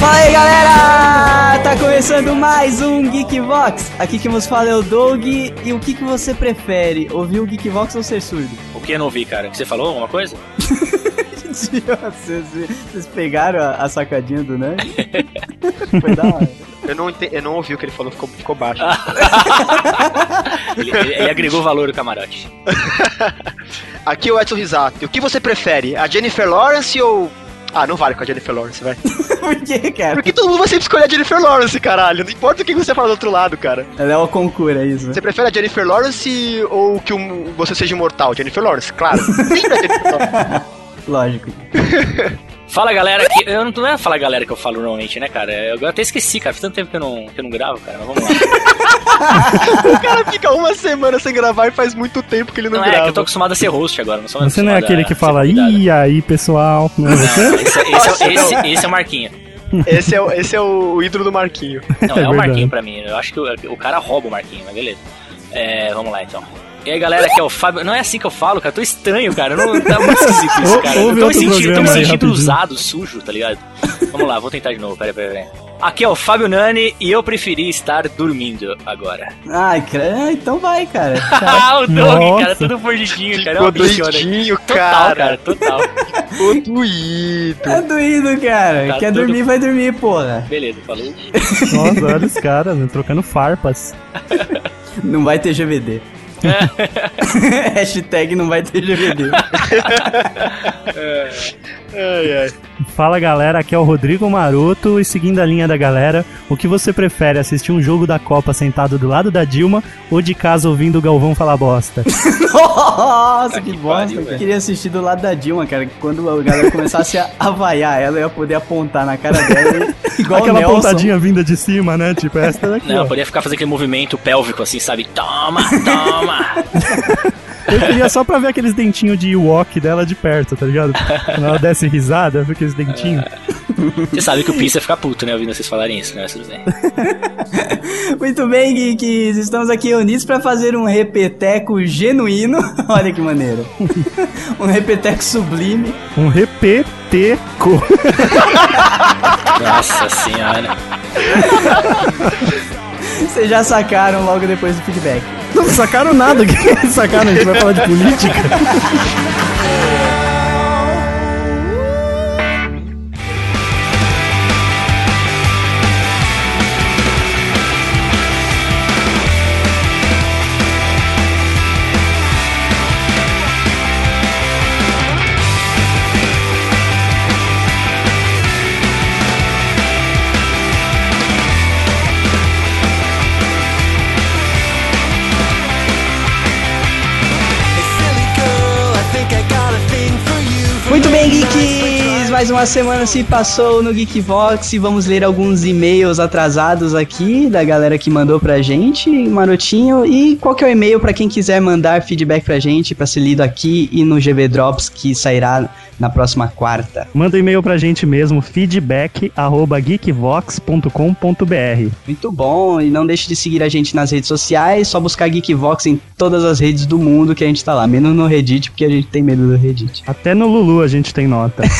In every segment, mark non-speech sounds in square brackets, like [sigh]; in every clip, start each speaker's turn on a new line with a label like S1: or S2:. S1: Fala aí galera! Tá começando mais um Geekvox. Aqui que nos fala é o Doug. E o que, que você prefere, ouvir o Geekvox ou ser surdo? [laughs]
S2: O que eu não ouvi, cara? Você falou alguma coisa?
S1: Idiota, vocês, vocês pegaram a, a sacadinha do
S2: [laughs]
S1: Nerd? Foi da hora.
S3: Eu não, ente- eu não ouvi o que ele falou, ficou, ficou baixo.
S2: Ah. Ele, ele- ele agregou valor ao camarote.
S3: Aqui é o Edson Risato. E O que você prefere? A Jennifer Lawrence ou. Ah, não vale com a Jennifer Lawrence, vai. É
S1: Por que, cara?
S3: Porque todo mundo vai sempre escolher a Jennifer Lawrence, caralho. Não importa o que você fala do outro lado, cara.
S1: Ela é o concura, é isso.
S3: Você prefere a Jennifer Lawrence ou que um- você seja imortal? Jennifer Lawrence, claro. Sempre a Jennifer
S2: [laughs]
S3: Lawrence.
S1: Lógico.
S2: Fala galera, que, eu não, não é falar galera que eu falo normalmente, né, cara? Eu até esqueci, cara. Faz tanto tempo que eu não, que eu não gravo, cara. Mas vamos
S4: [laughs]
S2: lá.
S3: O cara fica uma semana sem gravar e faz muito tempo que ele não,
S2: Não é,
S3: grava.
S2: que eu tô acostumado a ser host agora. Não sou mais
S4: Você não é
S2: acostumado
S4: aquele que
S2: a ser
S4: fala,
S2: convidado.
S4: ih, aí [laughs] pessoal. Não,
S2: Não, esse, é- esse, é-
S3: Nossa,
S2: esse- esse é o Marquinho.
S3: Esse, é, o- esse é o ídolo do Marquinho.
S4: [laughs]
S2: Não, é, [laughs]
S4: É
S2: o Marquinho
S4: verdade.
S2: pra mim. Eu acho que o, o cara rouba o Marquinho, mas beleza. É, vamos lá então. E aí, galera, aqui é o Fábio. Não é assim que eu falo, cara. Eu tô estranho, cara. Eu Não, tá muito esquisito
S4: [laughs]
S2: isso,
S4: Ou-
S2: cara. Eu
S4: ouve
S2: tô me
S4: outro
S2: sentindo, eu tô me
S4: programa aí,
S2: sentindo
S4: rapidinho.
S2: usado, sujo, tá ligado? Vamos lá, vou tentar de novo. Pera, pera, pera. Aqui é o Fábio Nani e eu preferi estar dormindo agora. [laughs]
S1: Ai, cara, ah, então vai, cara.
S2: Ah, o Doug,
S4: Nossa.
S2: cara, tudo fugidinho, cara. É
S3: Ficou
S2: uma bichona.
S3: doidinho,
S2: Total, cara,
S3: cara.
S2: total.
S3: Ficou doído.
S1: Tá doído, cara.
S2: Tá
S1: Quer
S2: tudo-
S1: dormir, vai dormir, porra.
S2: Beleza, falou.
S4: Nossa, olha os caras, né, trocando farpas.
S1: Não vai ter
S2: [laughs]
S1: GVD. [laughs] Hashtag não vai ter GVD.
S3: Ai, ai.
S4: Fala galera, aqui é o Rodrigo Maroto e seguindo a linha da galera, o que você prefere, assistir um jogo da Copa sentado do lado da Dilma ou de casa ouvindo o Galvão falar bosta?
S1: Nossa, que,
S2: que
S1: bosta.
S2: pariu,
S1: cara.
S2: velho.
S1: queria assistir do lado da Dilma, cara. que Quando a galera começasse a avaiar ela, eu ia poder apontar na cara dela. e- [laughs] [laughs] Igual
S4: Aquela
S1: o Nelson.
S4: pontadinha vinda de cima, né? Tipo, essa daqui.
S2: Não, eu
S4: ó.
S2: podia ficar fazendo aquele movimento pélvico assim, sabe? Toma, toma.
S4: Eu queria só pra ver aqueles dentinhos de Ewok dela de perto, tá ligado? Quando ela desce risada, fica esse [laughs] dentinho.
S2: Você sabe que o Pins ia ficar puto, né? Ouvindo vocês falarem isso, né? Tudo bem.
S1: Muito bem, geeks. Estamos aqui unidos para fazer um repeteco genuíno. [laughs] Olha que [laughs] maneiro. um repeteco sublime.
S4: Um repeteco. [laughs]
S2: Nossa senhora.
S1: Vocês já sacaram logo depois do feedback.
S4: Não sacaram nada, [laughs] que sacaram, a gente vai falar de política.
S1: Muito bem, geeks. Mais uma semana se passou no Geekvox e vamos ler alguns e-mails atrasados aqui da galera que mandou pra gente, um marotinho. E qual que é o e-mail pra quem quiser mandar feedback pra gente pra ser lido aqui e no GB Drops que sairá na próxima quarta.
S4: Manda um e-mail pra gente mesmo, feedback.geekvox.com.br.
S1: Muito bom, e não deixe de seguir a gente nas redes sociais, só buscar Geekvox em todas as redes do mundo que a gente tá lá, menos no Reddit, porque a gente tem medo do Reddit.
S4: Até no Lulu a gente tem nota. [laughs]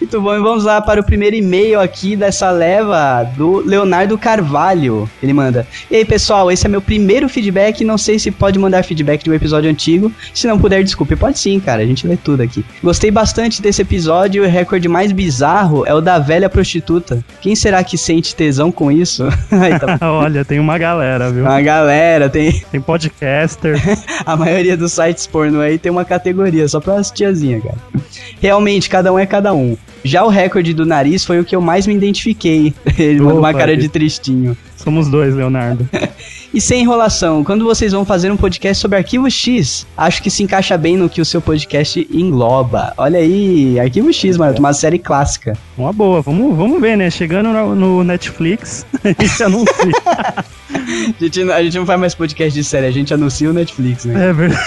S1: Muito bom, e vamos lá para o primeiro e-mail aqui dessa leva do Leonardo Carvalho. Ele manda: E aí pessoal, esse é meu primeiro feedback, não sei se pode mandar feedback de um episódio antigo, se não puder, desculpe. Pode sim, cara, a gente lê tudo aqui. Gostei bastante desse episódio e o recorde mais bizarro é o da velha prostituta. Quem será que sente tesão com isso? [laughs] Aí
S4: [laughs]
S1: tá-
S4: Olha, tem uma galera, viu?
S1: Uma galera, tem,
S4: Tem podcaster.
S1: A maioria dos sites pornô aí tem uma categoria, só pra as tiazinhas, cara. Realmente, cada um é cada um. Já o recorde do nariz foi o que eu mais me identifiquei. [laughs] Ele mandou uma
S4: Opa,
S1: cara
S4: aí.
S1: de tristinho.
S4: Somos dois, Leonardo.
S1: E sem enrolação, quando vocês vão fazer um podcast sobre arquivo X, acho que se encaixa bem no que o seu podcast engloba. Olha aí, arquivo X, mano, uma série clássica.
S4: [laughs]
S1: [laughs]
S4: Uma boa, vamos, vamos ver, né? Chegando no, no Netflix, a gente anuncia.
S1: A gente, não- a gente não faz mais podcast de série, a gente anuncia o Netflix, né?
S4: É verdade.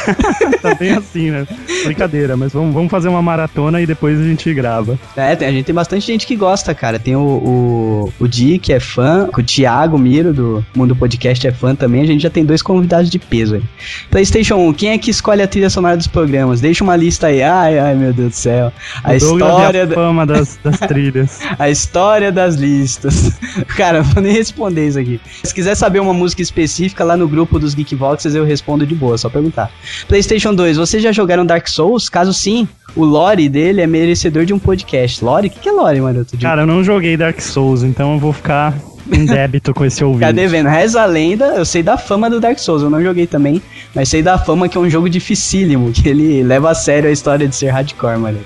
S4: [laughs] tá bem assim, né? Brincadeira, mas vamos, vamos fazer uma maratona e depois a gente grava.
S1: É, tem, a gente tem bastante gente que gosta, cara. Tem o, o, o Di, que é fã, o Thiago Miro, do Mundo Podcast, é fã também. A gente já tem dois convidados de peso aí. PlayStation 1, quem é que escolhe a trilha sonora dos programas? Deixa uma lista aí. Ai, ai, meu Deus do céu. A
S4: O Douglas e
S1: história,
S4: a
S1: da-
S4: fama
S1: [laughs]
S4: das, das trilhas.
S1: a história das listas. [laughs] Cara, eu vou nem responder isso aqui. Se quiser saber uma música específica, lá no grupo dos Geekboxes eu respondo de boa, só perguntar. PlayStation 2, vocês já jogaram Dark Souls? Caso sim, o lore dele é merecedor de um podcast. Lore? O que, que é lore, mano?
S4: Cara, eu não joguei Dark Souls, então eu vou ficar em débito com esse ouvinte.
S1: Tá devendo. Reza a lenda, eu sei da fama do Dark Souls, eu não joguei também, mas sei da fama que é um jogo dificílimo, que ele leva a sério a história de ser hardcore, mano.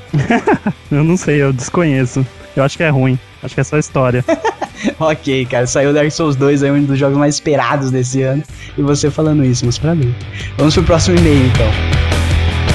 S4: Eu não sei, eu desconheço. Eu acho que é ruim. Acho que é só história.
S1: [laughs] ok, cara, saiu Dark Souls 2, aí um dos jogos mais esperados desse ano, e você falando isso, mas pra mim. Vamos pro próximo e-mail, então.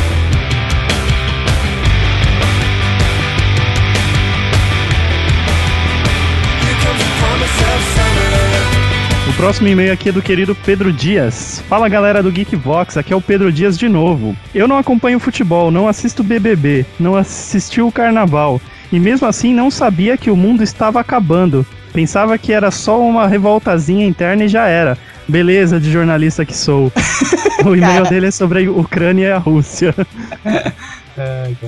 S4: O próximo e-mail aqui é do querido Pedro Dias. Fala galera do Geekvox, aqui é o Pedro Dias de novo. Eu não acompanho futebol, não assisto BBB, não assisti o carnaval e mesmo assim não sabia que o mundo estava acabando. Pensava que era só uma revoltazinha interna e já era. Beleza de jornalista que sou. O e-mail
S1: Cara.
S4: dele é sobre a Ucrânia e a Rússia.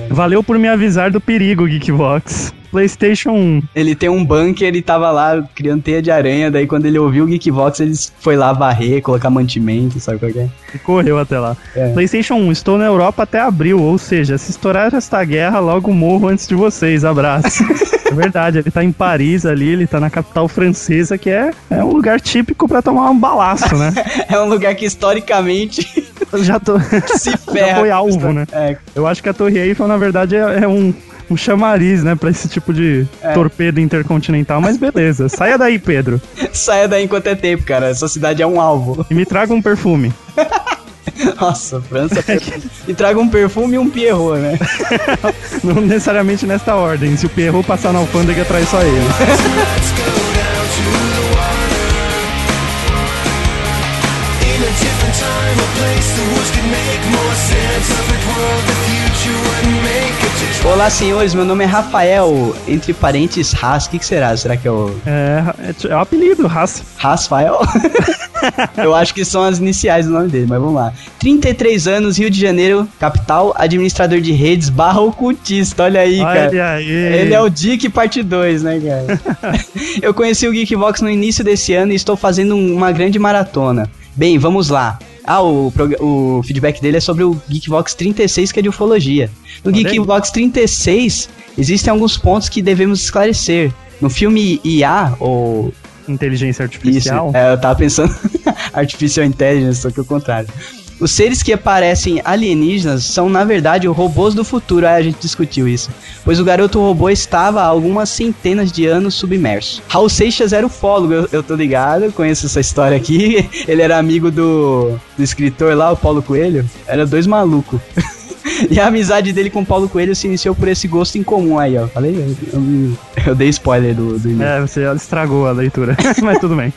S4: Valeu por me avisar do perigo, Geekvox. PlayStation 1.
S1: Ele tem um bunker e tava lá criando teia de aranha, daí quando ele ouviu o Geekbox, ele foi lá varrer, colocar mantimento, sabe qual que é? [laughs]
S4: E correu até lá.
S1: É.
S4: PlayStation 1, estou na Europa até abril, ou seja, se estourar esta guerra, logo morro antes de vocês.
S1: [laughs]
S4: Abraço. é verdade, ele tá em Paris ali, ele tá na capital francesa, que é, é um lugar típico pra tomar um balaço, né?
S1: [laughs] É um lugar que historicamente [laughs]
S4: Eu Já, tô, [laughs]
S1: se ferra.
S4: foi alvo, né?
S1: É,
S4: eu acho que a Torre Eiffel, na verdade, é, é um, um chamariz, né, pra esse tipo de
S1: É.
S4: torpedo intercontinental, mas beleza. Saia daí, Pedro,
S1: Saia daí enquanto é tempo, cara. Essa cidade é um alvo. [laughs]
S4: e me traga um perfume. [laughs]
S1: Nossa, França. e traga um perfume e um Pierrot, né?
S4: Não necessariamente nesta ordem, se o Pierrot passar na alfândega, traz só ele.
S1: Olá, senhores. Meu nome é Rafael. Entre parentes, Haas. O que, que será? Será que é o
S4: É, é, t- é o apelido, raça.
S1: Rasfael? [laughs] Eu acho que são as iniciais do nome dele, mas vamos lá. 33 anos, Rio de Janeiro, capital, administrador de redes, barra ocultista. Olha aí, cara.
S4: Olha aí.
S1: Ele é o Dick parte 2, né, cara? Eu conheci o Geekbox no início desse ano e estou fazendo um- uma grande maratona. Bem, vamos lá. Ah, o, prog- o feedback dele é sobre o Geekbox 36, que é de ufologia. No
S4: Olha aí.
S1: Geekbox 36, existem alguns pontos que devemos esclarecer. No filme IA, ou
S4: Inteligência
S1: isso.
S4: artificial.
S1: É, eu tava pensando [laughs] Artificial Intelligence, só que o contrário. Os seres que aparecem alienígenas são, na verdade, robôs do futuro. Ah, a gente discutiu isso. Pois o garoto robô estava há algumas centenas de anos submerso. Raul Seixas era ufólogo, eu, eu tô ligado, eu conheço essa história aqui. [laughs] Ele era amigo do, do escritor lá, o Paulo Coelho. Era dois malucos. [laughs] E a amizade dele com o Paulo Coelho se iniciou por esse gosto em comum aí, ó. Falei, eu, eu- eu dei spoiler do, do e-mail.
S4: É, você estragou a leitura, [laughs] mas tudo bem.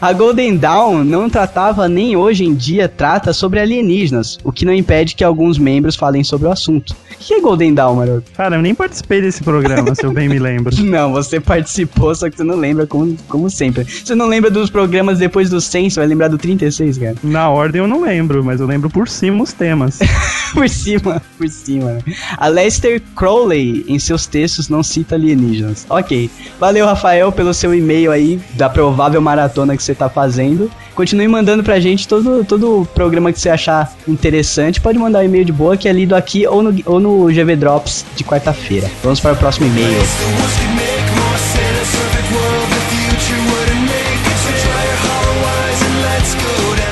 S1: A Golden Dawn não tratava nem hoje em dia trata sobre alienígenas, o que não impede que alguns membros falem sobre o assunto. O que é Golden Dawn, Maroto? [laughs]
S4: Cara, eu nem participei desse programa, se eu bem me lembro.
S1: Não, você participou, só que você não lembra, como, como sempre. Você não lembra dos programas depois do 100, você vai lembrar do 36, cara.
S4: Na ordem eu não lembro, mas eu lembro por cima os temas.
S1: [laughs] Por cima, por cima. né? A Lester Crowley, em seus textos, não cita alienígenas. Ok. Valeu, Rafael, pelo seu e-mail aí, da provável maratona que você tá fazendo. Continue mandando pra gente todo, todo programa que você achar interessante. Pode mandar um e-mail de boa, que é lido aqui ou no, ou no GV Drops de quarta-feira. Vamos para o próximo e-mail.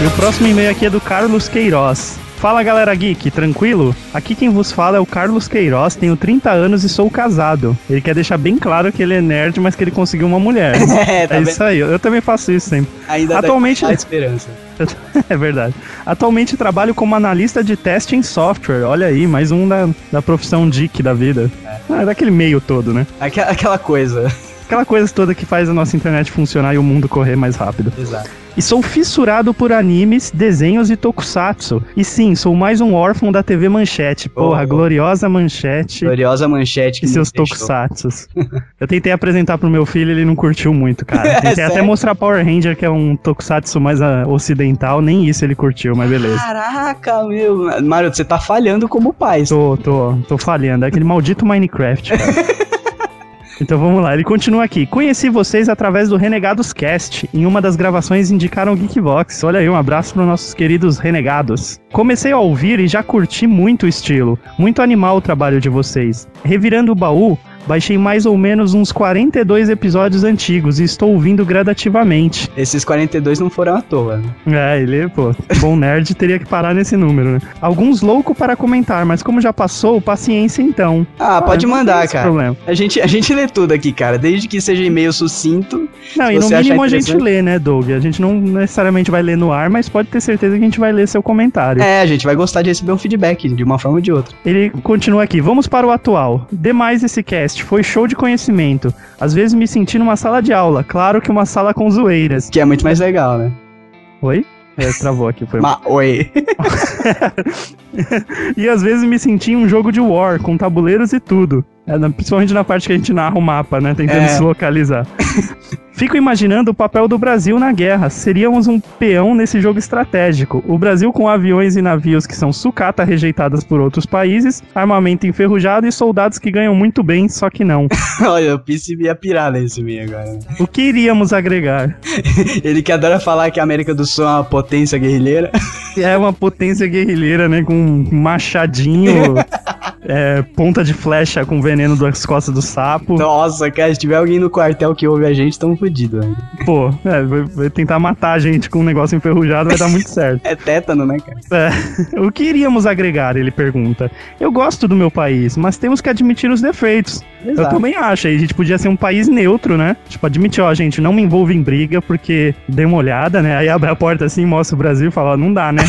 S4: E o próximo e-mail aqui é do Carlos Queiroz. Fala galera geek, tranquilo? Aqui quem vos fala é o Carlos Queiroz, tenho 30 anos e sou casado. Ele quer deixar bem claro que ele é nerd, mas que ele conseguiu uma mulher.
S1: [laughs] [laughs] É, tá
S4: é
S1: vendo?
S4: isso aí, eu também faço isso sempre.
S1: Ainda
S4: Atualmente-
S1: dá a esperança.
S4: É verdade. Atualmente trabalho como analista de teste em software. Olha aí, mais um da, da profissão geek da vida. Ah, daquele meio todo, né?
S1: Aquela, aquela coisa.
S4: Aquela coisa toda que faz a nossa internet funcionar e o mundo correr mais rápido.
S1: Exato.
S4: E sou fissurado por animes, desenhos e tokusatsu. E sim, sou mais um órfão da TV Manchete. Porra,
S1: Oh.
S4: gloriosa Manchete
S1: Gloriosa manchete que
S4: e seus
S1: nos deixou.
S4: tokusatsus. Eu tentei apresentar pro meu filho, ele não curtiu
S1: [laughs]
S4: muito, cara. Tentei até
S1: É Sério?
S4: mostrar Power Ranger, que é um tokusatsu mais ah, ocidental, nem isso ele curtiu, mas beleza.
S1: Caraca, meu. Maroto, você tá falhando como pai.
S4: Tô, tô, tô falhando. É aquele maldito Minecraft, cara. Então vamos lá, ele continua aqui. Conheci vocês através do Renegados Cast. Em uma das gravações indicaram o Geekbox. Olha aí, um abraço para nossos queridos renegados. Comecei a ouvir e já curti muito o estilo. Muito animal o trabalho de vocês. Revirando o baú, baixei mais ou menos uns 42 episódios antigos e estou ouvindo gradativamente.
S1: Esses 42 não foram à toa. né?
S4: É, ele, pô, bom nerd teria que parar nesse número, né? Alguns louco para comentar, mas como já passou, paciência então.
S1: Ah, pode
S4: eu não tenho
S1: mandar,
S4: esse
S1: cara.
S4: Problema.
S1: A gente, a gente lê tudo aqui, cara. Desde que seja e-mail sucinto.
S4: Não,
S1: Se
S4: e no
S1: você achar
S4: mínimo a gente
S1: interessante.
S4: lê, né, Doug? A gente não necessariamente vai ler no ar, mas pode ter certeza que a gente vai ler seu comentário.
S1: É, a gente vai gostar de receber um feedback, de uma forma ou de outra.
S4: Ele continua aqui. Vamos para o atual. Demais esse cast. Foi show de conhecimento. Às vezes me senti numa sala de aula. Claro que uma sala com zoeiras.
S1: Que é muito mais legal, né?
S4: Oi? É, travou
S1: [laughs]
S4: aqui, foi
S1: Ma Oi.
S4: E às vezes me senti em um jogo de war, com tabuleiros e tudo. É, na- principalmente na parte que a gente narra o mapa, né? Tentando
S1: É.
S4: se localizar. Fico imaginando o papel do Brasil na guerra. Seríamos um peão nesse jogo estratégico. O Brasil com aviões e navios que são sucata rejeitadas por outros países, armamento enferrujado e soldados que ganham muito bem, só que não.
S1: Olha, eu percebi a pirada nesse meio agora.
S4: O que iríamos agregar?
S1: Ele que adora falar que a América do Sul é uma potência guerrilheira.
S4: É uma potência guerrilheira, né? Com um machadinho, é, ponta de flecha com veneno das costas do
S1: Então,
S4: sapo.
S1: Nossa, cara, se tiver alguém no quartel que ouve a gente, tamo fudido. né?
S4: Pô, é, vai, vai tentar matar a gente com um negócio enferrujado vai dar muito certo.
S1: É tétano, né, cara?
S4: É, o que iríamos agregar? Ele pergunta. Eu gosto do meu país, mas temos que admitir os defeitos. Eu
S1: Exato. [laughs]
S4: também acho. aí A gente podia ser um país neutro, né? Tipo, admitir, ó, gente, não me envolvo em briga porque dei uma olhada, né? Aí abre a porta assim, mostra o Brasil e fala, ó, não dá, né?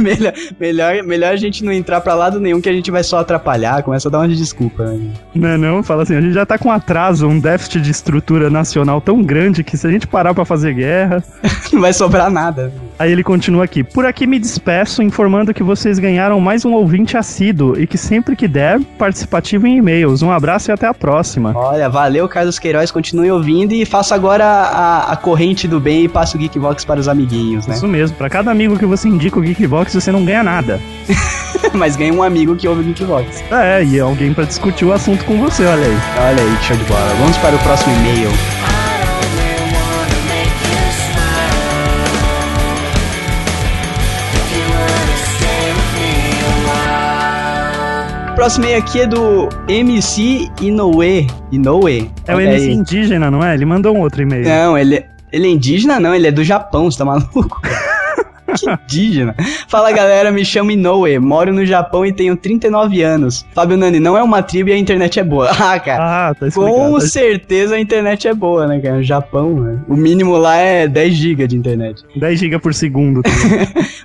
S1: melhor, melhor, melhor a gente não entrar pra lado nenhum que a gente vai só atrapalhar, começa a dar uma desculpa. Né?
S4: Não, é não, fala assim, a gente já tá com um atraso, um déficit de estrutura nacional tão grande que se a gente parar pra fazer guerra,
S1: Não vai sobrar nada.
S4: Aí ele continua aqui. Por aqui me despeço informando que vocês ganharam mais um ouvinte assíduo e que sempre que der, participativo em e-mails. Um abraço e até a próxima.
S1: Olha, valeu, Carlos Queiroz, continue ouvindo e faça agora a, a corrente do bem e passe o Geekbox para os amiguinhos, né? [laughs]
S4: Isso mesmo, pra cada amigo que você indica o Geekbox, você não ganha nada.
S1: Mas ganha um amigo que ouve o Geekbox.
S4: É, e é alguém pra discutir o assunto com você, olha aí.
S1: Olha aí, que show de bola. Vamos para o próximo e-mail. O próximo e-mail aqui é do MC Inoue. Inoue?
S4: É o
S1: Olha
S4: MC
S1: aí.
S4: indígena, não é? Ele mandou um outro e-mail.
S1: Não, ele, ele é indígena, não, ele é do Japão, você tá maluco? [laughs] que indígena. Fala galera, me chamo Inoue, moro no Japão e tenho 39 anos. Fábio Nani, não é uma tribo e a internet é boa. [laughs] Ah, cara.
S4: Ah, tá explicado.
S1: Com certeza a internet é boa, né, cara? No Japão, né? o mínimo lá é 10 GB de internet.
S4: 10 GB
S1: [laughs]
S4: por segundo.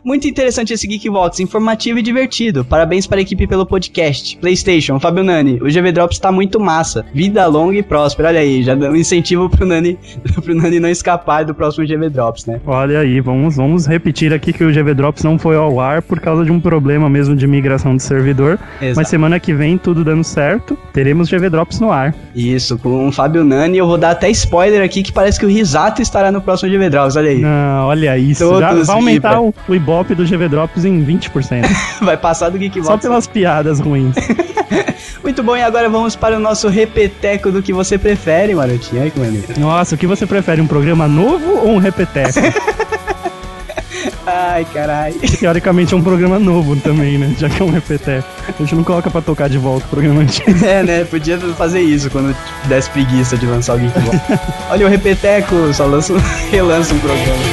S1: Muito interessante esse Geekbox, informativo e divertido. Parabéns para a equipe pelo podcast. PlayStation, Fábio Nani, o GV Drops tá muito massa. Vida longa e próspera. Olha aí, já dá um incentivo pro Nani, [laughs] pro Nani não escapar do próximo GV Drops, né?
S4: Olha aí, vamos, vamos repetir aqui que o GV Drops não foi ao ar por causa de um problema mesmo de migração de servidor. Mas semana que vem, tudo dando certo, teremos GV Drops no ar.
S1: Isso, com o Fábio Nani, eu vou dar até spoiler aqui que parece que o Risato estará no próximo GV Drops, olha aí.
S4: Não, olha isso.
S1: Todos
S4: já vai aumentar
S1: vibra.
S4: o, o Ibope do GV Drops em
S1: [laughs]
S4: 20%.
S1: [laughs] Vai passar do
S4: só
S1: Geekbox.
S4: pelas piadas ruins.
S1: Muito bom, e agora vamos para o nosso repeteco do que você prefere, Marotinho. Olha que maneiro.
S4: Nossa, o que você prefere? Um programa novo ou um repeteco?
S1: Ai, caralho.
S4: Teoricamente é um programa novo também, né? Já que é um repeteco. A gente não coloca pra tocar de volta o programa antigo.
S1: É, né? Podia fazer isso quando desse preguiça de lançar o
S4: [laughs]
S1: Geekbox. Olha o repeteco, só lança, um- [laughs] relança um programa.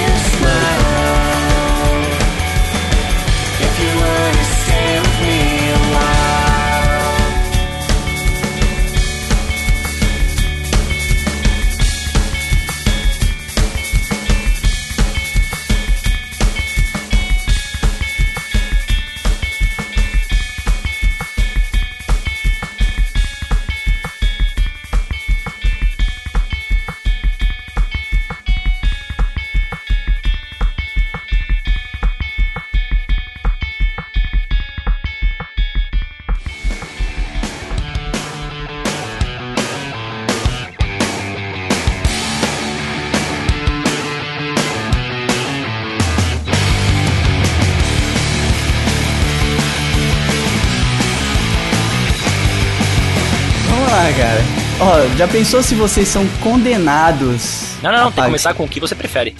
S1: cara. Ó, já pensou se vocês são condenados?
S2: Não, não, não,
S1: a
S2: tem que
S1: pag-
S2: começar com o que você prefere.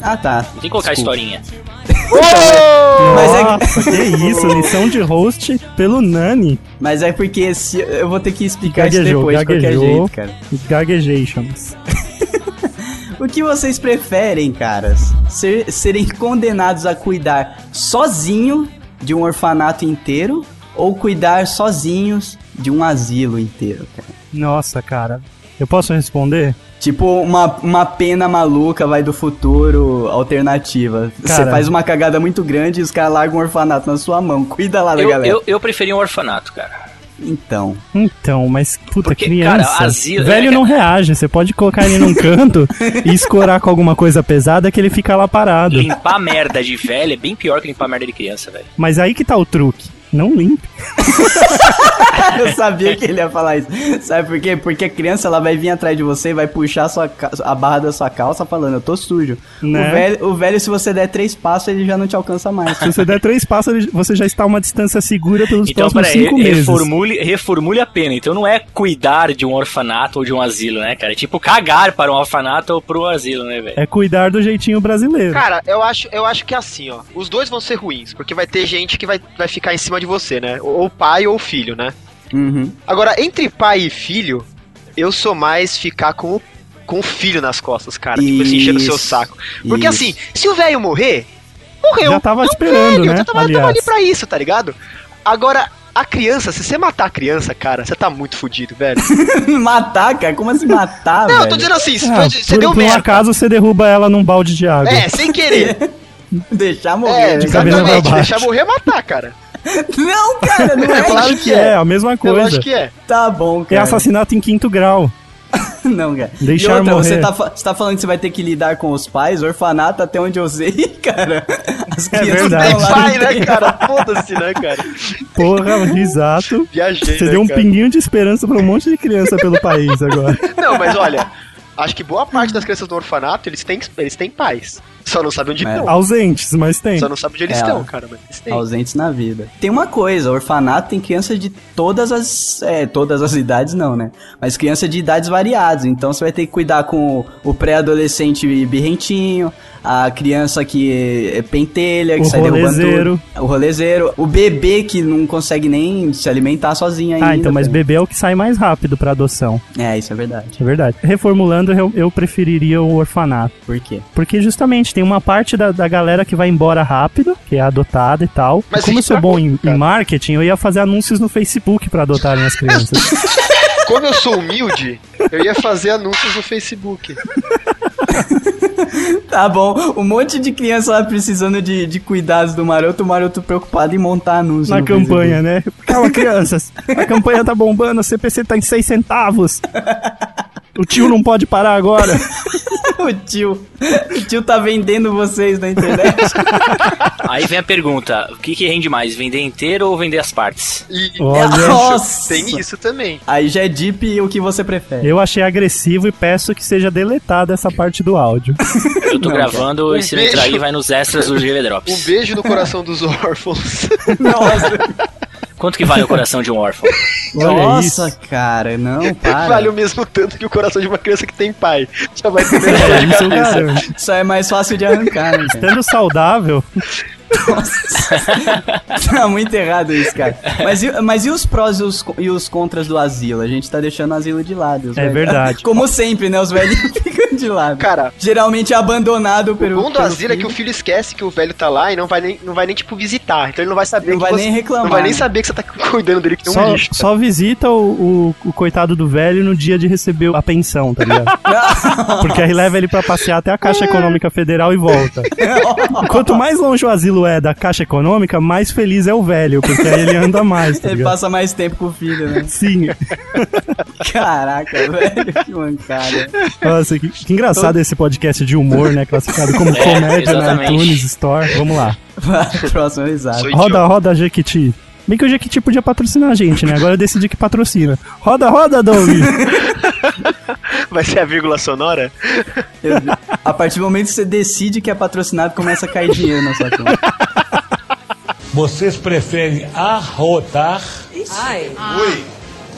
S1: Ah, tá.
S2: Não tem que colocar
S1: Desculpa.
S2: historinha.
S1: [laughs] Mas é-
S4: Nossa, que isso, lição de host pelo Nani.
S1: [laughs] Mas é porque se, eu vou ter que explicar isso
S4: Gaguejou,
S1: depois de qualquer
S4: gaguejou.
S1: jeito, cara.
S4: Gaguejations.
S1: O que vocês preferem, caras? Ser- serem condenados a cuidar sozinho de um orfanato inteiro ou cuidar sozinhos de um asilo inteiro, cara?
S4: Nossa, cara. Eu posso responder?
S1: Tipo, uma, uma pena maluca vai do futuro alternativa. Você
S4: Cara.
S1: faz uma cagada muito grande e os caras largam um orfanato na sua mão. Cuida lá da
S2: Eu,
S1: galera.
S2: eu, eu preferi um orfanato, cara.
S1: Então. [laughs]
S4: Então, mas puta,
S2: Porque,
S4: criança.
S2: cara, é asilo-
S4: velho não reage. Você pode colocar ele
S2: [laughs]
S4: num canto e escorar com alguma coisa pesada que ele fica lá parado.
S2: Limpar merda de velho é bem pior que limpar merda de criança, velho.
S4: Mas aí que tá o truque. Não limpe.
S1: eu sabia que ele ia falar isso. Sabe por quê? Porque a criança ela vai vir atrás de você e vai puxar a sua ca- a barra da sua calça falando, eu tô sujo.
S4: Né?
S1: O, velho, o velho, se você der três passos, ele já não te alcança mais. [laughs]
S4: Se você der três passos, ele- você já está a uma distância segura pelos
S2: Então,
S4: próximos
S2: peraí,
S4: cinco
S2: re-
S4: meses.
S2: reformule, reformule a pena. Então não é cuidar de um orfanato ou de um asilo, né, cara? É tipo cagar para um orfanato ou para um asilo, né, velho?
S4: É cuidar do jeitinho brasileiro.
S3: Cara, eu acho, eu acho que é assim, ó. Os dois vão ser ruins, porque vai ter gente que vai, vai ficar em cima de você, né? Ou o pai ou o filho, né?
S1: Uhum. [laughs]
S3: Agora, entre pai e filho, eu sou mais ficar com o, com o filho nas costas, cara. Tipo, assim, enchendo o seu
S1: Isso,
S3: saco. Porque
S1: isso.
S3: assim, se o velho morrer, morreu.
S4: Já tava
S3: É um
S4: esperando,
S3: velho,
S4: né?
S3: Já tava, tava
S4: Aliás.
S3: ali pra isso, tá ligado? Agora, a criança, se você matar a criança, cara, você tá muito fudido, velho.
S1: matar, cara? Como assim matar,
S3: Não,
S1: velho?
S3: eu tô dizendo assim, se
S4: Ah,
S3: foi- você
S4: por,
S3: deu
S4: por um
S3: merda.
S4: acaso você derruba ela num balde de água.
S3: É, sem querer.
S4: [laughs]
S1: Deixar morrer.
S3: É,
S4: de
S1: de
S4: cabeça pra
S3: exatamente.
S4: baixo.
S3: Deixar morrer é matar, cara.
S1: Não, cara, não é.
S3: [laughs] Eu acho
S4: claro que é, a mesma
S3: Eu
S4: coisa.
S3: acho que é.
S1: Tá bom,
S4: É
S1: cara.
S4: assassinato em quinto grau.
S1: [laughs] Não, cara.
S4: Deixar
S1: e outra,
S4: morrer.
S1: Você, tá, fa- você tá falando que você vai ter que lidar com os pais, orfanato, até onde eu sei, [laughs] cara. As crianças
S4: É verdade.
S1: tão
S3: Tem
S1: lá,
S3: pai,
S1: não tem- [laughs]
S3: né, cara? Foda-se, né, cara? [laughs]
S4: Porra, exato.
S3: Viajei.
S4: Você
S3: né,
S4: deu um
S3: cara?
S4: pinguinho de esperança pra um monte de criança pelo
S3: [laughs]
S4: país agora.
S3: Não, mas olha, acho que boa parte das crianças do orfanato, eles têm, eles têm pais. Só não sabem onde
S1: É.
S3: estão.
S4: Ausentes, mas tem.
S3: Só não sabem onde eles
S1: É,
S3: estão,
S1: ó.
S3: cara. Mas eles têm.
S1: Ausentes na vida. Tem uma coisa, orfanato tem crianças de todas as. É, todas as idades não, né? Mas crianças de idades variadas. Então você vai ter que cuidar com o- o pré-adolescente birrentinho, a criança que é pentelha, que
S4: O
S1: sai derrubando
S4: rolezeiro.
S1: tudo. O rolezeiro. O bebê que não consegue nem se alimentar sozinho ainda.
S4: Ah, então, mas
S1: cara.
S4: bebê é o que sai mais rápido pra adoção.
S1: É, isso é verdade.
S4: É verdade. Reformulando, eu, eu preferiria o orfanato.
S1: Por quê?
S4: Porque justamente tem uma parte da, da galera que vai embora rápido, que é adotada e tal.
S3: Mas
S4: E como eu
S3: isso
S4: sou
S3: tá
S4: bom em,
S3: cara.
S4: em marketing, eu ia fazer anúncios no Facebook pra adotarem
S3: [laughs]
S4: as crianças.
S3: Como eu sou humilde, eu ia fazer anúncios no Facebook.
S1: Tá bom, um monte de criança lá precisando de, de cuidados do maroto, o maroto preocupado em montar anúncio.
S4: na
S1: no
S4: campanha, né? Calma, crianças. A campanha tá bombando, a CPC tá em 6 centavos. O tio não pode parar agora.
S1: Facebook. [laughs] o tio. O tio tá vendendo vocês na
S4: [laughs]
S1: internet.
S2: [laughs] Aí vem a pergunta: o que, que rende mais, vender inteiro ou vender as partes?
S3: E
S4: Olha.
S1: Nossa!
S3: tem isso também.
S1: Aí já é deep e o que você prefere.
S4: Eu achei agressivo e peço que seja deletada essa parte
S3: [laughs]
S4: do áudio.
S2: Eu tô
S1: Não,
S2: gravando
S3: cara.
S2: e
S3: Um
S2: se não entrar
S3: beijo.
S2: aí, vai nos extras do GV
S3: Um
S2: Drops.
S3: beijo no coração dos órfãos.
S1: Nossa,
S2: Quanto que vale o coração de um
S1: [laughs]
S2: órfão?
S4: Olha
S1: Nossa,
S4: isso.
S1: cara, não, para.
S3: [laughs] Vale o mesmo tanto que o coração de uma criança que tem pai. Já vai ter menos [laughs] dor
S4: É
S3: de
S4: isso,
S3: cabeça.
S4: cara.
S1: Isso aí é mais fácil de arrancar, né, cara?
S4: [laughs] Estando saudável,
S1: Nossa. [laughs] tá muito errado isso, cara. Mas e, mas e os prós e os, co- e os contras do asilo? A gente tá deixando o asilo de lado. os
S4: É
S1: velhos-
S4: verdade.
S1: Como sempre, né? Os velhos [laughs] ficam de lado.
S3: Cara,
S1: Geralmente é abandonado
S3: o
S1: pelo.
S3: bom do
S1: pelo
S3: asilo é que
S1: filho.
S3: o filho esquece que o velho tá lá e não vai nem, não vai nem tipo, visitar. Então ele não vai saber
S1: Não
S3: que
S1: vai
S3: você-
S1: nem reclamar,
S3: Não vai nem
S1: né?
S3: saber que você tá [laughs] cuidando dele, que tem um
S4: só,
S3: lixo.
S4: só visita o, o- o coitado do velho no dia de receber a pensão,
S2: [laughs]
S4: tá ligado?
S3: [laughs]
S4: Porque aí leva ele pra passear até a
S2: É.
S4: Caixa Econômica Federal
S2: [laughs]
S4: e volta. Quanto mais longe o asilo é da Caixa Econômica, mais feliz é o velho, porque aí ele anda mais, tá
S1: [laughs] Ele
S4: ligado?
S1: passa mais tempo com o filho, né?
S4: Sim.
S1: Caraca, [laughs] velho, que mancada.
S4: Nossa, assim, que, que engraçado esse podcast de humor, né? Classificado
S2: [laughs]
S4: como
S2: É,
S4: comédia na
S2: exatamente.
S4: iTunes Store. Vamos lá.
S1: Vai, Próximo risada.
S3: Sou
S4: Roda,
S3: idiota.
S4: roda, Jequiti. Bem que o Jequiti podia patrocinar a gente, né? Agora eu decidi que patrocina. Roda, roda, Doug!
S3: Vai ser a vírgula sonora?
S1: Eu- A partir do momento que você decide que é patrocinado, começa a cair dinheiro na sua conta.
S5: Vocês preferem arrotar?
S6: Ai,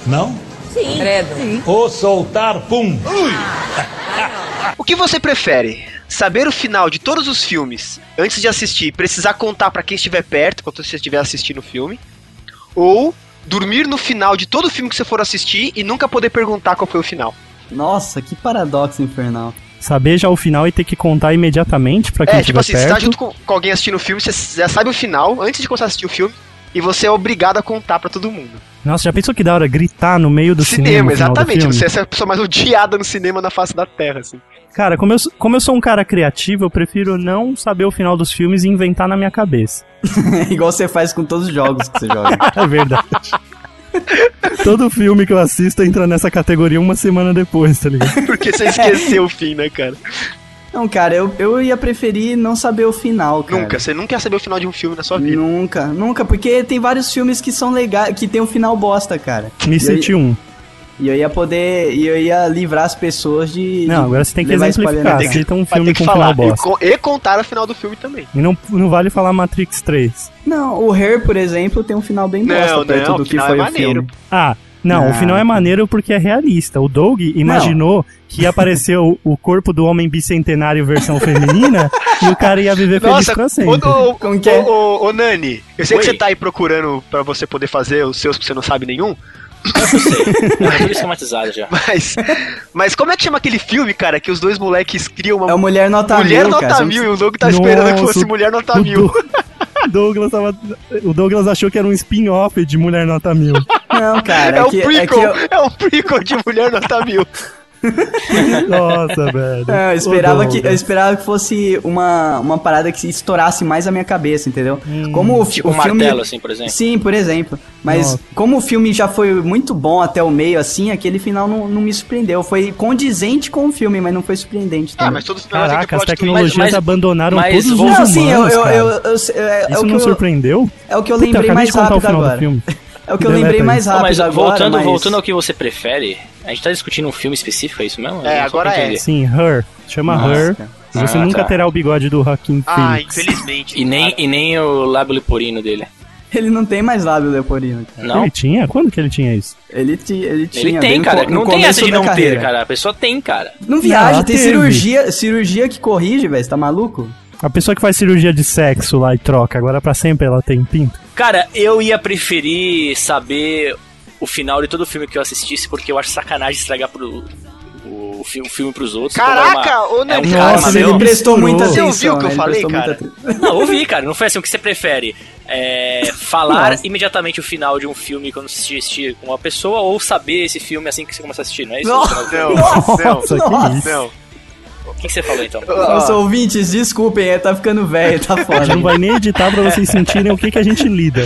S5: Não? Sim. Credo.
S6: Vou soltar pum.
S3: O que você prefere? Saber o final de todos os filmes antes de assistir, e precisar contar pra quem estiver perto quando você estiver assistindo o filme? Ou dormir no final de todo o filme que você for assistir e nunca poder perguntar qual foi o final?
S1: Nossa, que paradoxo infernal. [laughs]
S4: Saber já o final e ter que contar imediatamente pra quem
S3: É,
S4: estiver
S3: tipo assim, você tá
S4: perto.
S3: junto com, com alguém assistindo o filme, você já sabe o final antes de começar a assistir o filme e você é obrigado a contar pra todo mundo.
S4: Nossa, já pensou que da hora gritar no meio do cinema? no final do
S3: exatamente.
S4: filme?
S3: Você é essa pessoa mais odiada no cinema na face da Terra, assim.
S4: Cara, como eu, s- como eu sou um cara criativo, eu prefiro não saber o final dos filmes e inventar na minha cabeça. [laughs]
S1: Igual você faz com todos os jogos que você joga.
S4: É verdade.
S3: [laughs]
S4: Todo filme que eu assisto entra nessa categoria uma semana depois,
S3: [laughs]
S4: tá ligado?
S3: Porque
S4: [laughs]
S3: você esqueceu o fim, né, cara?
S1: Não, cara, eu, eu ia preferir não saber o final, cara.
S3: Nunca, você nunca ia saber o final de um filme na sua vida.
S1: Nunca, nunca, porque tem vários filmes que são legais, que tem um final bosta, cara.
S4: Me senti um.
S1: E eu ia poder, e eu ia livrar as pessoas de.
S4: Não,
S1: de
S4: agora você tem que
S1: levar spoiler na
S4: exemplificar.
S1: cara.
S4: Cita um
S3: Vai
S4: filme
S3: ter né? que
S4: com final
S3: falar. E,
S4: bosta.
S3: co- e contar o final do filme também.
S4: E não, não vale falar Matrix 3.
S1: Não, o Her, por exemplo, tem um final bem
S3: Não,
S1: bosta perto
S3: não, o
S1: do que
S3: final
S1: foi
S3: é
S1: o filme.
S3: maneiro.
S4: Ah, não,
S1: Ah.
S4: o final é maneiro porque é realista. O Doug imaginou que apareceu o corpo do homem bicentenário versão feminina e o cara ia viver feliz
S3: Nossa,
S4: pra
S3: ô,
S4: sempre.
S3: ô,
S1: Como que é?
S3: ô, ô, ô, Nani, eu sei que
S2: Oi.
S3: você tá aí procurando pra você poder fazer os seus que você não sabe nenhum, [laughs]
S2: Eu sei. Tá tudo esquematizado já.
S3: mas. mas como é que chama aquele filme, cara, que os dois moleques criam
S1: É
S3: uma
S1: o Mulher Nota
S3: mulher
S1: Mil,
S3: nota
S1: cara.
S3: mil e o Doug tá esperando que
S4: Nossa,
S3: fosse mulher nota
S4: O
S3: tá mil.
S4: Doug- Douglas tava- o Douglas achou que era um spin-off de Mulher Nota Mil.
S1: Não, cara,
S3: [laughs] É
S1: é
S3: o
S1: que, é que
S3: prequel,
S1: eu,
S3: é o prequel de mulher nota mil.
S4: Nossa, velho.
S1: é, eu
S4: Ô,
S1: esperava que, eu
S4: Douglas.
S1: esperava que fosse uma, uma parada que se estourasse mais a minha cabeça, entendeu?
S4: Hum,
S1: Como o, fi-
S2: Tipo
S1: o
S2: um
S1: filme.
S2: martelo, assim, por
S3: né?
S2: exemplo.
S1: Sim, por exemplo. Mas
S4: Nossa.
S1: como o filme já foi muito bom até o meio, assim, aquele final não, não me surpreendeu. Foi condizendo com o filme, mas não foi surpreendente.
S3: Ah,
S1: também.
S3: mas todos os filmes
S4: Caraca, as
S3: plot twist.
S4: tecnologias
S2: mas-
S4: abandonaram
S2: mas
S4: todos os
S2: vou-
S4: humanos,
S1: não, sim, eu, eu,
S4: cara.
S1: eu, eu- é, é
S4: Isso
S1: o que
S4: não
S1: eu,
S4: surpreendeu?
S1: é o que eu
S4: Puta,
S1: lembrei
S4: acabei
S1: mais
S4: de contar o
S1: rápido
S4: final do
S1: agora.
S4: filme.
S1: É o que eu
S4: Deleta
S1: lembrei
S4: isso.
S1: mais
S2: Não,
S1: rápido
S2: mas
S1: agora.
S2: voltando,
S1: mas-
S2: voltando ao que você prefere, a gente tá discutindo um filme específico, é isso mesmo?
S3: É,
S2: Eu não sou
S3: agora
S2: pra
S3: é.
S2: entender.
S4: Sim, Her. Chama
S1: Nossa,
S4: Her.
S1: cara.
S4: Você
S2: Ah,
S4: nunca
S2: tá.
S4: terá o bigode do Joaquin
S3: Ah,
S4: Phoenix.
S3: infelizmente.
S2: E nem, e nem o lábio liporino dele.
S1: Ele não tem mais lábio leporino, cara.
S2: Não?
S4: Ele tinha? Quando que ele tinha isso?
S1: Ele, ti, ele tinha.
S2: Ele
S1: É. bem
S2: tem,
S1: no
S2: cara.
S1: co- no
S2: Não tem
S1: começo
S2: essa de
S1: da
S2: não
S1: carreira.
S2: ter, cara. A pessoa tem, cara.
S1: Não viaja,
S4: Não,
S1: tem
S4: Ah, teve.
S1: cirurgia, cirurgia que corrige, velho. Você tá maluco?
S4: A pessoa que faz cirurgia de sexo lá e troca, agora pra sempre ela tem pinto.
S2: Cara, eu ia preferir saber o final de todo filme que eu assistisse, porque eu acho sacanagem estragar pro, o, fi- o filme pros outros.
S3: Caraca, ô
S2: é um
S3: Nani,
S2: cara,
S3: cara,
S4: Nossa,
S2: meu.
S1: ele prestou
S4: misturou.
S1: muita
S4: Você
S1: atenção.
S3: ouviu o que eu
S1: né? Ele
S3: falei,
S1: prestou muita
S3: cara?
S1: atenção.
S2: Não, ouvi, cara. Não foi assim. O que você prefere? É, falar
S1: Nossa.
S2: imediatamente o final de um filme quando você assistir com uma pessoa ou saber esse filme assim que você começa a assistir, não é isso?
S1: Nossa.
S3: Não,
S4: [laughs] Nossa,
S1: nossa.
S4: que isso.
S3: não,
S2: O que que você falou então?
S3: não.
S1: Nossa, ouvintes, desculpem, é, tá ficando velho,
S2: [laughs]
S1: tá
S4: A gente
S1: foda.
S4: não vai nem editar pra vocês sentirem o que, que a gente lida.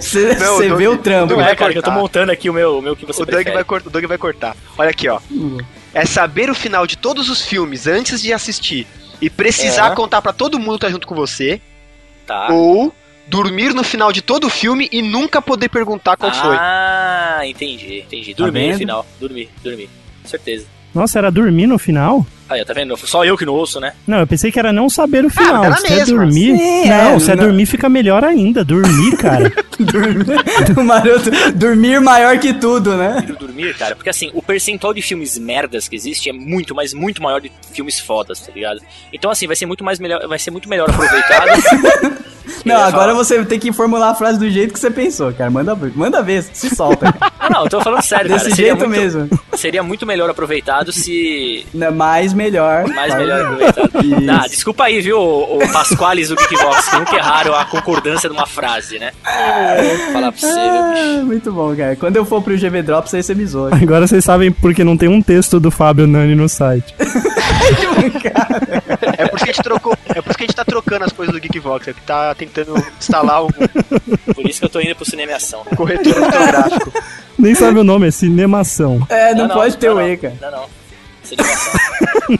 S1: Você
S3: Não,
S1: você
S3: Doug-
S1: vê o trampo.
S2: [laughs]
S3: Doug-
S2: Não
S1: né?
S2: é, cara, que eu tô
S3: cortar.
S2: montando aqui o meu, o meu que você
S3: O Doug,
S2: prefere.
S3: vai cortar, o Doug vai cortar. Olha aqui, ó.
S4: Hum.
S3: É saber o final de todos os filmes antes de assistir e precisar
S2: É.
S3: contar pra todo mundo que tá junto com você.
S2: Tá.
S3: Ou dormir no final de todo o filme e nunca poder perguntar qual foi.
S2: Ah, entendi, entendi. Dormi
S1: vendo?
S2: no final. Dormi, dormi. Certeza.
S4: Nossa, era dormir no final?
S2: Aí, tá vendo? Só eu que não ouço, né?
S4: Não, eu pensei que era não saber o final.
S3: era
S4: se é
S3: mesmo.
S4: dormir.
S1: Ah, Sim,
S4: não,
S1: é,
S4: se é
S1: não-
S4: dormir, fica melhor ainda.
S1: [laughs]
S4: Dormir, cara.
S1: Dormir, o maroto, dormir maior que tudo, né?
S2: Prefiro dormir, cara. Porque assim, o percentual de filmes merdas que existe é muito, mas muito maior de filmes fodas, tá ligado? Então, assim, vai ser muito mais melhor, vai ser muito melhor aproveitado.
S1: Não,
S2: Eu ia
S1: agora
S2: falar.
S1: você tem que formular a frase do jeito que você pensou, cara. Manda, manda ver, se
S2: [laughs]
S1: solta. cara.
S2: Ah, não, eu tô falando sério, cara.
S1: Desse
S2: Seria
S1: jeito
S2: muito-
S1: mesmo.
S2: Seria muito melhor aproveitado se.
S1: Né, Mais melhor.
S2: Mais melhor aproveitado.
S1: [laughs] Isso.
S2: Ah, desculpa aí, viu, o, o Pasquales do Geekbox, que nunca erraram a concordância de uma frase, né? Vou falar pra você, meu bicho.
S1: Ah, muito bom, cara. Quando eu for pro GV Drops, aí você me zoa.
S4: Agora vocês sabem porque não tem um texto do Fábio Nani no site.
S3: É por isso que a gente trocou. É por isso que a gente tá trocando as coisas do Geekvox. É que tá tentando instalar um
S2: Por isso que eu tô indo pro cinema e ação.
S4: [laughs]
S3: corretor ortográfico.
S4: Nem sabe o nome, é cinemação.
S1: É, não, pode ter o E, cara.
S2: Não, não.
S1: [laughs]
S2: Cinemação.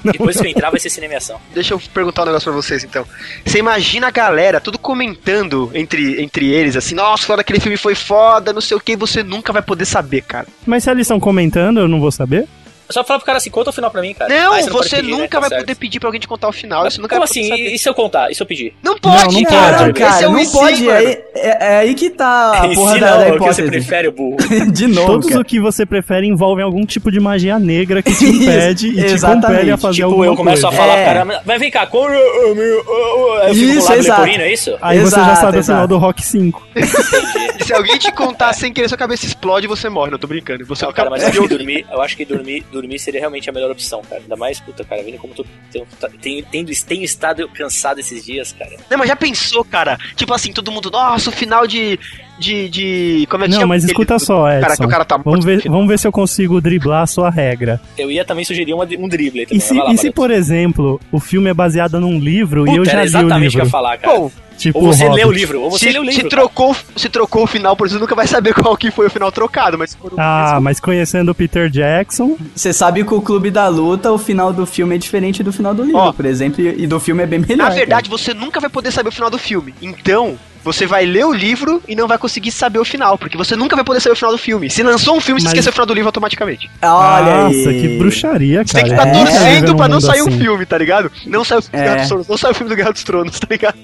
S2: Depois que eu entrar, vai ser cinemação.
S3: Deixa eu perguntar um negócio pra vocês então. Você imagina a galera tudo comentando entre, entre eles assim, nossa, foda, aquele filme foi foda, não sei o que, você nunca vai poder saber, cara.
S4: Mas se eles estão comentando, eu não vou saber?
S2: É só falar pro cara assim, conta o final pra mim, cara.
S3: Não,
S2: Ah, não pode
S3: você
S2: pedir, né?
S3: nunca
S2: Tá
S3: vai
S2: certo.
S3: poder pedir pra alguém te contar o final. Isso nunca
S2: Como
S3: vai poder
S2: assim?
S3: saber.
S2: E, e se eu contar? E se eu pedir?
S3: Não pode,
S4: Não, não
S3: cara.
S4: pode.
S1: Não, cara,
S3: Esse é o
S1: não
S3: e se,
S1: pode.
S3: mano.
S1: aí- É, é aí que tá a
S2: [laughs] E
S1: porra
S2: se
S1: da,
S2: não, é
S1: da
S2: o que você
S1: hipótese.
S2: prefere, o burro?
S1: [laughs] De novo,
S4: Todos
S1: cara.
S4: o que você prefere envolvem algum tipo de magia negra que te
S1: [laughs]
S4: impede e te
S1: exatamente.
S4: compele a fazer
S2: tipo,
S4: alguma
S2: eu começo
S4: coisa.
S2: a falar,
S1: É.
S2: cara, mas- mas vem cá, como eu, eu, eu, eu, eu fico
S1: Isso,
S2: lá no
S1: exato.
S2: Leporino, é isso?
S4: Aí você já
S1: Exato,
S4: sabe o
S1: exato.
S4: final do Rock 5. é.
S3: E se alguém te contar sem querer, sua cabeça explode e você morre. Não, tô brincando. Você é um
S2: Não,
S3: acaba
S2: cara, mas é eu acho
S3: de
S2: que
S3: ouvir.
S2: dormir, eu acho que dormir, dormir seria realmente a melhor opção, cara. Ainda mais, puta, cara, vendo como tô, tenho, tá- tenho, tenho, tenho estado cansado esses dias, cara.
S3: Não, mas já pensou, cara? Tipo assim, todo mundo, nossa, o final de. de. de. Como é que
S4: Não,
S3: chama?
S4: mas
S3: aquele
S4: escuta
S3: do-
S4: só,
S3: do Cara, que
S4: Edson.
S3: o cara tá
S4: Vamos
S3: morto no
S4: ver,
S3: final?
S4: vamos ver se eu consigo driblar a sua regra.
S2: Eu ia também sugerir uma, um drible também.
S4: E se,
S2: vai lá,
S4: e se,
S2: Barreto.
S4: por exemplo, o filme é baseado num livro e eu
S2: Puta,
S4: já
S2: era
S4: li o
S2: exatamente o que eu
S4: livro?
S2: ia falar, cara.
S3: Bom,
S4: Tipo,
S2: ou você lê o
S4: Hobbit.
S2: livro, ou você
S3: se,
S2: lê o
S3: se
S2: livro. tá? cara.
S3: trocou, se trocou o final, por isso nunca vai saber [laughs] qual que foi o final trocado, mas se for o
S4: Ah, mas conhecendo o Peter Jackson,
S1: Você sabe que o Clube da Luta, o final do filme é diferente do final do livro,
S3: Ó.
S1: por exemplo, e e do filme é bem melhor.
S3: Na
S1: cara.
S3: verdade,
S4: então.
S3: você nunca vai poder saber o final do filme. Então, você vai ler o livro e não vai conseguir saber o final, porque você nunca vai poder saber o final do filme. Se lançou um filme, você
S4: Mas-
S3: esqueceu o final do livro automaticamente.
S1: Olha
S4: nossa,
S1: aí.
S4: que bruxaria, cara.
S3: Você tem que
S4: É
S3: estar
S4: nunca viver
S3: torcendo
S4: num
S3: pra não
S4: mundo
S3: sair
S4: assim.
S3: um filme, tá ligado? Não saiu o filme do Guerra
S1: É.
S3: dos Tronos, não saiu o filme do Guerra dos Tronos, [laughs] tá
S4: [laughs]
S3: ligado?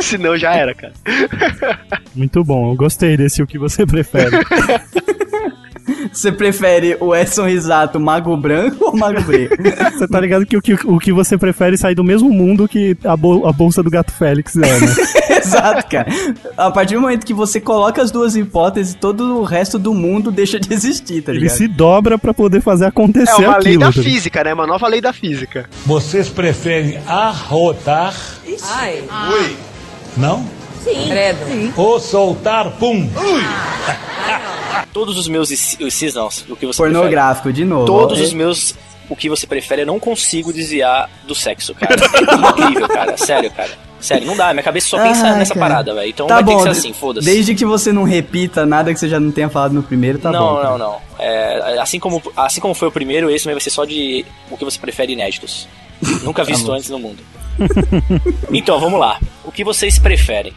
S3: Senão já era, cara.
S4: Muito bom, eu gostei desse o que você prefere.
S1: Você prefere o Edson Risato Mago Branco ou Mago Brê?
S4: [laughs] Você tá ligado que o, que o que você prefere sair do mesmo mundo que a, bol- a bolsa do gato Félix é, né?
S1: Exato, cara. A partir do momento que você coloca as duas hipóteses, todo o resto do mundo deixa de existir, tá
S4: Ele
S1: ligado?
S4: se dobra pra poder fazer acontecer
S3: É uma lei
S4: aquilo.
S3: da
S4: tá ligado?
S3: física, né? Uma nova lei da física.
S6: Vocês preferem arrotar,
S5: Ai,
S6: não?
S5: credo.
S6: Ou soltar pum?
S2: Todos os meus e- os cis, não, o que você prefere.
S1: Pornográfico, de novo.
S2: Todos
S1: É-
S2: os meus o que você prefere, eu não consigo desviar do sexo, cara. É incrível, cara. Sério, cara. Sério, não dá. Minha cabeça só pensa
S1: Ai,
S2: nessa
S1: Ah, cara.
S2: parada, velho. Então
S1: tá
S2: vai
S1: bom,
S2: ter que ser assim, foda-se.
S1: Desde que você não repita nada que você já não tenha falado no primeiro, tá
S2: não,
S1: bom. cara.
S2: não, não. É, assim, como, assim como foi o primeiro, esse vai ser só de o que você prefere inéditos. Nunca visto
S1: Tá
S2: antes no mundo. então, vamos lá. O que vocês preferem?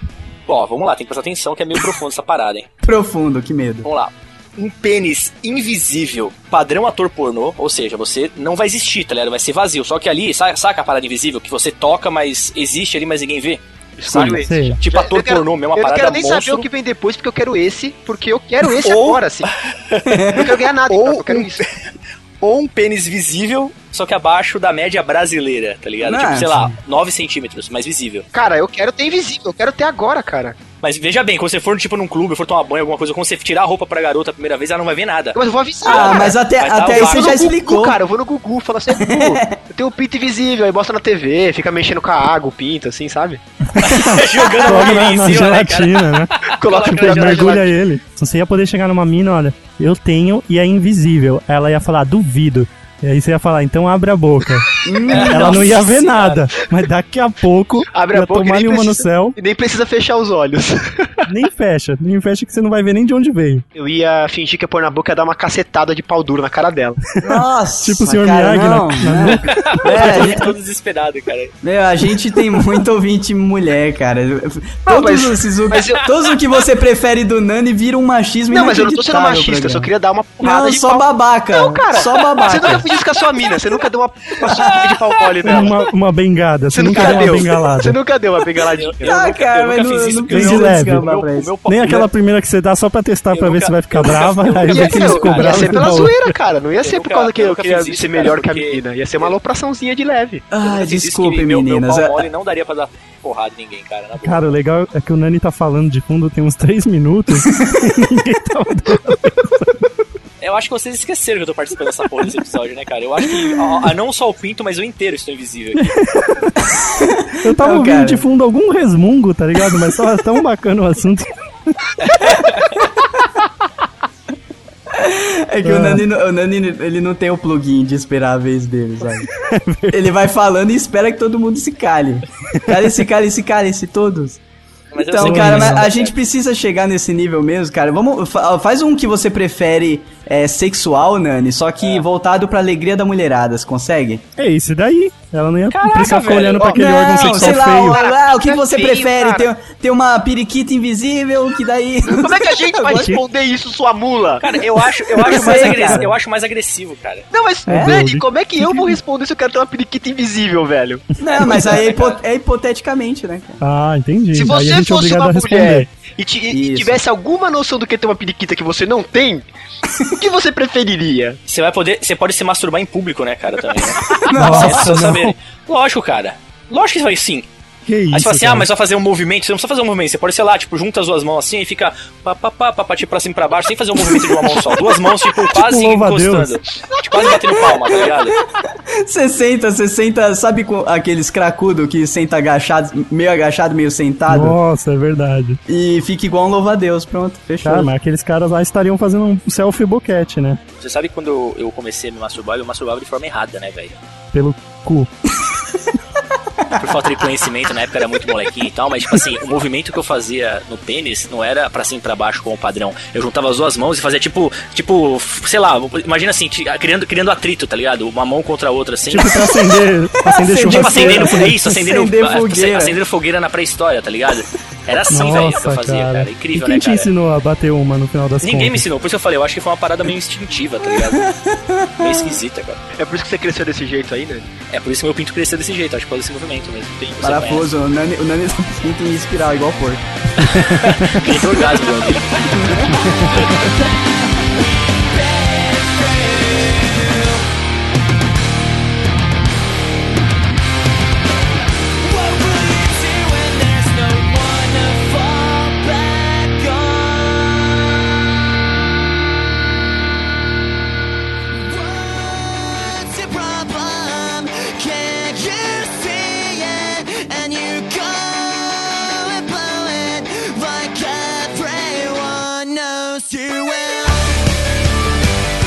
S2: Ó, vamos lá, tem que prestar atenção que é meio profundo essa parada, hein?
S1: Profundo, que medo.
S2: Vamos lá. Um pênis invisível, padrão ator pornô, ou seja, você não vai existir, tá ligado? Vai ser vazio. Só que ali, sa- saca a parada invisível que você toca, mas existe ali, mas ninguém vê?
S3: Escolho
S4: Sim,
S3: esse.
S4: sei.
S2: Tipo ator
S3: Eu quero-
S2: pornô mesmo, uma
S3: Eu não
S2: parada
S3: quero nem saber
S2: monstro.
S3: o que vem depois, porque eu quero esse, porque eu quero esse
S2: Ou-
S3: agora, assim. não quero ganhar nada,
S2: Ou
S3: então, eu quero
S2: um-
S3: isso.
S2: ou um pênis visível, só que abaixo da média brasileira, tá ligado?
S1: Não,
S2: tipo, sei
S1: sim.
S2: lá, 9 centímetros, mas visível.
S3: Cara, eu quero ter invisível, eu quero ter agora, cara.
S2: Mas veja bem, quando você for, tipo, num clube, for tomar banho, alguma coisa, quando você tirar a roupa pra garota a primeira vez, ela não vai ver nada.
S3: Mas eu vou avisar.
S1: Ah,
S3: cara.
S1: mas até,
S2: vai dar
S1: até aí você
S2: um barulho.
S1: já
S3: Eu vou no
S1: explicou.
S3: Gugu, cara, eu vou no Gugu, falo assim, Gugu, eu tenho o pinto invisível, aí mostra na TV, fica mexendo com a água, o pinto,
S2: [laughs]
S3: assim, sabe?
S2: Jogando uma
S4: Coloca na,
S2: menina
S4: na
S2: em cima, né, cara?
S4: gelatina, né?
S3: Coloca o pinto na
S4: mergulha ele. Se você ia poder chegar numa mina, olha, eu tenho e é invisível. Ela ia falar, duvido. E aí você ia falar, então abre a boca.
S1: Hum,
S4: ela não ia ver
S2: Nossa
S4: nada. Mas daqui a pouco,
S3: Abre a
S4: ia
S3: boca e
S4: tomar
S3: nem
S4: uma no
S3: precisa-
S4: céu,
S3: E nem precisa fechar os olhos.
S4: nem fecha. Nem fecha que você não vai ver nem de onde veio.
S3: Eu ia fingir que ia pôr na boca e dar uma cacetada de pau duro na cara dela.
S1: Nossa,
S4: Tipo o Sr.
S1: cara,
S4: Miyagi na-
S1: não,
S4: na-
S1: não. É, a gente-
S2: Tá Todo desesperado, cara.
S1: Meu, a gente
S3: [laughs]
S1: tem muito ouvinte mulher, cara.
S3: Não,
S1: Todos
S3: mas-
S1: os o,
S3: mas eu-
S1: todos o que você prefere do Nani vira um machismo
S3: Não, mas eu não tô sendo
S1: inacreditável,
S3: machista, eu só
S1: programa.
S3: queria dar uma porrada
S1: Não,
S3: de
S1: só
S3: pau.
S1: babaca.
S3: Não, cara,
S1: Só
S3: Você nunca
S1: babaca.
S3: fez isso com a sua mina, você nunca deu uma, uma surra de pau mole nela.
S4: Uma, uma bengada. Você,
S3: Você
S4: nunca deu uma
S3: Você
S4: bengalada.
S3: nunca deu uma bengaladinha.
S1: Ah, cara, mas não- não
S4: porque eu
S1: precisa
S4: não levo.
S1: descambar
S2: O
S1: pra
S2: meu-
S1: isso.
S2: o meu
S4: Nem
S2: pau-
S4: aquela primeira que você dá só pra testar
S2: Eu
S4: pra ver
S2: nunca-
S4: se vai ficar
S2: eu nunca-
S4: brava.
S2: eu
S4: aí
S2: nunca-
S4: vai ter que um
S2: eu-
S4: descobrir.
S3: ia
S2: bravo
S3: ser pela zoeira, cara. Não ia ser por
S2: nunca-
S3: causa que
S2: eu
S3: eu
S2: nunca
S3: queria
S2: fiz isso,
S3: ser
S2: cara,
S3: melhor que a
S2: porque-
S3: menina. Ia ser uma alopraçãozinha de leve.
S1: Ai,
S2: Eu disse
S1: desculpe,
S2: que meu-
S1: Ah, meninas.
S2: Meu
S1: é-
S2: pau mole não daria pra dar porrada em ninguém, cara. Na boa.
S4: Cara, o legal é que o Nani tá falando de fundo tem uns 3 minutos [laughs] e ninguém tá tava
S2: Eu acho que vocês esqueceram que eu tô participando dessa porra desse episódio, né, cara? Eu acho que a, a- não só o pinto, mas o inteiro estou invisível aqui.
S4: Eu tava
S1: Não,
S4: ouvindo
S1: cara.
S4: de fundo algum resmungo, tá ligado? Mas tava tão bacana o assunto. [laughs]
S1: É que o
S3: Ah.
S1: Nani, não- o Nani, ele não tem o plugin de esperar a vez
S3: [laughs]
S1: dele, sabe? ele vai falando e espera que todo mundo se cale. Cale-se, cale-se, cale-se, todos.
S2: Mas mas eu
S1: Então,
S2: sei que
S1: cara,
S2: vai
S1: mas
S2: ser
S1: a
S2: uma
S1: gente
S2: série.
S1: precisa chegar nesse nível mesmo, cara. Vamos, fa- faz um que você prefere é, sexual, Nani, só
S3: É.
S1: que voltado pra alegria da mulherada, você consegue?
S4: É isso daí. Ela não ia
S2: Caraca,
S4: precisar ficar
S2: velho.
S4: olhando pra
S2: Ó,
S4: aquele órgão sexual
S1: sei lá,
S4: feio.
S1: ó, lá, o que
S3: Tá
S1: você
S3: feio,
S1: prefere? Tem,
S3: cara.
S1: tem uma periquita invisível que daí...
S3: Como é que a gente vai responder isso, sua mula?
S2: Cara, eu acho, eu
S1: Eu
S2: acho, mais
S1: sei,
S2: agressivo,
S1: cara.
S2: eu acho mais agressivo, cara.
S3: Não, mas,
S1: É?
S3: Dani, como é que eu vou responder se eu quero ter uma periquita invisível, velho?
S1: [laughs] Não, mas aí é,
S3: [laughs]
S1: hipo- é hipoteticamente, né, cara?
S4: Ah, entendi.
S3: Se
S4: Daí a
S3: você
S4: gente é
S3: fosse
S4: obrigado
S3: uma
S4: a
S3: mulher
S4: responder.
S3: e, ti- e
S1: Isso.
S3: tivesse alguma noção do que é ter uma periquita que você não tem, o que você [laughs] preferiria?
S2: Você vai poder. Você pode se masturbar em público, né, cara, também. Né?
S1: [laughs]
S4: Nossa,
S2: Só
S4: não.
S2: saber. Lógico, cara. Lógico que vai sim.
S4: Que
S2: Aí
S4: isso,
S2: você fala assim, ah,
S4: cara.
S2: mas vai fazer um movimento. Você não precisa fazer um movimento. Você pode, sei lá, tipo, junta as duas mãos assim e fica pá, pá, pá, pá, pá, tipo, pra cima e pra baixo, sem fazer um movimento de uma mão só. Duas mãos,
S1: [laughs]
S2: tipo, quase
S1: um
S4: louva a
S2: encostando. Tipo, quase batendo palma, tá ligado?
S1: 60, 60, sabe com aqueles cracudo que senta agachado, meio agachado, meio sentado?
S4: Nossa, é verdade.
S1: E fica igual um louva-a-Deus, pronto, fechou.
S4: Cara, mas aqueles caras lá estariam fazendo um selfie boquete, né?
S2: Você sabe que quando eu- eu comecei a me masturbar, eu masturbava de forma errada, né, velho?
S4: Pelo cu.
S2: Por falta de conhecimento, na época era muito molequinho e tal, mas tipo assim, o movimento que eu fazia no pênis não era pra cima e pra baixo com o padrão. Eu juntava as duas mãos e fazia tipo, tipo, f- sei lá, imagina assim, ti- criando, criando atrito, tá ligado? Uma mão contra a outra, assim.
S4: Tipo pra
S2: [laughs]
S4: acender, pra acender
S1: Tipo,
S2: Tipo
S4: churrasqueira. [laughs]
S2: acendendo fogueira, isso, acendendo,
S1: Acender
S2: ah,
S1: fogueira.
S2: acendendo fogueira na pré-história, tá ligado? Era assim, velho, que eu fazia, cara.
S4: e
S2: Incrível,
S4: quem
S2: né,
S4: te
S2: cara?
S4: ensinou a bater uma no final das
S2: Ninguém me
S4: contas?
S2: ensinou, por isso eu falei, eu acho que foi uma parada meio instintiva, tá ligado? meio esquisita, cara.
S3: É por isso que você cresceu desse jeito aí, né?
S2: É por isso que meu pinto cresceu desse jeito, acho que foi desse movimento mesmo. Tem, você conhece.
S1: Parafuso, o Nani, o Nani [laughs] tenta em espiral, igual porco.
S2: Tem orgasmo, meu amigo.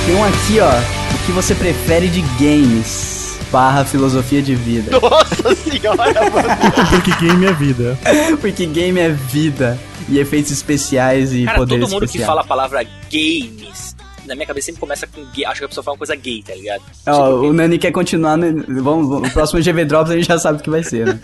S1: Tem um aqui, ó. O que você prefere de games? Barra filosofia de
S2: [laughs]
S1: vida.
S3: [laughs] Nossa senhora, mano.
S4: Porque game é vida.
S1: Porque game é vida. E efeitos especiais e
S2: Cara, todo
S1: poderes
S2: mundo que
S1: especiais.
S2: fala a palavra games, na minha cabeça sempre começa com gay. Acho que a pessoa fala uma coisa gay, tá ligado?
S3: Ah,
S1: Ó, o Nani quer continuar. né? Vamos, vamos. O próximo GV Drops a gente já sabe o que vai ser,
S2: [laughs]
S1: né?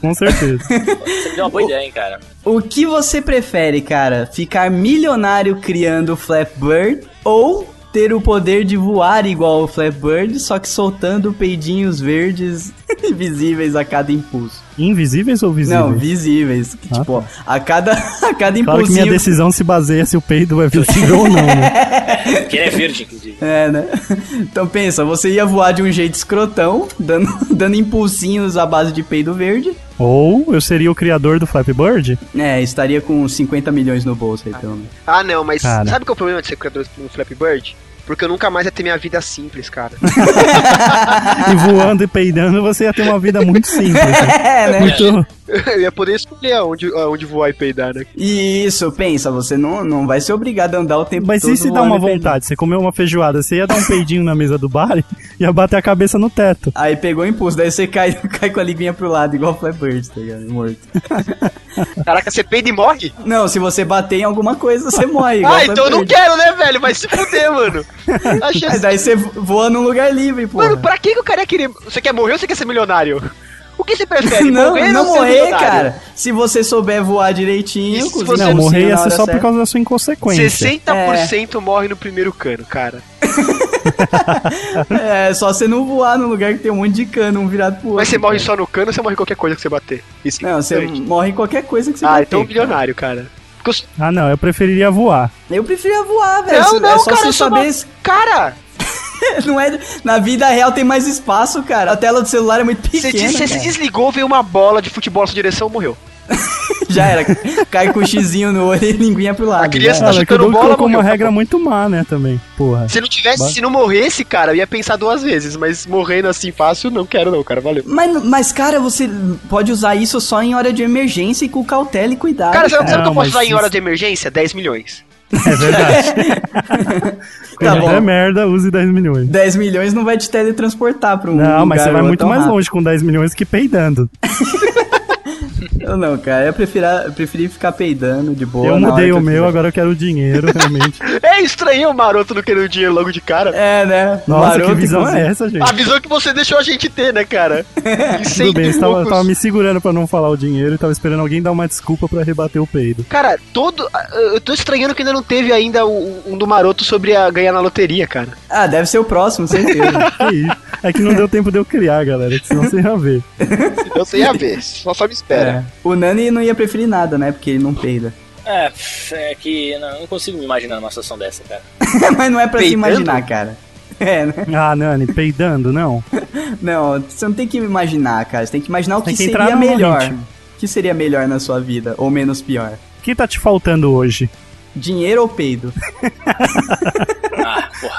S4: Com certeza.
S2: Você me deu é uma boa ideia, hein, cara.
S1: O que você prefere, cara? Ficar milionário criando o Flapbird ou ter o poder de voar igual o Flapbird, só que soltando peidinhos verdes [laughs] invisíveis a cada impulso?
S4: Invisíveis ou visíveis?
S1: Não, visíveis. que,
S4: Ah,
S1: tipo, ó, a cada, [laughs] a cada
S4: Claro que
S1: impulsinho...
S4: minha decisão se baseia se o peido é visível ou não, né?
S2: Que ele é verde, inclusive.
S1: É, né? Então pensa, você ia voar de um jeito escrotão, dando, [laughs] dando impulsinhos à base de peido verde.
S4: Ou eu seria o criador do Flappy Bird?
S1: É, estaria com 50 milhões no bolso aí, pelo menos.
S3: Ah, não, mas
S4: Cara.
S3: sabe qual é o problema de ser criador no Flappy Bird? Porque eu nunca mais ia ter minha vida simples, cara. [laughs]
S4: E voando e peidando, você ia ter uma vida muito simples. né?
S1: [laughs] É, né?
S4: Muito...
S3: eu ia poder escolher aonde, aonde voar e peidar, né?
S1: E Isso, pensa, você não, não vai ser obrigado a andar o tempo
S4: Mas
S1: É. todo.
S4: e se dá
S1: voando
S4: uma
S1: e pegando.
S4: vontade? Você comeu uma feijoada, você ia dar um peidinho na mesa do bar e ia bater a cabeça no teto.
S1: Aí pegou o impulso, daí você [laughs] cai, cai com a linguinha pro lado, igual o Flapbird, tá ligado? Morto.
S3: Caraca, você peida e morre?
S1: Não, se você bater em alguma coisa, você morre. igual
S3: Ah,
S1: o
S3: então eu não
S1: Flappy Bird.
S3: quero, né, velho? Vai se fuder,
S1: [laughs]
S3: mano. A chance-
S1: Mas é daí você voa num lugar livre, pô.
S3: Mano, pra que que o cara ia querer. Você quer morrer ou você quer ser milionário? O que
S1: [laughs]
S3: você prefere?
S1: Não,
S3: morrer
S1: não
S3: ou ser
S1: morrer,
S3: milionário?
S1: cara. Se você souber voar direitinho,
S3: E se
S1: com os
S3: você-
S4: Não,
S1: impulsinhos
S4: morrer ia
S1: na
S4: ser
S1: hora
S4: só por
S1: certa.
S4: causa da sua inconsequência.
S3: 60% morre no primeiro cano, cara.
S1: É, só você não voar num lugar que tem um monte de cano, um virado pro outro.
S3: Mas você morre
S1: cara.
S3: só no cano ou você morre em qualquer coisa que você bater? Isso é
S1: Não, você
S3: importante.
S1: morre em qualquer coisa que você
S3: Ah,
S1: bater,
S3: então
S1: cara.
S3: milionário, cara. Porque eu sou-
S4: Ah, não, eu preferiria voar.
S1: Eu preferia voar, velho.
S3: Não,
S1: Se- é
S3: não,
S1: só
S3: cara,
S1: você
S3: eu sou
S1: saber.
S3: uma- Cara,
S1: [laughs] Não é... Na vida real tem mais espaço, cara. A tela do celular é muito
S3: você
S1: pequena.
S3: des- você se
S1: cara.
S3: desligou, veio uma bola de futebol na sua direção morreu.
S1: [laughs] Já era. Cai com o xizinho no olho e linguinha pro lado. né?
S3: A criança
S1: já
S4: Ah,
S1: era.
S3: tá
S4: mas que o
S3: chutando
S4: Doug
S3: bola,
S4: colocou uma
S3: morreu.
S4: regra muito má, né, também. Porra.
S1: Tá
S3: Se não tivesse,
S4: Mas-
S3: se não morresse, cara, eu ia pensar duas vezes, mas morrendo assim fácil, não quero não, cara, valeu.
S1: Mas, mas, cara, você pode usar isso só em hora de emergência e com cautela e cuidado.
S3: Cara, sabe, sabe o que
S4: Não,
S3: eu posso
S4: Ah, mas
S3: usar em
S4: isso-
S3: hora de emergência? 10 milhões.
S4: É verdade.
S1: Tá
S4: Quando
S1: bom.
S4: der merda, use 10 milhões.
S1: 10 milhões não vai te teletransportar pra um
S4: Não, mas
S1: lugar
S4: você vai
S1: tão
S4: muito mais
S1: rápido.
S4: longe com 10 milhões que peidando.
S1: Eu não, cara. Eu preferi, eu preferi ficar peidando de boa.
S4: eu
S1: na hora
S4: mudei
S1: que
S4: o meu,
S1: quiser.
S4: agora eu quero o dinheiro,
S1: [laughs]
S4: realmente.
S3: É estranho o maroto não querer o dinheiro logo de cara.
S1: É, né?
S4: Nossa,
S1: Maroto,
S4: que visão
S1: inclusive.
S4: é essa, gente?
S2: Ah,
S3: A visão que você deixou a gente ter, né,
S4: [laughs]
S3: cara? Em
S4: Tudo
S3: cem
S4: bem,
S3: e
S4: eu tava,
S3: poucos.
S4: tava me segurando pra não falar o dinheiro e tava esperando alguém dar uma desculpa pra rebater o peido.
S3: Cara, todo. Eu tô estranhando que ainda não teve ainda o- um do maroto sobre a ganhar na loteria, cara.
S1: Ah, deve ser o próximo,
S4: [laughs]
S1: certeza.
S4: Que isso? É que não deu tempo de eu criar, galera, que senão você ia ver.
S3: Eu sei a ver, só, só me espera.
S1: É. O Nani não ia preferir nada, né? Porque ele não peida. [laughs]
S2: É, é que eu não, eu não consigo me imaginar numa situação dessa, cara.
S1: Mas não é pra se
S3: Peidando?
S1: imaginar, cara. É, né?
S4: Ah, Nani, peidando, não?
S1: Não, você não tem que imaginar, cara. Você tem que imaginar o
S4: Tem
S1: que,
S4: que entrar
S1: seria
S4: no
S1: melhor.
S4: ritmo.
S1: O que seria melhor na sua vida, ou menos pior.
S4: O que tá te faltando hoje?
S1: Dinheiro ou peido? [laughs]
S2: Ah, porra.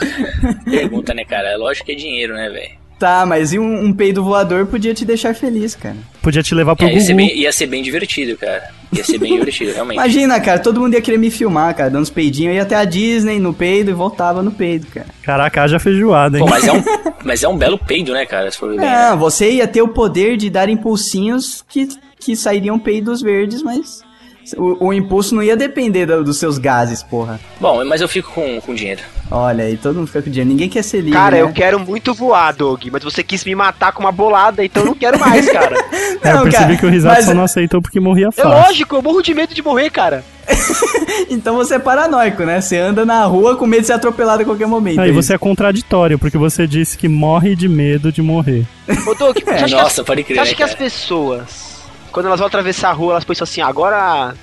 S2: Pergunta, né, cara? É lógico que é dinheiro, né, velho?
S1: Tá, mas e um, um peido voador podia te deixar feliz, cara.
S4: Podia te levar pro
S2: É, ia, ser
S4: Gugu.
S2: bem, ia ser bem divertido, cara. Ia ser bem divertido, realmente.
S1: Imagina, cara, todo mundo ia querer me filmar, cara, dando uns peidinhos. Eu ia até a Disney no peido e voltava no peido, cara.
S4: Caraca, haja feijoada, hein?
S2: Pô, mas é, um, mas é um belo peido, né, cara? Se for ver bem, né?
S3: É.
S1: Não, É, você ia ter o poder de dar impulsinhos que, que sairiam peidos verdes, mas o, o impulso não ia depender do- dos seus gases, porra.
S3: É.
S2: Bom, mas eu fico com, com dinheiro.
S1: Olha aí, todo mundo fica com dinheiro. Ninguém quer ser livre.
S3: Cara,
S1: né?
S3: eu quero muito voar, Doug, mas você quis me matar com uma bolada, então eu não quero
S4: [laughs]
S3: mais, cara.
S4: É, eu
S1: Não,
S4: percebi
S1: cara,
S4: que o Risato
S1: mas-
S4: só não aceitou porque morria
S3: É
S4: fácil.
S3: lógico, eu morro de medo de morrer, cara.
S1: [laughs] Então você é paranoico, né? Você anda na rua com medo de ser atropelado a qualquer momento.
S4: Aí
S1: É
S4: você é contraditório, porque você disse que morre de medo de morrer.
S3: Ô,
S4: [laughs]
S3: Doug,
S4: É,
S3: É. você acha que as-
S2: Nossa, pode
S3: você
S2: crer, né,
S3: acha que as
S2: cara?
S3: pessoas, quando elas vão atravessar a rua, elas pensam assim, agora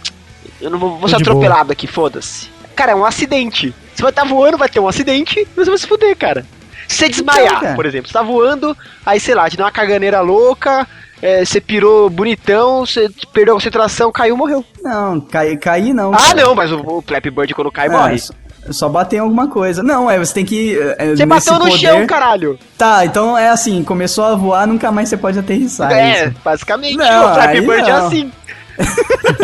S3: eu não vou, vou ser
S4: Tô de boa.
S3: atropelado aqui, foda-se. Cara, é um acidente. Você vai estar voando, vai ter um acidente, mas você vai se fuder, cara. Se você
S4: Então,
S3: desmaiar,
S1: cara.
S3: por exemplo, você tá voando, aí sei lá, te deu uma caganeira louca, é, você pirou bonitão, você perdeu a concentração, caiu, morreu.
S1: isso? Não, cair cai, não.
S3: Ah,
S1: cara.
S3: não, mas o, o Flappy Bird quando
S4: É.
S3: cai,
S1: Ah,
S3: morre.
S1: só- Só bater em alguma coisa. Não, é, você tem que. é, nesse
S3: Você bateu no
S1: poder-
S3: chão, caralho.
S1: Tá, então é assim, começou a voar, nunca mais você pode aterrissar.
S3: é,
S1: tá isso.
S3: basicamente,
S1: Não,
S3: o Flappy
S1: aí
S3: Bird é
S1: não.
S3: assim.
S1: não,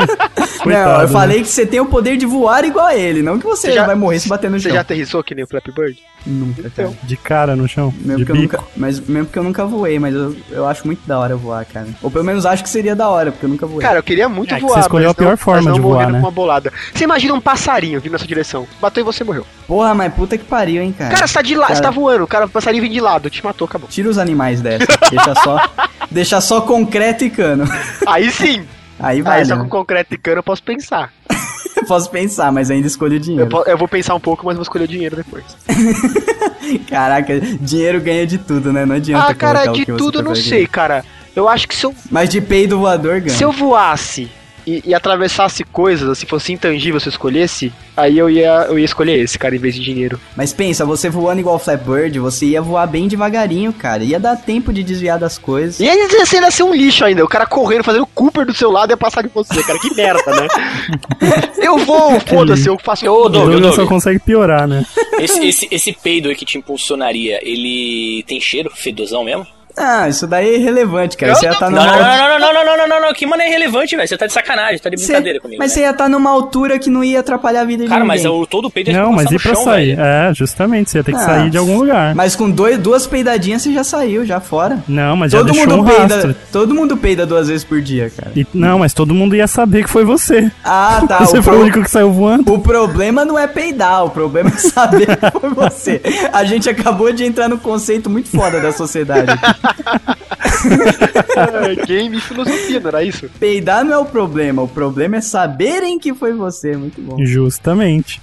S4: Coitado, né?
S1: eu falei que você tem o poder de voar igual a ele, não que você,
S3: Você já-
S1: vai morrer se bater no
S3: Você
S1: chão.
S3: já aterrissou que nem o Flappy Bird? Então,
S1: Nunca, cara.
S4: né? De cara no chão,
S1: Mesmo
S4: de
S1: que eu
S4: bico.
S1: nunca, mas mesmo que eu nunca voei, mas eu, eu acho muito da hora voar, cara. Ou pelo menos acho que seria da hora, porque eu nunca voei.
S3: Cara, eu queria muito
S4: É que
S3: voar,
S4: você escolheu
S3: mas
S4: a pior
S3: não,
S4: forma
S3: mas não
S4: de voar,
S3: morrendo
S4: né?
S3: com uma bolada. Você imagina um passarinho vindo na sua direção. Bateu e você morreu.
S1: Porra, mas puta que pariu, hein, cara.
S3: Cara, você tá de lado,
S1: É, Cara.
S3: você tá voando, o cara, o passarinho vem de lado, te matou, acabou.
S1: Tira os animais dessa. deixa só, [laughs] deixa só concreto e cano. [laughs]
S3: Aí sim,
S1: Aí [laughs]
S3: aí
S1: vai.
S3: Ah, é
S1: né?
S3: só com concreto e cano eu posso pensar.
S1: Eu posso pensar, mas ainda escolho o
S3: Eu,
S1: dinheiro.
S3: po- eu vou pensar um pouco, mas vou escolher o dinheiro depois.
S1: Caraca, dinheiro ganha de tudo, né? Não adianta
S3: ah, cara,
S1: colocar o
S3: de
S1: que você
S3: tudo eu não
S1: prefere.
S3: sei, cara. Eu acho que se eu,
S1: Mas de peido voador ganha.
S3: se eu voasse e, e atravessasse coisas, se fosse intangível, se eu escolhesse, aí eu ia, eu ia escolher esse, cara, em vez de dinheiro.
S1: Mas pensa, você voando igual o Flapbird, você ia voar bem devagarinho, cara. Ia dar tempo de desviar das coisas.
S3: E aí você ainda ia ser um lixo ainda. O cara correndo, fazendo Cooper do seu lado ia passar de você, cara. Que merda, [laughs] né? eu vou, foda-se, eu faço.
S2: Ô, Doug, ô,
S4: Douglas só
S2: Doug,
S3: [laughs]
S4: consegue piorar, né?
S2: esse, esse, esse peido aí que te impulsionaria, ele tem cheiro? Fedozão mesmo?
S1: Ah, isso daí é irrelevante, cara. Você ia estar
S2: Não, não,
S1: numa.
S2: não,
S1: al-
S2: não, não, não, não, não, não, não, não, que mano é irrelevante, velho. Você tá de sacanagem, tá de
S1: Você-
S2: brincadeira comigo.
S1: mas você
S2: velho.
S1: ia estar numa altura que não ia atrapalhar a vida de
S2: Cara,
S1: ninguém.
S2: mas o, todo o peido é
S4: Não, mas
S2: passar
S4: e
S2: no
S4: pra
S2: chão,
S4: sair?
S2: velho.
S4: É, justamente, você ia ter que
S1: Ah,
S4: sair de algum lugar.
S1: Mas com dois, duas peidadinhas você já saiu, já fora.
S4: Não, mas já
S1: Todo
S4: deixou
S1: mundo,
S4: um
S1: peida,
S4: rastro.
S1: todo mundo peida duas vezes por dia,
S4: [laughs]
S1: cara.
S4: E- não, mas todo mundo ia saber que foi você.
S1: Ah, tá.
S4: [laughs] você
S1: o,
S4: foi
S1: pro-
S4: o único que saiu voando.
S1: o problema não é peidar, o problema é saber que foi você. A gente acabou de entrar no conceito muito foda da sociedade.
S4: [laughs]
S3: Game e filosofia, não era isso?
S1: Peidar não é o problema, o problema é saberem que foi você. Muito bom. [laughs]
S4: Justamente.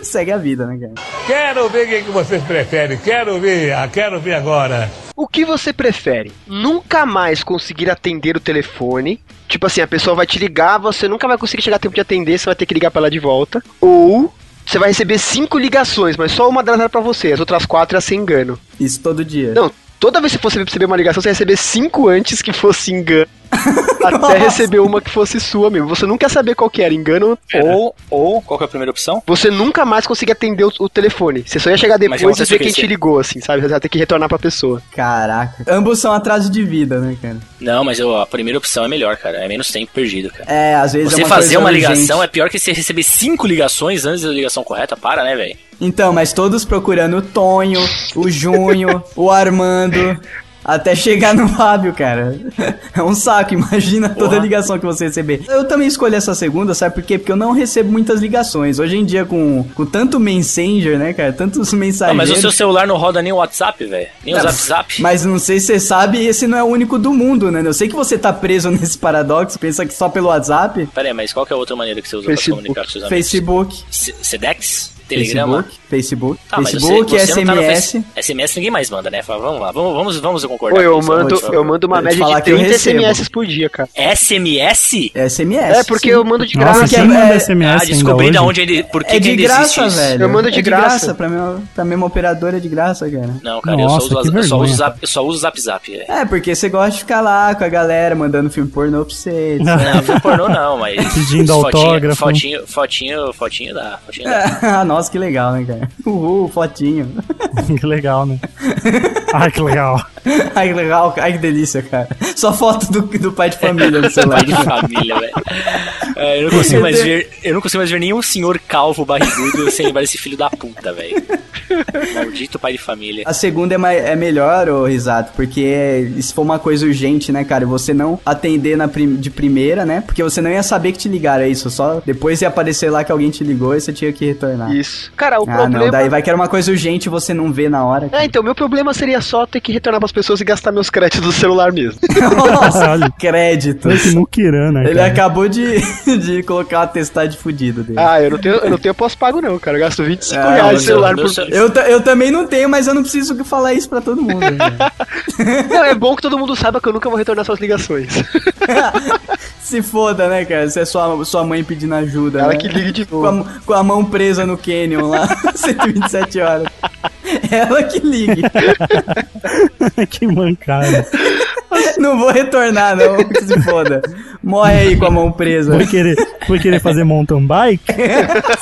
S1: Segue a vida, né, cara?
S6: Quero ver o que que vocês preferem. Quero ver, ah, quero ver agora.
S3: O que você prefere? Nunca mais conseguir atender o telefone. Tipo assim, a pessoa vai te ligar, você nunca vai conseguir chegar a tempo de atender, você vai ter que ligar pra ela de volta. Ou você vai receber cinco ligações, mas só uma delas era pra você, as outras quatro ia ser engano.
S1: Isso todo dia.
S3: Não, toda vez que você receber uma ligação, você ia receber cinco antes que fosse engano. Até receber uma que fosse sua mesmo. Você nunca ia saber qual que era, engano
S4: é.
S3: ou
S2: Ou, ou, qual que é a primeira opção?
S3: você nunca mais conseguia atender o, o telefone. Você só ia chegar
S2: Mas é uma
S3: depois e ver quem
S2: consequência.
S3: te ligou, assim, sabe? Você ia ter que retornar pra pessoa.
S1: Caraca. Ambos são atraso de vida, né, cara?
S2: Não, mas eu- a primeira opção é melhor, cara. É menos tempo perdido, cara.
S1: É, às vezes é
S2: Você
S1: uma
S2: fazer
S1: coisa
S2: uma
S1: urgente.
S2: ligação é pior que você receber cinco ligações antes da ligação correta. Para, né, velho? [laughs]
S1: Então, mas todos procurando o Tonho, o Junho, o Armando. Até chegar no Fábio, cara. É um saco, imagina toda
S2: Porra.
S1: ligação que você receber. Eu também escolhi essa segunda, sabe por quê? Porque eu não recebo muitas ligações. Hoje em dia, com, com tanto Messenger, né, cara? Tantos
S2: Não,
S1: mensageiros.
S2: mas o seu celular não roda nem o WhatsApp, velho. Nem o
S1: Não,
S2: Zap Zap.
S1: Mas não sei se você sabe, esse não é o único do mundo, né? Eu sei que você tá preso [laughs] nesse paradoxo, pensa que só pelo WhatsApp,
S2: Pera aí, mas qual que é a outra maneira que você usa
S3: Facebook.
S2: pra se comunicar com seus amigos?
S1: Facebook,
S2: C- Sedex? Telegrama?
S1: Facebook, Facebook,
S2: Tá, mas
S1: Facebook,
S2: você, você não tá no
S1: SMS.
S2: Face- SMS ninguém mais manda, né? Fala, vamos lá, vamos, vamos, vamos concordar.
S3: Pô, eu
S2: com isso,
S3: mando,
S2: por favor.
S3: eu mando uma
S1: Eu vou te
S3: média
S1: falar
S3: de
S1: que eu
S3: 30
S1: recebo.
S3: SMS por dia, cara.
S2: SMS?
S1: SMS.
S3: É, porque
S1: sim.
S3: eu mando de graça.
S4: Nossa,
S1: que
S4: quem
S1: é-
S4: manda
S1: é-
S4: SMS
S2: ah, descobri
S4: ainda
S2: da
S4: hoje?
S2: onde ele. Por que
S1: É
S2: que
S1: de
S2: ainda existe
S1: graça,
S2: isso.
S1: velho.
S3: Eu mando de
S1: é
S3: graça.
S1: pra, minha, pra mesma operadora é de graça, cara.
S2: Não, cara,
S4: Nossa,
S2: eu, só
S4: que
S2: uso, eu só
S4: vergonha.
S2: uso zap, eu só uso Zap Zap.
S4: [laughs]
S2: É.
S1: É, porque você gosta de ficar lá com a galera mandando filme pornô pra você. [laughs] etc.
S2: Não, filme pornô não, mas.
S4: [laughs] Pedindo autógrafo.
S2: Fotinho, fotinho, fotinho dá. Fotinho dá.
S1: Ah, Nossa, que legal, né, cara? Uhul, fotinho. [laughs]
S4: [laughs] que legal, né? Ai, que legal.
S1: Ai, que legal, ai, que delícia, cara. Só foto do, do pai de família
S2: [laughs]
S1: no
S4: É,
S1: celular.
S2: Pai de família, velho. É, eu, não consigo mais ver- eu não consigo mais ver nenhum senhor calvo barrigudo sem lembrar esse filho da puta,
S4: [laughs]
S2: velho. Maldito pai de família.
S1: A segunda é, mai- é melhor, ô Risato, porque se for uma coisa urgente, né, cara? e Você não atender na prim- de primeira, né? Porque você não ia saber que te ligaram, é isso. Só depois ia aparecer lá que alguém te ligou e você tinha que retornar.
S3: Isso. Cara, o
S1: ah,
S3: problema.
S1: não, daí vai que era uma coisa urgente e você não vê na
S3: [laughs]
S1: hora.
S3: É, então, meu problema seria só ter que retornar pras pessoas e gastar meus créditos do celular mesmo.
S1: Nossa,
S4: Caralho.
S1: crédito.
S4: Esse muquirana,
S1: Ele
S4: cara.
S1: acabou de, [laughs] de colocar o atestado de fudido dele.
S3: ah, eu não tenho, eu não tenho pós-pago, não, cara. Eu gasto 25
S1: Ah,
S3: reais
S2: meu
S3: no celular
S2: Deus
S3: por.
S2: do céu.
S1: Eu, ta- eu também não tenho, mas eu não preciso falar isso pra todo mundo.
S3: [laughs]
S1: né? [laughs]
S3: Não, é bom que todo mundo saiba que eu nunca vou retornar suas ligações.
S1: Se foda, né, cara? Se é sua, sua mãe pedindo ajuda.
S3: Ela
S1: né?
S3: que ligue de
S1: com
S3: novo.
S1: a, com a mão presa no Canyon lá, [laughs] 127 horas. Ela que ligue. é
S4: [laughs] que mancada.
S1: Não vou retornar, não. Que se foda. Morre aí com a mão presa.
S4: Foi querer, foi querer fazer
S1: [laughs]
S4: mountain bike?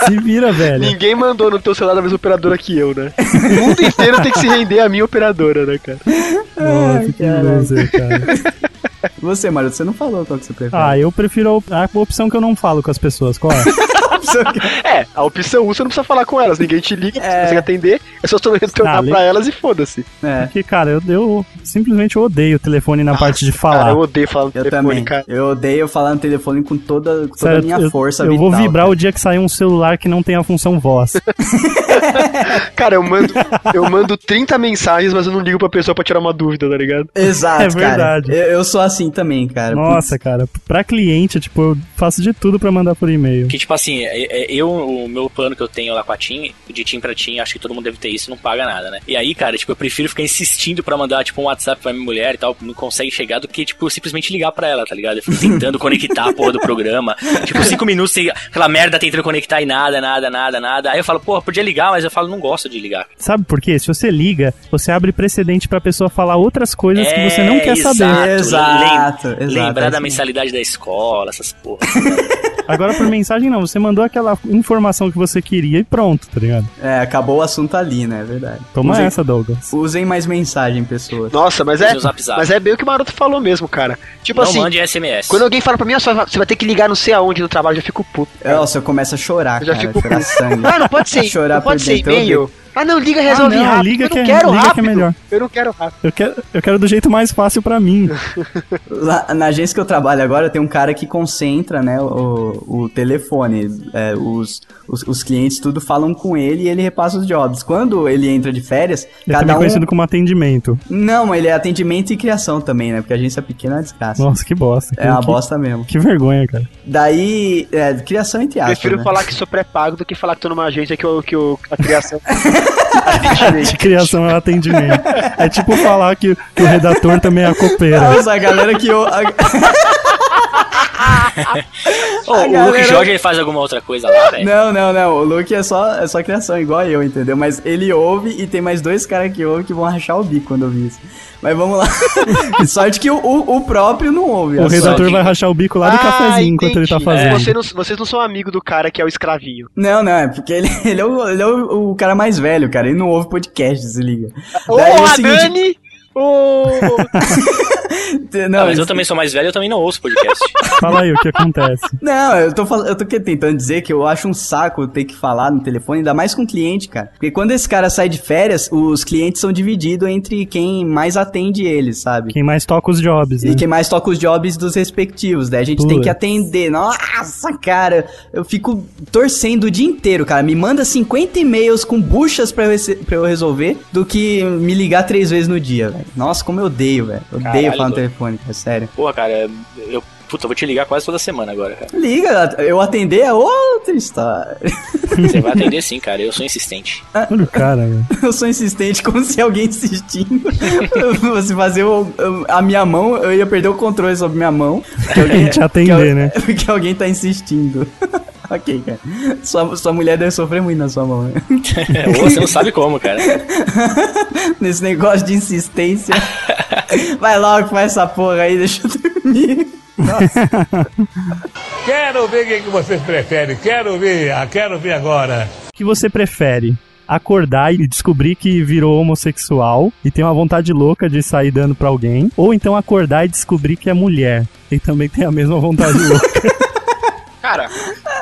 S4: Se vira, velho.
S3: Ninguém mandou no teu celular da mesma operadora que eu, né? O mundo inteiro tem que se render à minha operadora, né, cara?
S4: Nossa, que
S1: caralho.
S4: loser, cara.
S1: Você, Mario, você não falou qual que você prefere.
S4: Ah, eu prefiro a op- a opção que eu não falo com as pessoas. Qual é?
S3: É, a opção 1 você não precisa falar com elas, ninguém te liga, você
S1: É.
S3: consegue atender, é só tu retornar
S4: Ah, le-
S3: pra elas e foda-se.
S1: É,
S4: Porque, cara, eu, eu simplesmente odeio o telefone na parte de falar.
S3: Cara, eu odeio falar no
S1: eu
S3: telefone,
S1: também.
S3: cara.
S1: Eu odeio falar no telefone com toda, com toda
S4: Sério,
S1: a minha
S4: eu-
S1: força
S4: Eu
S1: vital.
S4: vou vibrar o dia que sair um celular que não tem a função voz.
S3: Cara, eu mando, eu mando 30 mensagens, mas eu não ligo pra pessoa pra tirar uma dúvida, tá ligado?
S1: [laughs] Exato,
S4: É verdade.
S1: cara. Eu, eu sou assim também, cara.
S4: Nossa, cara, pra cliente, tipo, eu faço de tudo pra mandar por e-mail.
S2: Que tipo assim, é- é- eu, o meu plano que eu tenho lá com a Tim, de Tim pra Tim, acho que todo mundo deve ter isso, não paga nada, né? E aí, cara, tipo, eu prefiro ficar insistindo pra mandar, tipo, um WhatsApp pra minha mulher e tal, não consegue chegar, do que, tipo, eu simplesmente ligar pra ela, tá ligado? Eu fico tentando [laughs] conectar a porra do programa. Tipo, cinco minutos, sem- aquela merda tentando conectar e nada, nada, nada, nada. Aí eu falo, porra, podia ligar, mas eu falo, não gosto de ligar.
S4: Sabe por quê? Se você liga, você abre precedente pra pessoa falar outras coisas que você não
S2: É,
S4: quer saber.
S2: exato,
S1: Exato,
S2: lem-
S1: exato,
S2: Lembrar
S1: é
S2: da
S1: isso
S2: mensalidade da escola, essas porra.
S4: Tipo Agora, por mensagem, não. Você mandou aquela informação que você queria e pronto, tá ligado?
S1: É, acabou o assunto ali, né? É verdade.
S4: Toma
S1: usem,
S4: essa, Douglas.
S1: Usem mais mensagem, pessoas.
S3: Nossa, mas é,
S2: Use o zap zap.
S3: mas é bem o que o Maroto falou mesmo, cara. Tipo
S2: não
S3: assim,
S2: mande SMS.
S3: quando alguém fala pra mim, "Ah, você vai ter que ligar não sei aonde no trabalho, eu já fico puto.
S1: Nossa, eu começo a chorar,
S3: Eu já
S1: cara.
S3: fico
S1: Chorar sangue.
S3: Ah, não [laughs] pode ser,
S1: Chorar
S3: não pode
S1: por
S3: ser
S1: dentro, eu
S3: e-mail. Ah, não, liga e
S4: Ah,
S3: resolve
S4: não,
S3: rápido.
S4: liga
S3: eu não
S4: que é-
S3: quero
S4: liga que é
S3: rápido.
S4: melhor.
S3: Eu não quero rápido.
S4: Eu quero, eu quero do jeito mais fácil pra mim.
S1: Lá, na agência que eu trabalho agora, tem um cara que concentra, né, o, o telefone. É, os, os, os clientes tudo falam com ele e ele repassa os jobs. Quando ele entra de férias,
S4: Eu
S1: cada
S4: também
S1: um...
S4: conhecido como atendimento.
S1: Não, ele é atendimento e criação também, né, porque a agência pequena é uma desgraça.
S4: Nossa, que bosta.
S1: É uma
S4: que,
S1: bosta mesmo.
S4: Que vergonha, cara.
S1: Daí, é, criação entre
S4: Tá,
S1: aspas,
S3: Prefiro
S1: né?
S3: falar que sou pré-pago do que falar que tô numa agência que, eu, que eu, a
S4: [laughs]
S3: criação. Atendimento.
S4: De criação é um atendimento. É tipo falar que, que o redator também é a copeira.
S1: [laughs] Nossa, a galera que... eu- a-
S2: Ô, o Luke
S1: galera-
S2: Jorge ele faz alguma outra coisa lá, velho.
S1: Não, não, não. O Luke é só, é só criação, igual eu, entendeu? Mas ele ouve e tem mais dois caras que ouvem que vão rachar o bico quando ouvir isso. Mas vamos lá. [laughs] Sorte que o, o, o próprio não ouve.
S4: O
S1: a sorte.
S4: redator vai rachar o bico lá do cafezinho enquanto ele tá
S3: Ah, entendi. É.
S4: fazendo.
S3: Você não- vocês não são amigo do cara que é o escravinho.
S1: Não, não, é porque ele, [laughs] ele é, o, ele é o, o cara mais velho, cara. Ele não ouve podcast, se liga.
S3: Ô,
S1: Daí é o
S3: a
S1: seguinte-
S3: Dani!
S2: Ah,
S1: não,
S2: mas eu também sou mais velho, eu também não ouço podcast.
S4: Fala aí o que acontece.
S1: Não, eu tô, fal- eu tô que- tentando dizer que eu acho um saco ter que falar no telefone, ainda mais com o cliente, cara. Porque quando esse cara sai de férias, os clientes são divididos entre quem mais atende ele, sabe?
S4: Quem mais toca os jobs, né?
S1: E quem mais toca os jobs dos respectivos, né? A gente tem
S4: Putz.
S1: que atender. Nossa, cara, eu fico torcendo o dia inteiro, cara. Me manda 50 e-mails com buchas pra eu, rece- pra eu resolver do que me ligar três vezes no dia, velho. Nossa, como eu odeio, velho. Eu Odeio
S2: Caralho,
S1: falar no
S2: doido.
S1: telefone, cara, sério.
S2: Porra, cara, eu. Puta, eu vou te ligar quase toda semana agora, cara.
S1: Liga, eu atender é outra história. [laughs]
S2: Você vai atender sim, cara. Eu sou insistente.
S4: Olha o cara, velho.
S1: Eu sou insistente como se alguém insistindo [laughs] fosse fazer o- a minha mão, eu ia perder o controle sobre minha mão. Porque
S4: Alguém te atender,
S1: porque al- [laughs]
S4: né?
S1: Porque alguém tá insistindo. [laughs] ok, cara. Sua, sua mulher deve sofrer muito na sua mão, né? [laughs]
S2: Ou você não sabe como, cara.
S1: Nesse negócio de insistência. [laughs] Vai logo, faz essa porra aí, deixa eu dormir.
S6: Quero ver o que que vocês preferem. Quero ver, ah, quero ver agora.
S4: O que você prefere? Acordar e descobrir que virou homossexual e tem uma vontade louca de sair dando pra alguém, ou então acordar e descobrir que é mulher e também tem a mesma vontade louca.
S3: Cara,
S1: Cara,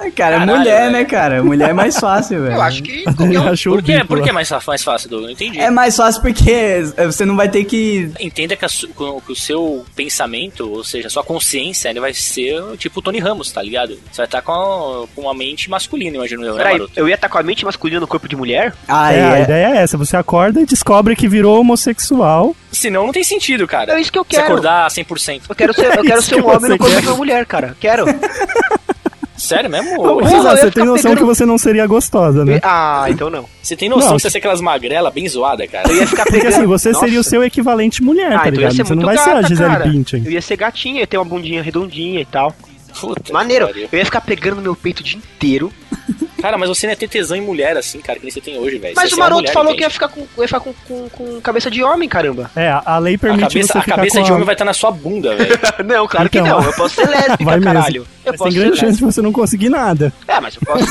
S1: é
S2: Caralho,
S1: mulher,
S2: velho.
S1: né, cara? Mulher é mais fácil, velho.
S3: eu acho que qualquer um.
S4: Achou
S2: Por que,
S4: ridícula.
S2: por que é mais, mais fácil, Douglas? Não entendi.
S1: É mais fácil porque você não vai ter que
S2: Entenda que, a su- que o seu pensamento, ou seja, a sua consciência, ele vai ser tipo o Tony Ramos, tá ligado? Você vai estar com, a- com uma mente masculina, imagino eu, né,
S3: Peraí,
S2: maroto?
S3: eu ia estar com a mente masculina no corpo de mulher?
S1: Ah,
S4: É, a
S1: é.
S4: ideia é essa, você acorda e descobre que virou homossexual.
S2: Senão não tem sentido, cara.
S3: É isso que eu
S2: Você
S3: quero.
S2: acordar 100%.
S3: Eu quero ser, eu
S4: [laughs]
S3: quero ser um
S4: que
S3: homem
S4: você
S3: no corpo
S4: quer.
S3: de uma mulher, cara.
S4: [laughs]
S3: Quero.
S2: Sério mesmo?
S4: Ô,
S2: Ou-
S3: porra,
S4: Cesar,
S3: eu ia
S4: você
S3: ficar
S4: tem noção
S3: pegando-
S4: que você não seria gostosa, né?
S3: Ah, então não.
S2: Você tem noção
S4: Não.
S2: que você vai ser aquelas magrela bem zoada, cara?
S3: Eu ia ficar
S4: Porque
S3: pegando.
S4: assim, você seria o
S3: Nossa.
S4: seu equivalente mulher,
S3: Ah,
S4: tá
S3: então eu ia
S4: ligado?
S3: ser
S4: Você não
S3: muito
S4: vai ser a
S3: gata,
S4: Gisele
S3: cara.
S4: Pinchen.
S3: Eu ia ser gatinha, ia ter uma bundinha redondinha e tal.
S2: Puta
S3: Maneiro.
S2: que pariu.
S3: Eu ia ficar pegando no meu peito o dia inteiro.
S2: Cara, mas você não ia ter tesão em mulher assim, cara, que nem você tem hoje, velho.
S3: Mas
S2: Você
S3: o
S2: ia ser uma
S3: maroto
S2: mulher,
S3: falou que
S2: entende?
S3: ia ficar, com, ia ficar com, com, com cabeça de homem, caramba.
S4: É, a, a lei
S2: A
S4: permite
S2: cabeça,
S4: você
S2: a
S4: ficar
S2: cabeça
S4: com
S2: de
S4: a-
S2: homem vai estar na sua bunda, velho.
S3: [laughs] não, claro que
S4: Então,
S3: não. Eu posso ser
S4: vai
S3: lésbica,
S4: mesmo.
S3: caralho. Eu
S4: Mas tem
S3: posso ser
S4: grande
S3: lésbica.
S4: chance de você não conseguir nada.
S3: É, mas eu posso.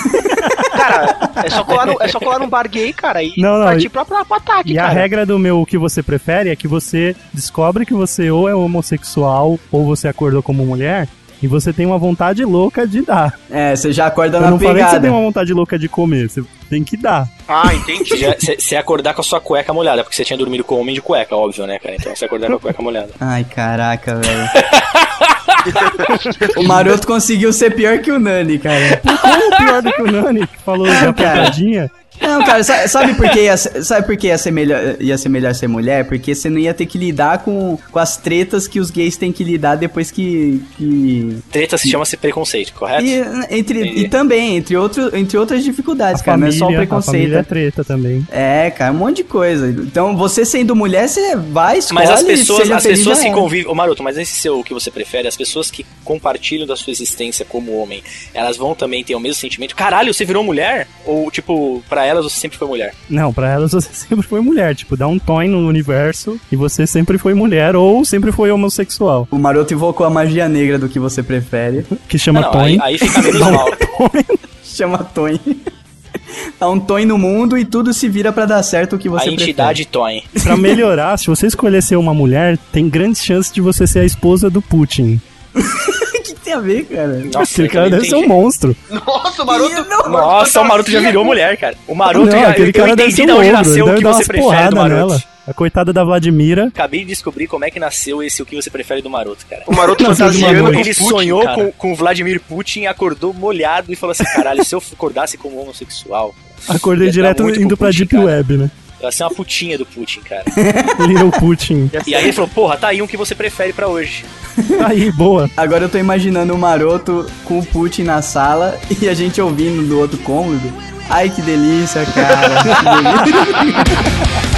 S3: cara, é só, colar no, é só colar num bar gay, cara, e
S4: Não, não,
S3: partir
S4: e-
S3: pra, pra, pra ataque,
S4: E a
S3: cara.
S4: regra do meu o que você prefere é que você descobre que você ou é homossexual ou você acordou como mulher e você tem uma vontade louca de dar.
S1: É, você já
S3: Tá
S1: acorda
S4: Eu
S1: na
S4: não falei que você
S1: pegada.
S4: tem uma vontade louca de comer, você tem que dar.
S3: Ah, entendi.
S2: Você ia acordar com a sua cueca molhada, porque você tinha dormido com o homem de cueca, óbvio, né, cara? Então você ia acordar com a cueca molhada.
S1: Ai, caraca,
S3: [laughs]
S1: velho. o Maroto conseguiu ser pior que o Nani, cara.
S4: Como pior do que o Nani, que falou da pegadinha?
S1: Não, cara, sa- sabe por que ia, ser- sabe por que ia ser, melhor, ia ser melhor ser mulher? Porque você não ia ter que lidar com, com as tretas que os gays têm que lidar depois que. que...
S2: Treta se chama-se preconceito, correto?
S1: E, entre,
S2: É Entendi.
S1: e também, entre, outro, entre outras dificuldades,
S4: A
S1: cara,
S3: um
S1: não é só o
S4: família- A
S1: preconceito.
S4: família é treta também.
S1: É, cara, um monte de coisa. Então, você sendo mulher, você vai, escolhe,
S2: Mas as pessoas,
S1: seja
S2: as
S1: feliz,
S2: pessoas
S1: já
S2: que
S1: é.
S2: convivem. Ô Maroto, mas esse seu o que você prefere, as pessoas que compartilham da sua existência como homem, elas vão também ter o mesmo sentimento. Caralho, você virou mulher? Ou, tipo, pra elas você sempre foi mulher?
S4: Não, pra elas você [laughs] sempre foi mulher. Tipo, dá um toin no universo e você sempre foi mulher ou sempre foi homossexual.
S1: O Maroto invocou a magia negra do que você prefere. [laughs]
S4: Que chama
S2: não,
S4: toin.
S2: aí, aí fica menos mal.
S1: Chama Tony. [laughs] Tá um Tony no mundo e tudo se vira pra dar certo o que
S2: A
S1: você
S2: entidade Toin.
S4: Pra melhorar, se você escolher ser uma mulher, tem grande chance de você ser a esposa do Putin.
S1: prefere. [laughs] O que tem a ver, cara?
S2: Nossa,
S4: Aquele
S2: eu
S4: cara
S2: não
S4: deve ser um
S2: entendi.
S4: monstro.
S3: Nossa, o maroto.
S2: Nossa, o Maroto já virou mulher, cara. O Maroto,
S4: não,
S2: já,
S4: aquele
S2: eu,
S4: cara
S2: eu
S4: deve
S2: entendi
S4: ser
S2: de
S4: um
S2: onde
S4: ogro,
S2: nasceu o
S4: deve
S2: que
S4: dar
S2: você
S4: umas
S2: prefere do
S4: porradas
S2: Maroto.
S4: nela. A coitada da Vladimira.
S2: Acabei de descobrir como é que nasceu esse o que você prefere do Maroto, cara.
S3: O maroto
S4: Não,
S3: fantasiando
S4: não,
S3: com
S2: Ele
S3: Putin,
S2: sonhou
S3: cara.
S2: com, com o Vladimir Putin, acordou molhado e falou assim: caralho, se eu acordasse como homossexual,
S4: Acordei
S2: Ia dar
S4: direto
S2: tá muito
S4: indo
S2: pro
S4: pra
S2: Putin,
S4: Deep
S2: cara.
S4: Web, né?
S2: eu ia ser uma putinha do Putin,
S4: [laughs]
S2: cara.
S4: Little Putin. Tá
S2: E aí ele falou: porra, tá aí um que você prefere pra hoje.
S4: Aí, boa.
S1: Agora eu tô imaginando o Maroto com o Putin na sala [laughs] e a gente ouvindo do outro cômodo. Ai, que delícia,
S4: [laughs]
S1: cara. Que delícia.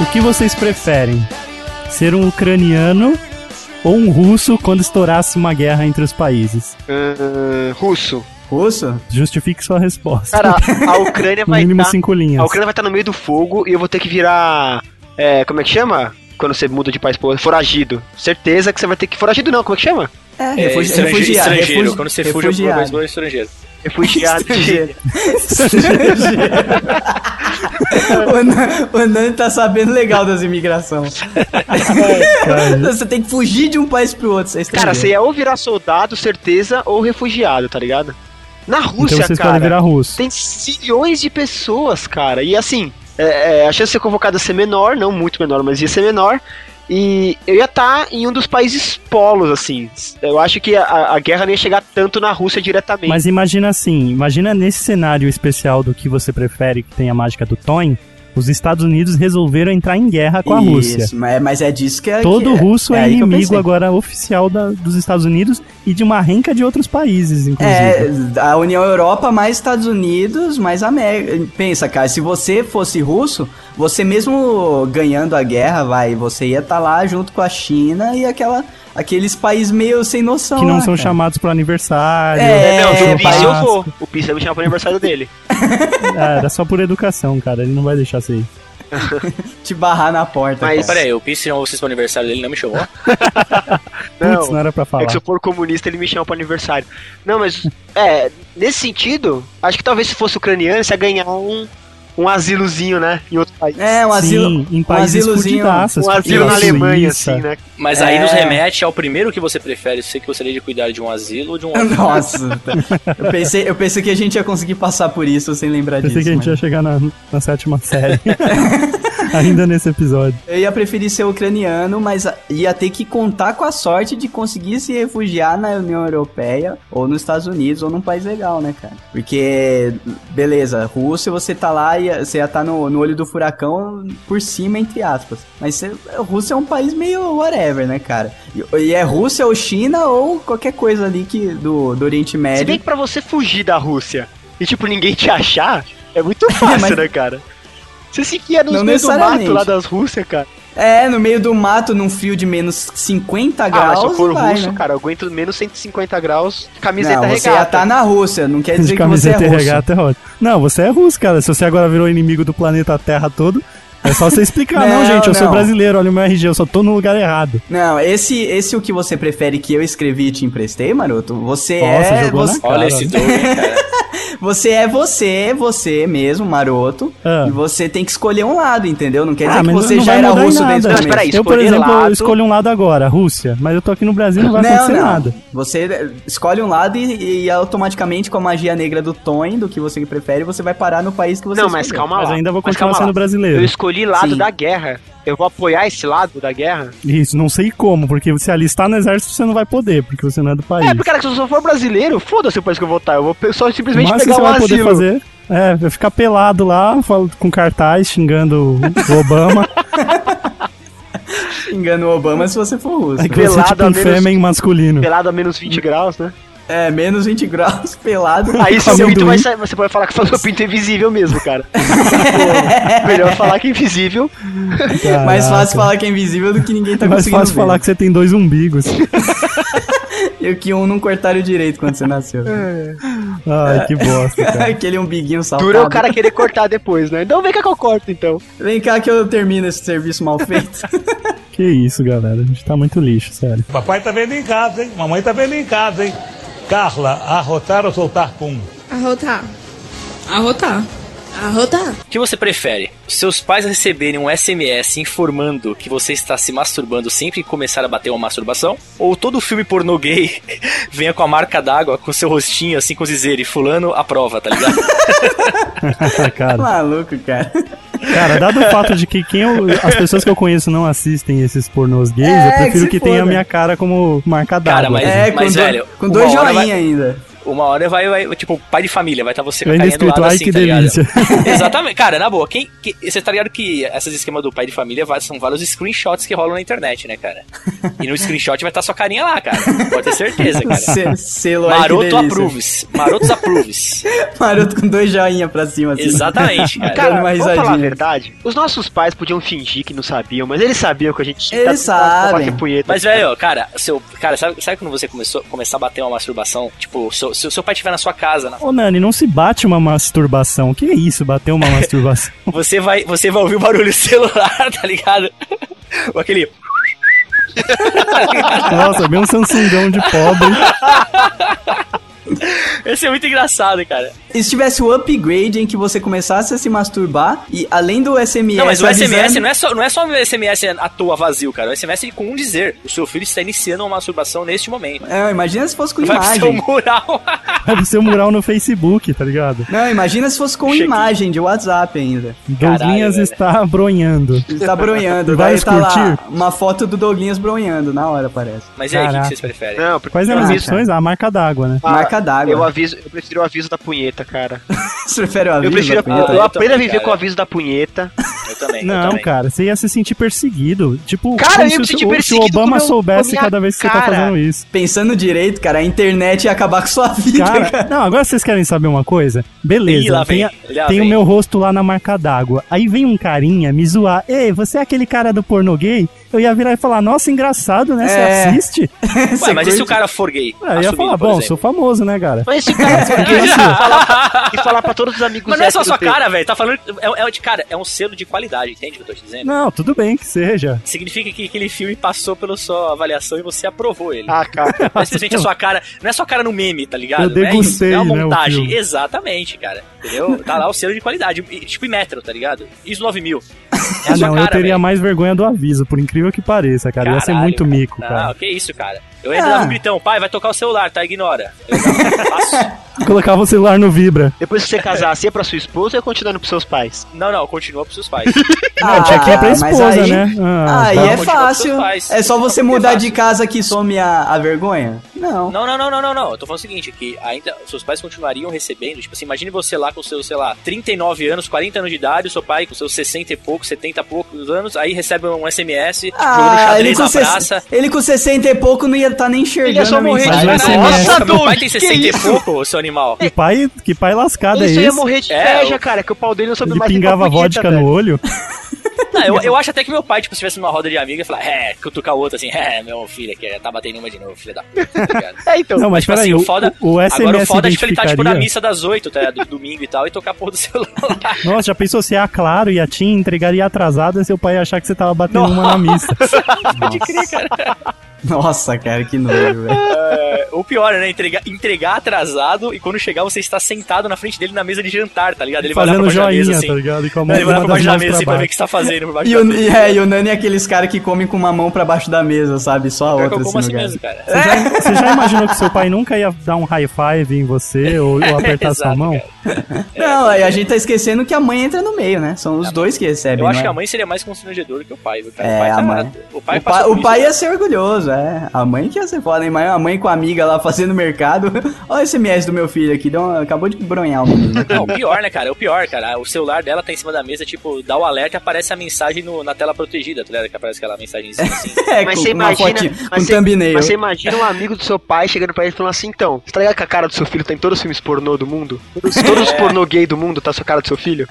S4: O que vocês preferem? ser um ucraniano ou um russo quando estourasse uma guerra entre os países?
S3: Ahn, um russo.
S1: Russo?
S4: Justifique sua resposta.
S3: Cara, a Ucrânia
S4: [laughs] No
S3: vai
S4: mínimo
S3: tá-
S4: cinco linhas.
S3: A Ucrânia vai estar no meio do fogo e eu vou ter que virar. é, como é que chama? Quando você muda de país pro outro? Foragido. Certeza que você vai ter que. Foragido não, como é que chama?
S1: É,
S2: É,
S1: refugi-
S2: estrangeiro,
S1: refugiado,
S2: estrangeiro.
S1: refugi-
S2: Quando você fuge alguma
S1: refugiado.
S2: coisa, é estrangeiro.
S4: [laughs]
S3: Refugiado.
S1: Estrangeiro. [laughs] o, Nan, o Nan tá sabendo legal das imigrações. [laughs] você tem que fugir de um país pro outro. Você é
S3: cara, você
S1: estrangeiro.
S3: ia ou virar soldado, certeza, ou refugiado, tá ligado? Na Rússia,
S4: então vocês
S3: cara,
S4: podem virar russo.
S3: tem milhões de pessoas, cara. E assim, é, é, a chance de ser convocado ia ser menor, não muito menor, mas ia ser menor. E eu ia estar em um dos países polos, assim. Eu acho que a, a guerra não ia chegar tanto na Rússia diretamente.
S4: Mas imagina assim, imagina nesse cenário especial do que você prefere que tem a mágica do Toin, os Estados Unidos resolveram entrar em guerra com a Rússia.
S1: Isso, mas, mas é disso que é.
S4: Todo
S1: que
S4: russo é,
S1: aí que eu
S4: inimigo
S1: pensei.
S4: agora oficial da- dos Estados Unidos e de uma renca de outros países, inclusive.
S1: É, a União Europa mais Estados Unidos mais América. Pensa, cara, se você fosse russo, você mesmo ganhando a guerra, vai, você ia estar lá junto com a China e aquela, aqueles países meio sem noção.
S4: que não
S1: lá,
S4: são
S1: cara.
S4: chamados pro aniversário.
S1: então, É,
S3: não,
S1: é,
S3: o Pisa eu
S4: Páscoa.
S3: vou. O Pisa vai me chamar pro aniversário dele.
S4: Ah, era só por educação, cara. Ele não vai deixar sair.
S1: Te barrar na porta.
S3: Mas-
S1: cara.
S2: Peraí, o Pisse não vocês pro aniversário dele, não me chamou?
S4: Putz, não era pra falar.
S3: É que se eu for comunista, ele me chama pro aniversário. Não, mas, é, nesse sentido, acho que talvez se fosse ucraniano, você ia ganhar um, um asilozinho, né? Em outro país.
S1: É, um asilo.
S4: Sim, em países
S1: asilozinho,
S4: fudidaças.
S3: Um asilo
S4: tipo
S3: na Alemanha,
S4: Suíça.
S3: assim, né?
S2: Mas aí
S1: É.
S2: nos remete ao primeiro que você prefere. Você que gostaria de cuidar de um asilo ou de um
S1: [laughs] Nossa, eu pensei, eu pensei que a gente ia conseguir passar por isso sem lembrar
S4: Pensei
S1: disso.
S4: que a gente ia
S1: mas-
S4: chegar na, na sétima série. Ainda nesse episódio.
S1: Eu ia preferir ser ucraniano, mas a- ia ter que contar com a sorte de conseguir se refugiar na União Europeia, ou nos Estados Unidos, ou num país legal, né, cara? Porque, beleza, Rússia, você tá lá e você ia tá no, no olho do furacão por cima, entre aspas. Mas você, Rússia é um país meio whatever, né, cara? E, e é Rússia ou China ou qualquer coisa ali que do, do Oriente
S3: Se bem
S1: Médio.
S3: que pra você fugir da Rússia e, tipo, ninguém te achar, é
S1: [laughs]
S3: muito fácil,
S1: Mas-
S3: né, cara? Você se guia nos
S1: Não
S3: meio do
S1: necessariamente.
S3: mato lá das Rússia, cara.
S1: É, no meio do mato, num frio de menos 50
S3: Ah, mas
S1: graus.
S3: se eu for
S1: e vai,
S3: russo,
S1: né?
S3: cara, eu aguento menos 150 graus, camiseta
S1: Não, você ia
S3: regata.
S1: estar na Rússia, não
S4: [laughs]
S1: quer dizer
S4: de
S1: que você é
S4: camiseta e
S1: russo.
S4: regata é ótimo. Não, você é russo, cara. Se você agora virou inimigo do planeta Terra todo, é só você explicar. não,
S1: Não,
S4: gente, eu sou
S1: não.
S4: brasileiro, olha o meu RG, eu só tô no lugar errado.
S1: Não, esse, esse o que você prefere que eu escrevi e te emprestei, maroto? Você
S4: Nossa,
S1: é.
S4: jogou né? na
S1: Você,
S4: cara.
S2: Olha esse Doug, cara.
S1: você é você, você mesmo, maroto.
S4: Ah.
S1: E você tem que escolher um lado, entendeu? Não quer dizer
S4: Ah,
S1: que
S4: mas
S1: você
S4: não
S1: já
S4: vai
S1: era
S4: mudar em
S1: russo né?
S4: nada.
S1: desde o
S4: Mas
S1: começo.
S3: peraí,
S4: eu, por
S3: escolher
S4: exemplo,
S3: lado-
S4: escolho um lado agora, Rússia, mas eu tô aqui no Brasil não vai acontecer nada.
S1: Você eh, escolhe um lado e, e automaticamente, com a magia negra do Tony, do que você prefere, você vai parar no país que você
S3: Não, mas
S1: escolheu.
S3: calma
S4: Mas
S3: lá.
S4: ainda vou
S3: mas
S4: continuar
S3: calma
S4: sendo
S3: lá.
S4: brasileiro.
S3: Eu escolhi lado
S1: Sim.
S3: da guerra. Eu vou apoiar esse lado da guerra?
S4: Isso, não sei como, porque se alistar no exército você não vai poder, porque você não é do país.
S3: É, porque, cara, se eu só for brasileiro, foda-se o país que eu votar. Eu vou pe- só
S4: O
S3: simplesmente
S4: máximo
S3: pegar
S4: que você
S3: um
S4: vai poder
S3: asilo.
S4: fazer é vai ficar pelado lá, fal- com cartaz, xingando o
S1: [laughs]
S4: Obama.
S1: Engana o Obama se você for russo.
S4: é que você é
S3: Pelado
S4: tipo
S3: a
S4: um
S3: menos-
S1: [laughs]
S4: fêmea masculino.
S3: Pelado a menos
S4: Hum.
S3: 20 graus,
S4: [laughs]
S3: né?
S1: É, menos 20 graus, [laughs] pelado.
S3: Aí seu
S4: Amendoim.
S3: pinto vai sair, você pode falar que seu pinto é invisível mesmo,
S4: [laughs]
S3: cara. Pô, melhor falar que é invisível.
S1: mais
S4: Caraca.
S1: fácil falar que é invisível do que ninguém tá
S4: É mais
S1: conseguindo
S4: fácil
S1: ver.
S4: falar que você tem
S1: [laughs]
S4: dois umbigos.
S1: E que um não cortaram direito quando você nasceu.
S4: Ai, que bosta,
S2: Então.
S1: [laughs]
S4: cara.
S1: Aquele umbiguinho saltado.
S3: Dura é o cara querer cortar depois, né? Então vem cá que eu corto, então.
S1: Vem cá que eu termino esse serviço mal
S2: [laughs]
S1: feito. É.
S4: Que isso, galera. A gente tá muito lixo, sério.
S6: Papai tá vendo em casa, hein? Mamãe tá vendo em casa, hein? Carla, arrotar ou soltar pum?
S7: Arrotar. Arrotar. Arrotar.
S2: O que você prefere? Seus pais receberem um SMS informando que você está se masturbando sempre que começar a bater uma masturbação? Ou todo filme pornô gay [laughs] venha com a marca d'água, com seu rostinho, assim, com os dizer, fulano aprova, tá ligado?
S4: Tá, cara,
S1: Tá Maluco, cara.
S4: cara, dado o fato de que quem eu- as pessoas que eu conheço não assistem esses pornôs gays,
S1: É,
S4: eu prefiro
S1: que
S4: que,
S1: se
S4: tenha a
S1: foda.
S4: minha cara como marca
S2: Cara,
S4: d'água.
S2: mas-
S1: É, com,
S2: mas,
S1: do-
S2: velho,
S1: com dois
S2: uma hora
S1: joinha
S2: vai-
S1: ainda.
S2: Uma hora vai, vai tipo, pai de família, vai estar você com a
S4: Ainda
S2: carinha do
S4: escrito,
S2: lado
S4: ai
S2: assim,
S4: que
S2: tá ligado?
S4: delícia.
S2: [laughs] Exatamente. Cara, na boa, quem, que- você tá ligado que esses esquemas do pai de família vai- são vários screenshots que rolam na internet, né, cara? E no screenshot vai estar sua carinha lá, cara. Pode ter certeza,
S1: Se-
S2: cara.
S1: Selo ai, é que
S2: Maroto
S1: delícia.
S2: approves. Marotos approves.
S1: Maroto com dois joinha pra cima, assim.
S2: Exatamente, cara.
S1: Dando
S3: Cara,
S1: uma
S3: vamos falar a
S1: risadinha.
S3: verdade. Os nossos pais podiam fingir que não sabiam, mas eles sabiam que a gente
S1: Eles sabem.
S3: que punheta.
S2: Mas, velho, cara, seu, cara sabe, sabe quando você começou, começar a bater uma masturbação? Tipo, seu- se o seu pai estiver na sua casa, na-
S4: Ô, Nani, não se bate uma masturbação. Que isso, bater uma
S1: [laughs]
S4: masturbação?
S2: você vai, você vai ouvir o barulho do celular, [laughs] tá ligado? Ou
S4: [laughs]
S2: aquele. [laughs]
S4: Nossa, bem um Samsungão de pobre.
S2: Esse é muito engraçado, cara.
S1: E se tivesse o upgrade em que você começasse a se masturbar e além do SMS.
S2: Não, mas o SMS
S1: avisando-
S2: não é só não é só um SMS à toa vazio, cara. O SMS é com um dizer. O seu filho está iniciando uma masturbação neste momento.
S1: É, imagina se fosse com
S2: Vai pro seu
S1: imagem.
S2: mural. [laughs]
S4: Deve ser um mural no Facebook, tá ligado?
S1: Não, imagina se fosse com
S2: Cheguei.
S1: imagem de WhatsApp ainda.
S4: Douglinhas
S2: velho.
S4: está bronhando.
S1: Ele tá
S2: [laughs]
S1: bronhando.
S4: Vai
S1: Vai tá lá
S4: curtir?
S1: uma foto do Douglinhas bronhando na hora, parece. [laughs]
S2: Mas e aí, o que que
S4: Caraca.
S2: vocês preferem?
S3: Não, porque
S4: Quais
S3: eu
S4: eram as
S3: aviso-
S4: opções? Ah, a marca d'água, né?
S3: Ah,
S1: Marca d'água.
S3: Eu aviso, eu prefiro o aviso da punheta, cara.
S1: Você prefere o aviso?
S3: eu prefiro,
S1: Punheta?
S3: eu, eu
S2: Eu
S3: aprendo a
S2: também,
S3: viver
S2: Então, cara.
S3: com o aviso da punheta.
S2: Eu também. eu
S4: Não,
S2: também.
S4: cara, você ia se sentir perseguido. Tipo,
S3: Cara,
S4: como
S3: eu ia me
S4: se,
S3: sentir
S4: o-
S3: perseguido
S4: se o Obama
S3: com meu-
S4: soubesse
S3: com a
S4: cada vez que você tá
S3: cara.
S4: fazendo isso.
S1: Pensando direito, cara, a internet ia acabar com sua vida, cara.
S4: Cara, não, agora vocês querem saber uma coisa? Beleza,
S2: Ih, lá
S4: tem, a-
S2: vem, lá
S4: tem o
S2: vem.
S4: meu rosto lá na marca d'água. Aí vem um carinha me zoar. Ei, você é aquele cara do pornô gay? Eu ia virar e falar, nossa, engraçado, né? Você
S1: É.
S4: assiste?
S2: Ué, mas e se o cara for gay?
S4: Ah, eu ia
S2: Assumido,
S4: falar,
S2: por
S4: bom,
S2: exemplo.
S4: sou famoso, né, cara?
S3: Mas esse
S2: [laughs]
S3: cara e falar, e [laughs] falar pra todos os amigos
S2: Mas não é só a
S3: héteros
S2: sua
S3: dele.
S2: cara, velho. Tá falando. É, é, de- cara, é um selo de qualidade, entende o que eu tô te dizendo?
S4: Não, tudo bem que seja.
S2: Significa que aquele filme passou pela sua avaliação e você aprovou ele.
S3: Ah, cara.
S2: Não é simplesmente a sua cara. Não é sua cara no meme, tá ligado?
S4: Eu
S2: Não é isso,
S4: degustei,
S2: não é uma
S4: né, o
S2: montagem.
S4: filme.
S2: Exatamente, cara. Entendeu? Tá lá o selo de qualidade. E, Tipo em metro, tá ligado? ISO 9000. É a
S4: Ah,
S2: sua
S4: não, eu
S2: cara,
S4: teria
S2: velho.
S4: mais vergonha do aviso, por incrível que pareça, cara. ia ser
S2: Caralho,
S4: muito
S2: cara.
S4: mico,
S2: não,
S4: cara. Ah.
S2: que isso, cara. Eu ainda dava um gritão, pai, vai tocar o celular, tá? Ignora. Eu um dava-
S4: [laughs]
S2: faço-
S4: Colocava o celular no vibra.
S3: Depois que você casar, você é pra sua esposa ou é continuando pros seus pais?
S2: não, não, continua pros seus pais.
S4: Não, tinha que ir pra
S1: Ah, mas
S4: esposa,
S1: [laughs] aí-
S4: né? Ah,
S1: aí
S4: tá.
S1: é
S2: Continua
S1: fácil.
S2: com seus pais.
S1: É só você
S2: Porque é
S1: mudar
S2: fácil.
S1: de casa que some a, a vergonha? Não.
S2: Não, não, não, não, não, não. Eu tô falando o seguinte, que ainda seus pais continuariam recebendo, tipo assim, imagine você lá com seus, sei lá, 39 anos, 40 anos de idade, o seu pai com seus 60 e pouco, 70 e poucos anos, aí recebe um SMS, jogando
S4: Ah,
S1: Ah, ele
S2: xadrez
S1: com,
S2: na
S1: ses-
S2: praça.
S1: ele com 60 e pouco não ia estar nem enxergando.
S3: Ele ia só
S1: a
S3: morrer
S4: Mas
S1: mensagem.
S4: vai
S2: Caralho,
S4: ser
S3: Nossa,
S2: nossa, meu pai
S3: Doug,
S2: tem 60 e
S3: que isso?
S2: pouco, seu animal.
S4: Que pai, que pai lascado é
S3: Ele só ia
S4: esse?
S3: morrer de
S2: É,
S3: inveja,
S2: eu-
S3: cara, que o pau dele não soube
S4: Ele
S3: mais nem
S4: pingava
S3: pra punheta,
S4: vodka no
S3: velho.
S4: olho?
S2: Não, eu, eu acho até que meu pai, tipo, se estivesse numa roda de amigo, ia falar, é, cutucar o outro assim, [laughs] é, meu filho aqui, tá batendo uma de novo, filho da puta, tá
S3: [laughs]
S2: ligado?
S3: É, então.
S4: Não, mas
S2: Tipo assim,
S4: peraí,
S2: o
S4: o,
S2: foda,
S4: o, o SMS
S2: agora o foda é tipo, ele tá tipo na
S4: identificaria...
S2: missa das 8, tá, do domingo e tal, e tocar a porra do [laughs] celular.
S4: Nossa, já pensou se a Claro e a Tim entregaria atrasada e seu pai ia achar que você tava batendo uma na missa?
S2: Pode crer, cara.
S1: Nossa, cara, que nojo, velho.
S2: Ou pior, né? Entregar, entregar atrasado e quando chegar você está sentado na frente dele na mesa de jantar, tá ligado? Ele vai olhar pra baixo
S4: Fazendo
S2: da
S4: joinha,
S2: mesa assim.
S4: tá ligado? E com a
S2: Não,
S4: mão
S2: ele vai olhar pra
S4: uma
S2: baixo
S4: das
S2: da
S4: mãos
S2: mesa
S4: pra
S2: assim pra ver o
S4: baixo.
S2: que você tá fazendo por baixo
S1: E
S2: da
S1: o,
S2: mesa.
S1: e é, e o Nani é aqueles caras que comem com uma mão pra baixo da mesa, sabe? Só a
S2: Pior que
S1: outra,
S2: eu como
S1: assim, no
S2: assim
S1: lugar.
S2: mesmo, cara.
S4: Você já, você já imaginou que seu pai nunca ia dar um high five em você ou,
S2: [laughs]
S4: ou apertar sua
S2: Exato,
S4: mão?
S2: cara.
S1: Não,
S2: É,
S1: aí a gente tá esquecendo que a mãe entra no meio, né? São os dois que recebem,
S2: Eu acho
S1: não
S2: que
S1: é?
S2: a mãe seria mais constrangedora que o pai. viu, cara?
S1: É,
S2: o pai
S1: a
S2: tá-
S1: mãe.
S2: O pai,
S1: o, pa-
S2: passa
S1: o
S2: por
S1: pai
S2: isso. né?
S1: ia ser orgulhoso, é. A mãe que ia ser foda, hein? Mas A mãe com a amiga lá fazendo mercado. [laughs] Olha o SMS do meu filho aqui, deu uma- acabou de bronhar o menino.
S2: Não, o pior, né, cara? É o pior, cara. O celular dela tá em cima da mesa, tipo, dá o alerta e aparece a mensagem no- na tela protegida, tá ligado? Que aparece aquela mensagenzinha assim.
S1: [laughs] É,
S3: Mas
S1: com
S3: você
S1: uma
S3: imagina,
S1: fotinha,
S3: mas
S1: um
S3: você-
S1: thumbnail.
S3: Mas você imagina um amigo do seu pai chegando pra ele e falando assim, então, você tá ligado que a cara do seu filho tá em todos os filmes pornô
S1: [laughs]
S3: do mundo? Todos, todos os pornô gay do mundo tá a sua cara do seu filho?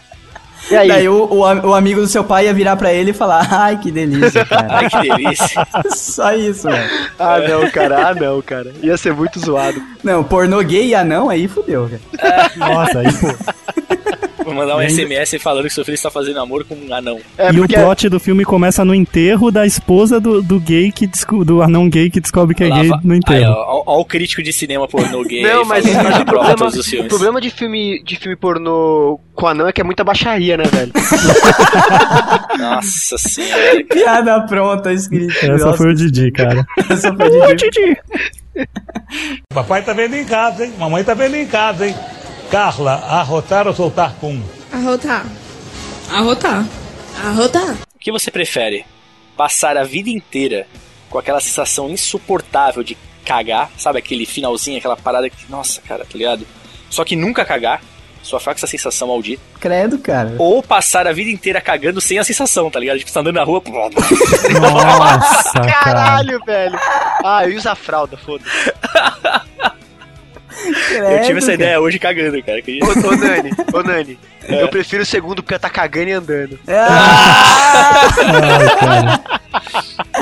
S3: E aí?
S1: É. Daí o, o, am- o amigo do seu pai ia virar pra ele e falar, [laughs] ai, que delícia, cara. [laughs]
S2: Ai, que
S4: [laughs]
S2: delícia.
S1: Só isso, velho.
S3: Ah não, cara, ah não, cara. Ia ser muito zoado.
S1: Não, pornô gay e anão, aí fudeu, cara. [laughs]
S4: Nossa, aí, pô.
S2: Vou mandar um
S4: E ainda-
S2: SMS falando que seu filho está fazendo amor com um anão.
S3: É,
S4: e o
S3: porque
S4: plot do filme começa no enterro da esposa do, do gay que desco- do anão gay que descobre que é
S2: Lá
S4: gay
S2: va-
S4: no
S2: Aí,
S4: enterro.
S2: ó, ó, ó o crítico de cinema pornô gay.
S3: Não,
S2: aí
S3: mas,
S2: falando
S3: mas
S2: de prova
S3: o, problema,
S2: todos os
S3: o
S2: filmes.
S3: problema de filme, de filme pornô com anão é que é muita baixaria, né, velho?
S2: Nossa senhora.
S1: Piada pronta escrita.
S4: Essa
S1: Nossa,
S4: foi o Didi, cara.
S1: essa foi
S4: [laughs]
S1: de jeito.
S6: Papai tá vendo em casa, hein? Mamãe tá vendo em casa, hein? Carla, arrotar ou soltar pum?
S8: Arrotar. Arrotar. Arrotar.
S2: O que você prefere? Passar a vida inteira com aquela sensação insuportável de cagar, sabe? Aquele finalzinho, aquela parada que, nossa, cara, tá ligado? Só que nunca cagar, só fica com essa sensação maldita.
S1: Credo, cara.
S2: Ou passar a vida inteira cagando sem a sensação, tá ligado? Tipo, você tá andando na rua.
S4: Nossa, cara.
S3: [laughs] Caralho, velho. Ah, eu uso a fralda, foda-se.
S2: eu tive
S1: Credo,
S2: essa ideia hoje cagando, cara. que-
S3: Ô, ô, Nani, ô, Nani.
S1: É.
S3: Eu prefiro o segundo porque ela tá cagando e andando.
S1: Ah!
S4: Ai, cara.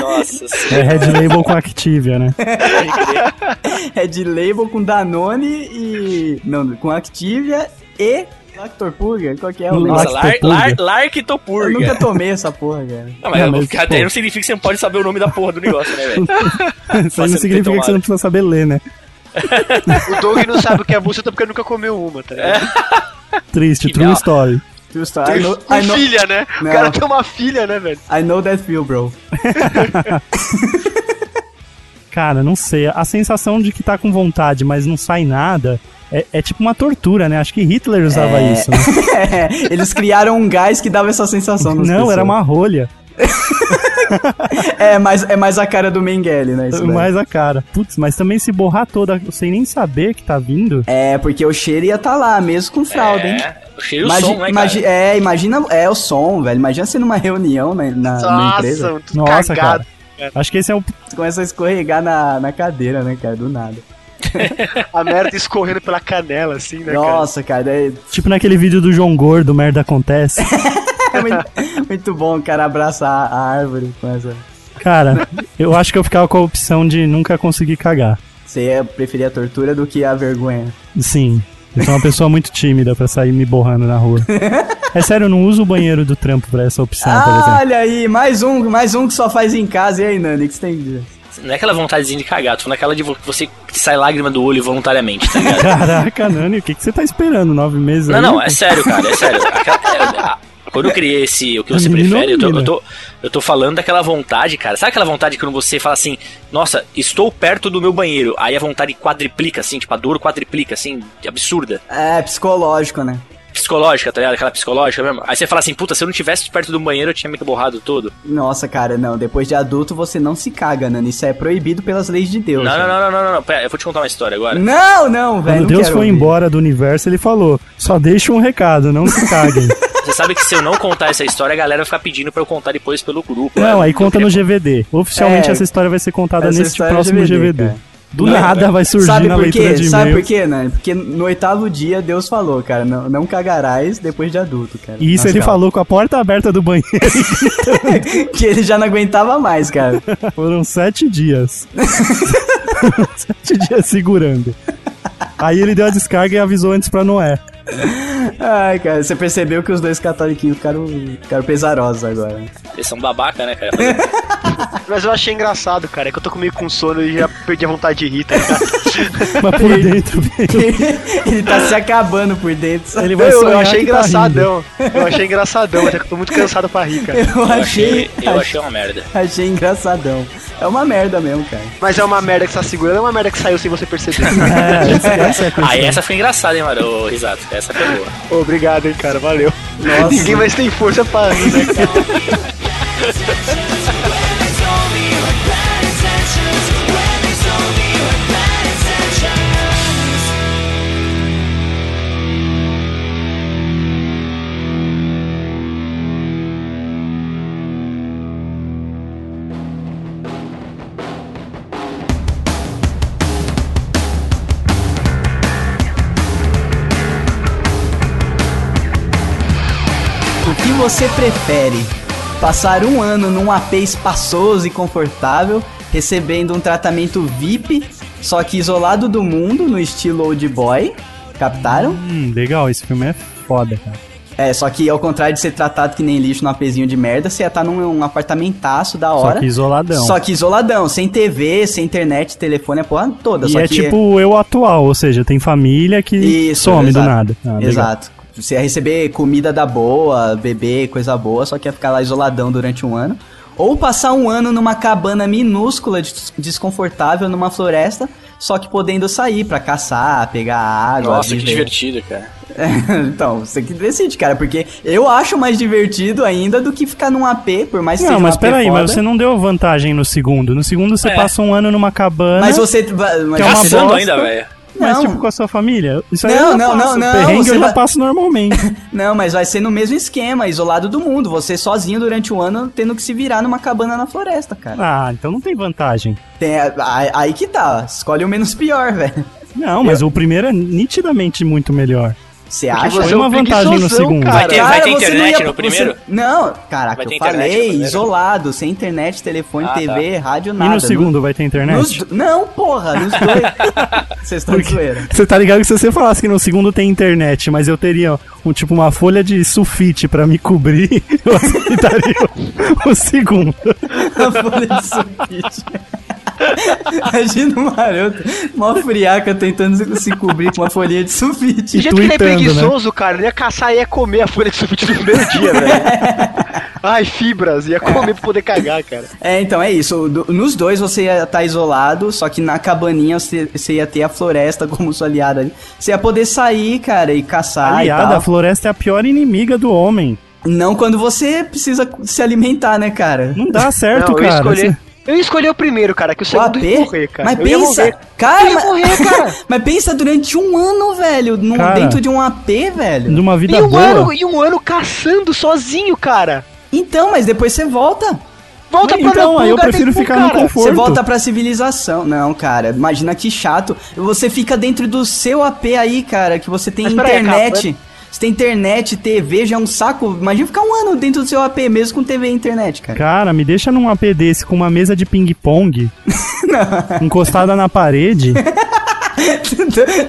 S2: Nossa
S4: É
S2: senhora.
S4: Red Label com
S3: [laughs]
S4: Activia, né?
S1: É de label com Danone e. Não, com Activia e. Lactor Purga? Qual que é o
S4: Nossa,
S1: negócio?
S2: Nossa, lar, lar,
S4: Larctopurga.
S1: Eu
S2: Larctopurga.
S1: nunca É, tomei essa porra, cara.
S2: Não, mas,
S4: Não, mas,
S2: cara,
S4: pô.
S2: não significa que você não pode saber o nome da porra do negócio, né, velho?
S4: Isso aí
S2: Mas você não
S4: não
S2: tem
S4: significa que você
S2: tomada.
S4: não precisa saber ler, né?
S3: O Doug não sabe o que é buceta porque nunca comeu uma, tá ligado?
S4: Triste,
S2: Que
S4: true
S2: merda.
S4: story.
S1: True story. I know,
S3: Com
S1: I know,
S3: filha, né?
S1: Não.
S3: O cara tem uma filha, né, velho?
S1: I know that feel, bro.
S4: Cara, não sei. A sensação de que tá com vontade, mas não sai nada, é, é tipo uma tortura, né? Acho que Hitler usava
S1: É.
S3: [laughs]
S4: isso. Né?
S1: É, eles criaram um gás que dava essa sensação nas
S4: Não, era
S1: pessoas.
S4: uma rolha.
S1: É mais, é mais a cara do Mengele, né?
S3: é.
S1: isso daí.
S4: Mais a cara. Putz, mas também se borrar toda sem nem saber que tá vindo.
S1: É, porque o cheiro ia tá lá, mesmo com fralda, hein?
S2: É, o cheiro e o
S1: Imagi-
S2: som, né,
S1: imagi-
S2: cara?
S1: é, imagina. É o som, velho. Imagina você numa reunião na, na, na Ah, empresa.
S3: Nossa, tudo
S4: Nossa,
S3: É cagado.
S4: cara. Acho que esse é o.
S1: Você começa a escorregar na, na cadeira, né, cara? Do nada.
S3: A merda escorrendo pela canela, assim, né,
S1: Nossa, cara. é daí-
S4: Tipo naquele vídeo do João Gordo,
S1: [laughs]
S4: merda acontece.
S1: É, muito, muito bom, cara, abraçar a árvore com essa.
S4: Cara, eu acho que eu ficava com a opção de nunca conseguir cagar.
S1: Você ia preferir a tortura do que a vergonha.
S4: Sim. Eu sou uma pessoa muito tímida pra sair me borrando na rua. É sério, eu não uso o banheiro do trampo pra essa opção, por
S1: Ah,
S4: exemplo.
S1: olha aí, mais um, mais um que só faz em casa. E aí, Nani, o que você tem que dizer?
S2: Não é aquela vontadezinha de cagar, tô falando aquela de vo- você que sai lágrima do olho voluntariamente, tá ligado?
S4: Caraca, Nani, o que, que você tá esperando? Nove meses?
S2: Não,
S4: aí?
S2: não, é sério, cara, é sério. Aquela- é, Quando eu criei esse o que você
S4: Menino
S2: prefere, eu tô,
S4: ou
S2: eu,
S4: menina?
S2: tô, eu tô falando daquela vontade, cara. Sabe aquela vontade quando você fala assim, nossa, estou perto do meu banheiro. Aí a vontade quadriplica, assim, tipo, a dor quadriplica, assim, absurda.
S1: É, psicológico, né?
S2: Psicológica, tá ligado? Aquela psicológica mesmo. Aí você fala assim, puta, se eu não tivesse perto do banheiro, eu tinha me borrado todo.
S1: Nossa, cara, não. Depois de adulto você não se caga, Nani. Isso é proibido pelas leis de Deus.
S2: Não, não,
S1: velho.
S2: não, não, não, não, não. Pera, eu vou te contar uma história
S1: Hum?
S2: agora.
S1: Não, não, velho.
S4: Quando
S1: não
S4: Deus
S1: quero
S4: foi
S1: ouvir.
S4: embora do universo, ele falou: só deixa um recado, não
S1: [laughs]
S4: se caguem.
S2: Você sabe que se eu não contar essa história, a galera vai ficar pedindo pra eu contar depois pelo grupo.
S4: não,
S2: né?
S4: aí conta no GVD. Oficialmente
S1: É,
S4: essa história vai ser contada
S1: essa
S4: nesse
S1: história é
S4: próximo
S1: GVD,
S4: GVD.
S1: cara.
S4: Do
S2: Não,
S4: nada vai surgir
S1: Sabe
S4: na
S1: por
S4: leitura
S1: quê?
S4: de
S1: Sabe por
S4: e-mail.
S1: quê, Nani? Porque no oitavo dia Deus falou, cara, não, não cagarás depois de adulto, cara.
S4: E isso
S1: Nossa,
S4: ele
S1: cara.
S4: falou com a porta aberta do banheiro.
S1: [laughs] que ele já não aguentava mais, cara.
S4: Foram
S1: [laughs]
S4: sete dias. sete dias segurando. Aí ele deu a descarga e avisou antes pra Noé.
S1: Ai, cara, você percebeu que os dois catoliquinhos ficaram, ficaram pesarosos agora. [laughs]
S2: Eles são babaca, né, cara? Fazer
S3: cara? Mas eu achei engraçado, cara. É que eu tô comigo com sono e já perdi a vontade de rir, tá ligado?
S4: Mas por
S1: [laughs]
S4: dentro veio.
S1: ele tá se acabando por dentro. sabe?
S4: Ele [laughs] vai
S3: Eu, eu
S4: sonhar
S3: achei
S4: que tá
S3: engraçadão. eu achei engraçadão, mas é que eu tô muito cansado pra rir,
S4: [laughs]
S1: [laughs]
S3: cara.
S1: Eu
S2: Eu achei,
S1: achei,
S2: eu achei uma merda.
S1: achei engraçadão. É uma merda mesmo, cara.
S3: Mas é uma merda que você tá segurando, é uma merda que saiu sem você
S4: [laughs]
S3: perceber.
S4: rindo. É, essa, essa é a
S2: Ah,
S4: questão.
S2: essa foi engraçada, hein, mano? Ô, Risato, essa foi boa.
S3: Obrigado, hein, cara. Valeu.
S1: Nossa.
S3: Ninguém mais tem força pra rir, né, cara?
S1: O que você prefere? Passar um ano num AP espaçoso e confortável, recebendo um tratamento VIP, só que isolado do mundo, no estilo old boy? Captaram?
S4: Hum, legal, esse filme é foda, cara.
S1: É, só que ao contrário de ser tratado que nem lixo num APzinho de merda, você ia estar num um apartamentaço da hora.
S4: Só que isoladão.
S1: Só que isoladão, sem TV, sem internet, telefone, a porra toda.
S4: e
S1: só
S4: é
S1: que
S4: tipo eu atual, ou seja, tem família que
S1: Isso,
S4: some
S1: exato.
S4: do nada. Ah, legal.
S1: Exato. Você ia receber comida da boa, beber coisa boa, só que ia ficar lá isoladão durante um ano. Ou passar um ano numa cabana minúscula, des- desconfortável, numa floresta, só que podendo sair pra caçar, pegar água.
S2: Nossa, que
S1: viver.
S2: divertido, cara.
S1: [laughs] então, você que decide, cara, porque eu acho mais divertido ainda do que ficar num AP, por mais que
S4: Não,
S1: seja um
S4: mas
S1: AP
S4: peraí,
S1: foda.
S4: mas você não deu vantagem no segundo. No segundo você
S2: É.
S4: passa um ano numa cabana,
S1: Mas
S4: mas,
S1: você. Mas
S4: Que é uma
S1: você-
S2: Caçando
S4: bosta.
S2: ainda, velho.
S1: não.
S4: tipo com a sua família. Isso aí
S1: Não,
S4: eu já
S1: não,
S4: passo.
S1: não, não,
S4: Perrengue
S1: você
S4: eu já
S1: vai-
S4: passo normalmente. [laughs]
S1: Não, mas vai ser no mesmo esquema, isolado do mundo. Você sozinho durante um ano tendo que se virar numa cabana na floresta, cara.
S4: ah, então não tem vantagem.
S1: Tem, a- a- aí que tá, escolhe o menos pior, [laughs] velho.
S4: Não, mas o primeiro é nitidamente muito melhor.
S1: Você
S3: Porque
S1: acha?
S3: você
S4: Foi
S3: é
S4: uma
S3: um
S4: vantagem no
S3: preguiçosão,
S4: segundo.
S3: cara.
S1: É
S2: Vai ter-
S1: você não
S2: internet
S1: ia-
S2: no
S1: você-
S2: primeiro?
S1: Não, caraca,
S2: Vai ter
S1: eu
S2: internet no
S1: falei,
S2: primeiro?
S1: isolado, sem internet, telefone,
S2: Ah, tá.
S1: TV, rádio,
S4: e
S1: nada.
S4: no segundo vai ter internet?
S1: Nos do- não, porra, nos dois.
S4: [laughs]
S1: Vocês estão
S4: Porque-
S1: zoeira.
S4: Você tá ligado que se você falasse que no segundo tem internet, mas eu teria um tipo uma folha de sulfite pra me cobrir, [laughs] eu aceitaria o, o segundo.
S1: A folha Tá de sulfite. Imagina o maroto, mó friaca tentando se- se cobrir com uma folhinha de
S3: Do
S1: sulfite.
S3: jeito que ele é
S4: tweetando, né?
S3: preguiçoso, cara, ele ia caçar e ia comer a folha de sulfite no primeiro
S1: [laughs]
S3: dia, velho. Ai, fibras, ia comer pra poder cagar, cara.
S1: É, então é isso. O do- Nos dois você ia estar isolado, só que na cabaninha você, você ia ter a floresta como sua aliada. ali. Você ia poder sair, cara, Ah, e caçar e
S4: Aliada,
S1: tal.
S4: a floresta é a pior inimiga do homem.
S1: Não quando você precisa se alimentar, né, cara?
S4: Não dá certo,
S3: Não, eu
S4: cara.
S3: escolhi. Eu escolhi o primeiro, cara, que o
S1: O
S3: segundo
S1: AP?
S3: ia morrer, cara.
S1: Mas
S3: eu ia
S1: pensa,
S3: morrer.
S1: cara,
S3: Eu ia
S1: mas-
S3: morrer, cara.
S1: [laughs] mas pensa durante um ano, velho, num-
S4: Cara.
S1: dentro de um AP, velho.
S4: De uma
S3: E
S4: vida
S3: um,
S4: boa.
S3: ano, e um ano caçando sozinho, cara.
S1: Então, mas depois você volta.
S3: Volta pra
S4: então,
S3: pro
S4: aí eu
S3: lugar
S4: prefiro
S3: nenhum,
S4: ficar no
S3: cara.
S4: conforto.
S1: Você volta pra civilização. Não, cara, imagina que chato. Você fica dentro do seu AP aí, cara, que você tem
S3: Mas peraí,
S1: internet. você tem internet, TV, já é um saco. Imagina ficar um ano dentro do seu AP mesmo com TV e internet, cara.
S4: Cara, me deixa num AP desse com uma mesa de ping-pong encostada na parede.
S1: [laughs] Então,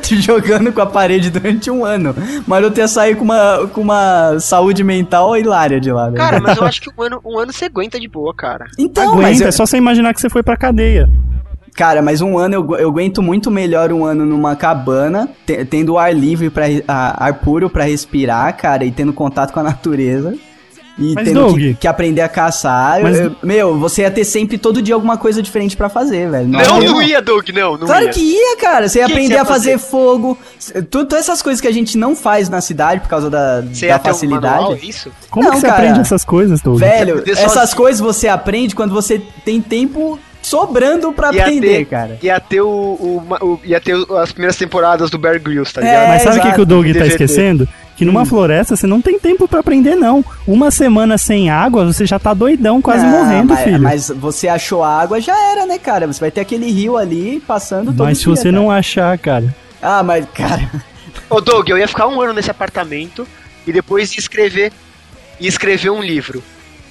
S1: Te jogando com a parede durante um ano. Mas eu ia sair com uma, com uma saúde mental hilária de lá, né?
S3: Cara, mas eu acho que um ano, um ano você aguenta de boa, cara.
S1: então,
S4: Aguenta,
S1: mas eu-
S4: é só você imaginar que você foi pra cadeia.
S1: Cara, mas um ano eu, gu- eu aguento muito melhor um ano numa cabana, te- tendo ar livre para ar puro pra respirar, cara, e tendo contato com a natureza. E
S4: Mas,
S1: tendo que,
S4: Doug,
S1: que aprender a caçar. Eu-
S4: mas-
S1: eu- meu, você ia ter sempre todo dia alguma coisa diferente pra fazer, velho.
S3: Não,
S1: ia,
S3: não ia, Doug, não, não
S1: Claro
S3: ia.
S1: que ia, cara. Você ia
S3: Que que
S1: aprender
S3: você ia
S1: a fazer, fogo. c- tu- Todas essas coisas que a gente não faz na cidade por causa da,
S3: Você
S1: da
S3: ia ter um manual,
S1: facilidade.
S3: isso?
S4: Como
S1: Não,
S4: que você
S1: cara.
S4: aprende essas coisas, Doug?
S1: Velho,
S3: aprender
S1: essas
S3: sozinho.
S1: coisas você aprende quando você tem tempo sobrando pra
S3: Ia
S1: aprender,
S3: ter-
S1: cara.
S3: Ia ter o, o, ma- o- ia ter o- as primeiras temporadas do Bear Grylls, tá
S1: É,
S3: ligado?
S4: Mas sabe o que,
S1: exato.
S4: que o Doug tá
S3: DVD.
S4: esquecendo? Que numa floresta você não tem tempo pra aprender, não. Uma semana sem água, você já tá doidão, quase
S1: Não,
S4: morrendo,
S1: mas,
S4: filho. Mas,
S1: Mas você achou a água, já era, né, cara? Você vai ter aquele rio ali passando todo
S4: se
S1: dia,
S4: você
S1: cara.
S4: não achar, cara.
S1: Ah, mas,
S4: [laughs]
S1: cara...
S3: Ô, Doug, eu ia ficar um ano nesse apartamento e depois ia escrever, ia escrever um livro.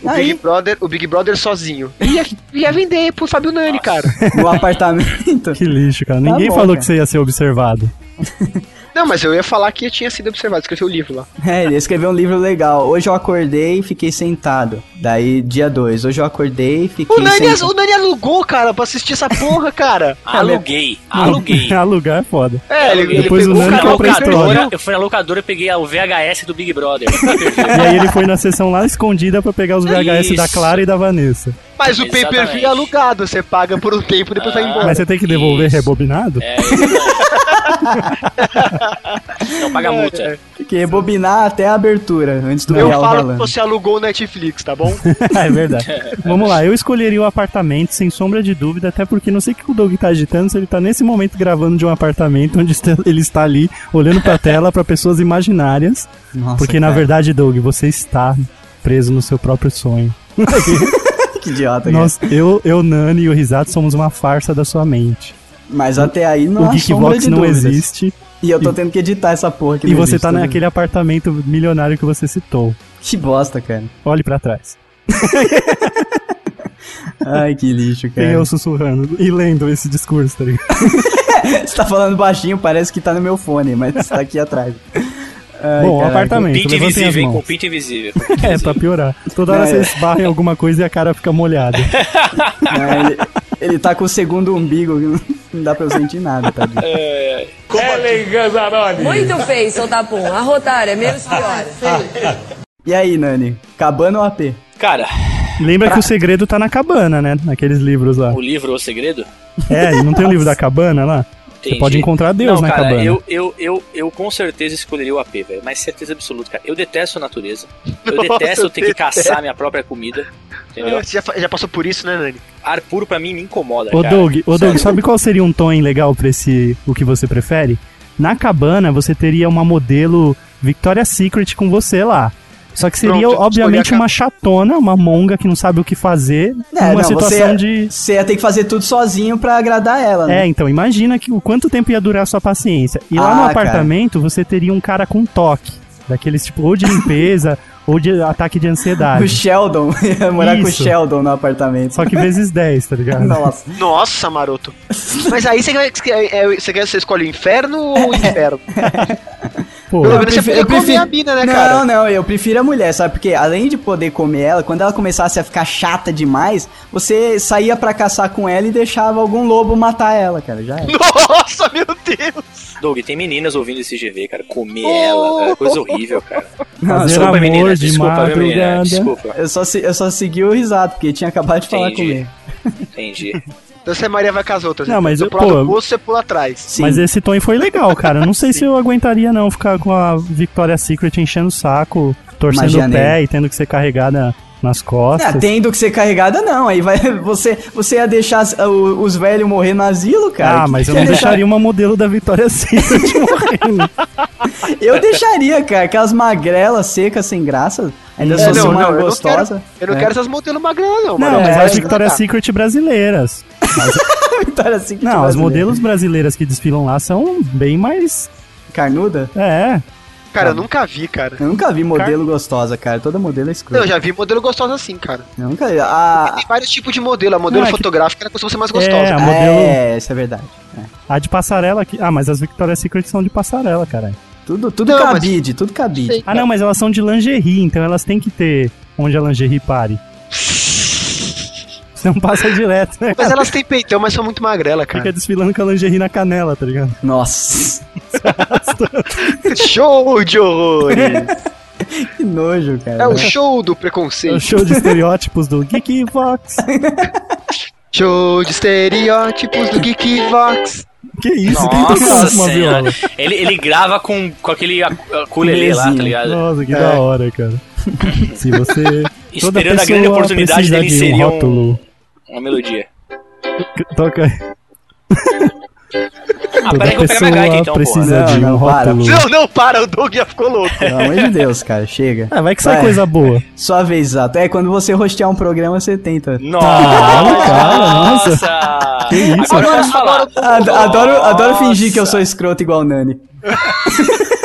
S3: O
S1: Aí.
S3: Big, Brother, o Big Brother sozinho. E ia, ia vender pro Fábio Nani, cara.
S1: No apartamento...
S4: Que lixo, cara.
S1: Tá
S4: Ninguém
S1: bom,
S4: falou
S1: cara.
S4: que você ia ser observado.
S3: [laughs] Não, mas eu ia falar que eu tinha sido observado, escrever o livro lá.
S1: É, ele escreveu um livro legal. Hoje eu acordei e fiquei sentado. Daí, dia 2. Hoje eu acordei e fiquei
S3: O Nani, é
S1: sentado.
S3: o Nani alugou, cara, pra assistir essa porra, cara.
S4: Ah,
S2: Aluguei,
S4: [laughs]
S2: aluguei.
S4: Alugar é foda.
S3: [laughs] É, ele, ele
S4: Depois o
S3: pegou
S2: Eu fui, na
S3: cara,
S4: Nani que é o
S3: cara,
S2: locadora,
S4: pré-histórico.
S2: eu fui na locadora e peguei o VHS do Big Brother.
S4: [laughs] E aí ele foi na sessão lá escondida
S2: [laughs]
S4: pra pegar os VHS da
S2: É Isso.
S4: Clara e da Vanessa.
S3: Mas o pay-per-view
S2: Exatamente.
S3: é alugado, você paga por um tempo e depois vai embora.
S4: Ah, Mas é- você tem que devolver
S2: Ah, Isso.
S4: rebobinado?
S2: É, isso. Não paga
S4: É,
S2: multa.
S1: Que rebobinar até a abertura, antes do
S3: Eu
S1: real
S3: falo que
S1: rolando.
S3: você alugou o Netflix, tá
S4: [laughs]
S3: bom?
S4: é verdade. Vamos lá, eu escolheria o apartamento, sem sombra de dúvida, até porque não sei o que o Doug tá agitando, se ele tá nesse momento gravando de um apartamento onde está- ele está ali, olhando pra tela, pra pessoas imaginárias.
S1: Nossa,
S4: porque na
S1: cara,
S4: verdade, Doug, você está preso no seu próprio sonho.
S1: Que é. idiota, cara.
S4: Nós, eu, eu, Nani e o Risato somos uma farsa da sua mente.
S1: Mas até aí não
S4: o
S1: há sombra
S4: Geekbox
S1: de
S4: não
S1: dúvidas.
S4: existe
S1: E eu tô tendo que editar essa porra que né?
S4: e
S1: não
S4: você
S1: existe,
S4: tá
S1: vendo?
S4: naquele apartamento milionário que você citou.
S1: Que bosta, cara.
S4: Olhe pra trás.
S1: Ai, que lixo,
S4: Tem
S1: cara.
S4: eu sussurrando e lendo esse discurso, tá ligado?
S1: Você tá falando baixinho, parece que tá no meu fone, mas tá aqui atrás. Ai,
S4: Bom,
S1: caraca.
S4: apartamento,
S2: Pinto
S4: levantem as
S2: invisível, hein?
S4: mãos.
S2: Com pinto invisível.
S4: [laughs] É, pra piorar. Toda hora
S1: É.
S4: você esbarra em alguma coisa e a cara fica molhada.
S1: Não, ele, ele tá com o segundo umbigo, não dá pra eu sentir nada, tá?
S6: Ellen Gazzaroli.
S9: Muito feio soltar pum.
S5: Ah,
S9: Arrotar é menos pior.
S1: E aí, Nani? Cabana ou AP?
S2: Cara,
S4: Lembra que o segredo tá na cabana, né? Naqueles livros lá.
S2: O livro O Segredo?
S4: É, e não tem o livro da cabana lá? Você
S2: Entendi.
S4: pode encontrar Deus
S2: não,
S4: na
S2: cara,
S4: cabana.
S2: Eu, eu, eu, eu com certeza escolheria o AP, velho. Mas certeza absoluta, cara. Eu detesto a natureza. Eu
S3: Nossa,
S2: detesto
S3: eu
S2: ter que
S3: detesto.
S2: caçar minha própria comida. Entendeu?
S3: Você já, fa- já passou por isso, né, Nani?
S2: Ar puro pra mim me incomoda,
S4: Ô
S2: cara.
S4: Doug, ô Doug,
S2: Sério.
S4: sabe qual seria um tom legal pra esse o que você prefere? Na cabana você teria uma modelo Victoria's Secret com você lá. Só que seria,
S3: Pronto, escolhi
S4: obviamente,
S3: a cab-
S4: uma chatona, uma monga que não sabe o que fazer,
S1: É,
S4: numa
S1: não,
S4: situação
S1: você-
S4: de.
S1: Você ia ter que fazer tudo sozinho pra agradar ela, né?
S4: É, então, imagina que o quanto tempo ia durar a sua paciência. E lá
S1: Ah,
S4: no
S1: cara.
S4: apartamento você teria um cara com toque. Daqueles tipo, ou de limpeza, [laughs] ou de ataque de
S1: O
S4: ansiedade.
S1: Sheldon. [laughs] ia morar com o
S4: Isso.
S1: Sheldon no apartamento.
S4: Só
S1: [laughs]
S4: que vezes 10, tá ligado?
S1: Nossa.
S3: Nossa,
S4: [laughs]
S3: maroto. Mas aí você quer, é- é- você quer você escolhe o inferno ou o
S4: É. [laughs]
S3: inferno?
S4: Pô,
S3: Pelo menos você podia comer a mina, né, cara?
S1: Não, não, eu prefiro a mulher, sabe? Porque além de poder comer ela, quando ela começasse a ficar chata demais, você saía pra caçar com ela e deixava algum lobo matar ela, cara. Já era.
S3: Nossa, meu Deus!
S2: Doug, tem meninas ouvindo esse GV, cara. Comer ela, cara. é Coisa horrível, cara.
S1: Não,
S4: Fazer
S1: só-
S4: amor
S2: Desculpa, meninas.
S4: de
S2: Desculpa, viu,
S4: madrugada.
S2: meninas. Desculpa.
S1: eu, só, se- eu só segui o risado, porque tinha acabado de falar
S2: Entendi.
S1: comigo.
S2: Entendi.
S3: Então você é Maria vai com as outras.
S4: Não,
S3: então.
S4: mas
S3: você
S4: eu-
S3: pula
S4: pô,
S3: do poço, você pula atrás.
S1: Sim.
S4: Mas esse tom foi legal, cara.
S1: [laughs]
S4: Não sei se eu aguentaria, não, ficar com a Victoria's Secret enchendo o saco, torcendo
S1: Magia
S4: o pé e tendo que ser carregada nas costas.
S1: Ah, tendo que ser carregada, não. Aí vai, [laughs] você, você ia deixar as- o- os velhos morrer no asilo, cara.
S4: ah, mas eu não
S1: Você
S4: deixaria uma modelo da
S1: [laughs]
S4: Victoria's Secret morrendo.
S1: Eu deixaria, cara, aquelas magrelas secas sem graça. Ainda
S3: É,
S1: só se
S3: não,
S1: uma
S3: não, eu não
S1: gostosa.
S3: Eu não
S1: É. [laughs]
S3: quero essas modelos magras, não.
S4: Não,
S3: Maria.
S4: mas
S1: é,
S4: as
S1: é,
S4: Victoria's Secret brasileiras.
S1: Vitória Secret
S4: Não, as
S1: brasileira.
S4: modelos brasileiras que desfilam lá são bem mais.
S1: Carnuda?
S4: É.
S3: tá. Cara, eu nunca vi, cara.
S1: Eu nunca vi modelo gostosa, cara. Toda modelo é
S3: Não, eu
S1: escrota.
S3: já vi modelo gostosa assim, cara.
S1: Eu nunca vi. Ah, A...
S3: Tem vários tipos de modelo. A modelo
S4: Não, é que-
S3: fotográfica ela costuma ser mais
S4: É, a
S3: gostosa.
S4: modelo.
S1: É, isso é verdade.
S4: A de passarela que. Ah, mas as Victoria's Secret são de passarela, cara.
S1: Tudo, tudo
S3: Não, mas-
S1: cabide, tudo cabide.
S4: Ah, não, mas elas são de lingerie, então elas têm que ter onde a lingerie pare. Você não passa direto, né?
S3: Mas elas têm peitão, mas são muito magrela, cara.
S4: Fica desfilando com a lingerie na canela, tá ligado?
S1: Nossa, [laughs]
S3: [laughs] Show de horrores!
S1: que nojo, cara.
S3: É o show do
S4: É o
S3: preconceito.
S4: show de estereótipos do Geek Vox.
S3: Show de estereótipos do Geek Vox.
S4: Que [laughs] isso,
S2: Nossa
S4: quem toca uma
S2: Senhora.
S4: viola?
S2: Ele, ele grava com, com aquele a- a culelê lá, tá
S1: Belezinha.
S2: ligado?
S4: Nossa, que
S1: É.
S4: da hora, cara. Se você. toda
S2: Esperando a grande
S4: pessoa
S2: oportunidade
S4: precisa
S2: dele
S4: de
S2: inserir
S4: um
S2: um-
S4: rótulo.
S2: Uma melodia.
S4: que Toca.
S2: Ah,
S4: Toda
S2: peraí que eu vou pegar minha gaita
S4: pessoa
S2: então, porra.
S4: precisa
S1: Não,
S4: de um
S1: não, para.
S4: rótulo.
S3: Não, não, para, o Doug já ficou louco.
S1: Pelo amor de Deus, cara. Chega.
S4: Ah, vai que sai
S1: Vai.
S4: coisa boa.
S1: Sua vez, exato. É, quando você rostear um programa, você tenta.
S2: Hum.
S4: Ah, cara, nossa.
S2: Nossa!
S4: Que isso,
S2: Agora eu
S4: cara.
S2: posso falar.
S1: Ad- Adoro, adoro fingir que eu
S2: Nossa,
S1: sou escroto igual o Nani.
S4: [laughs]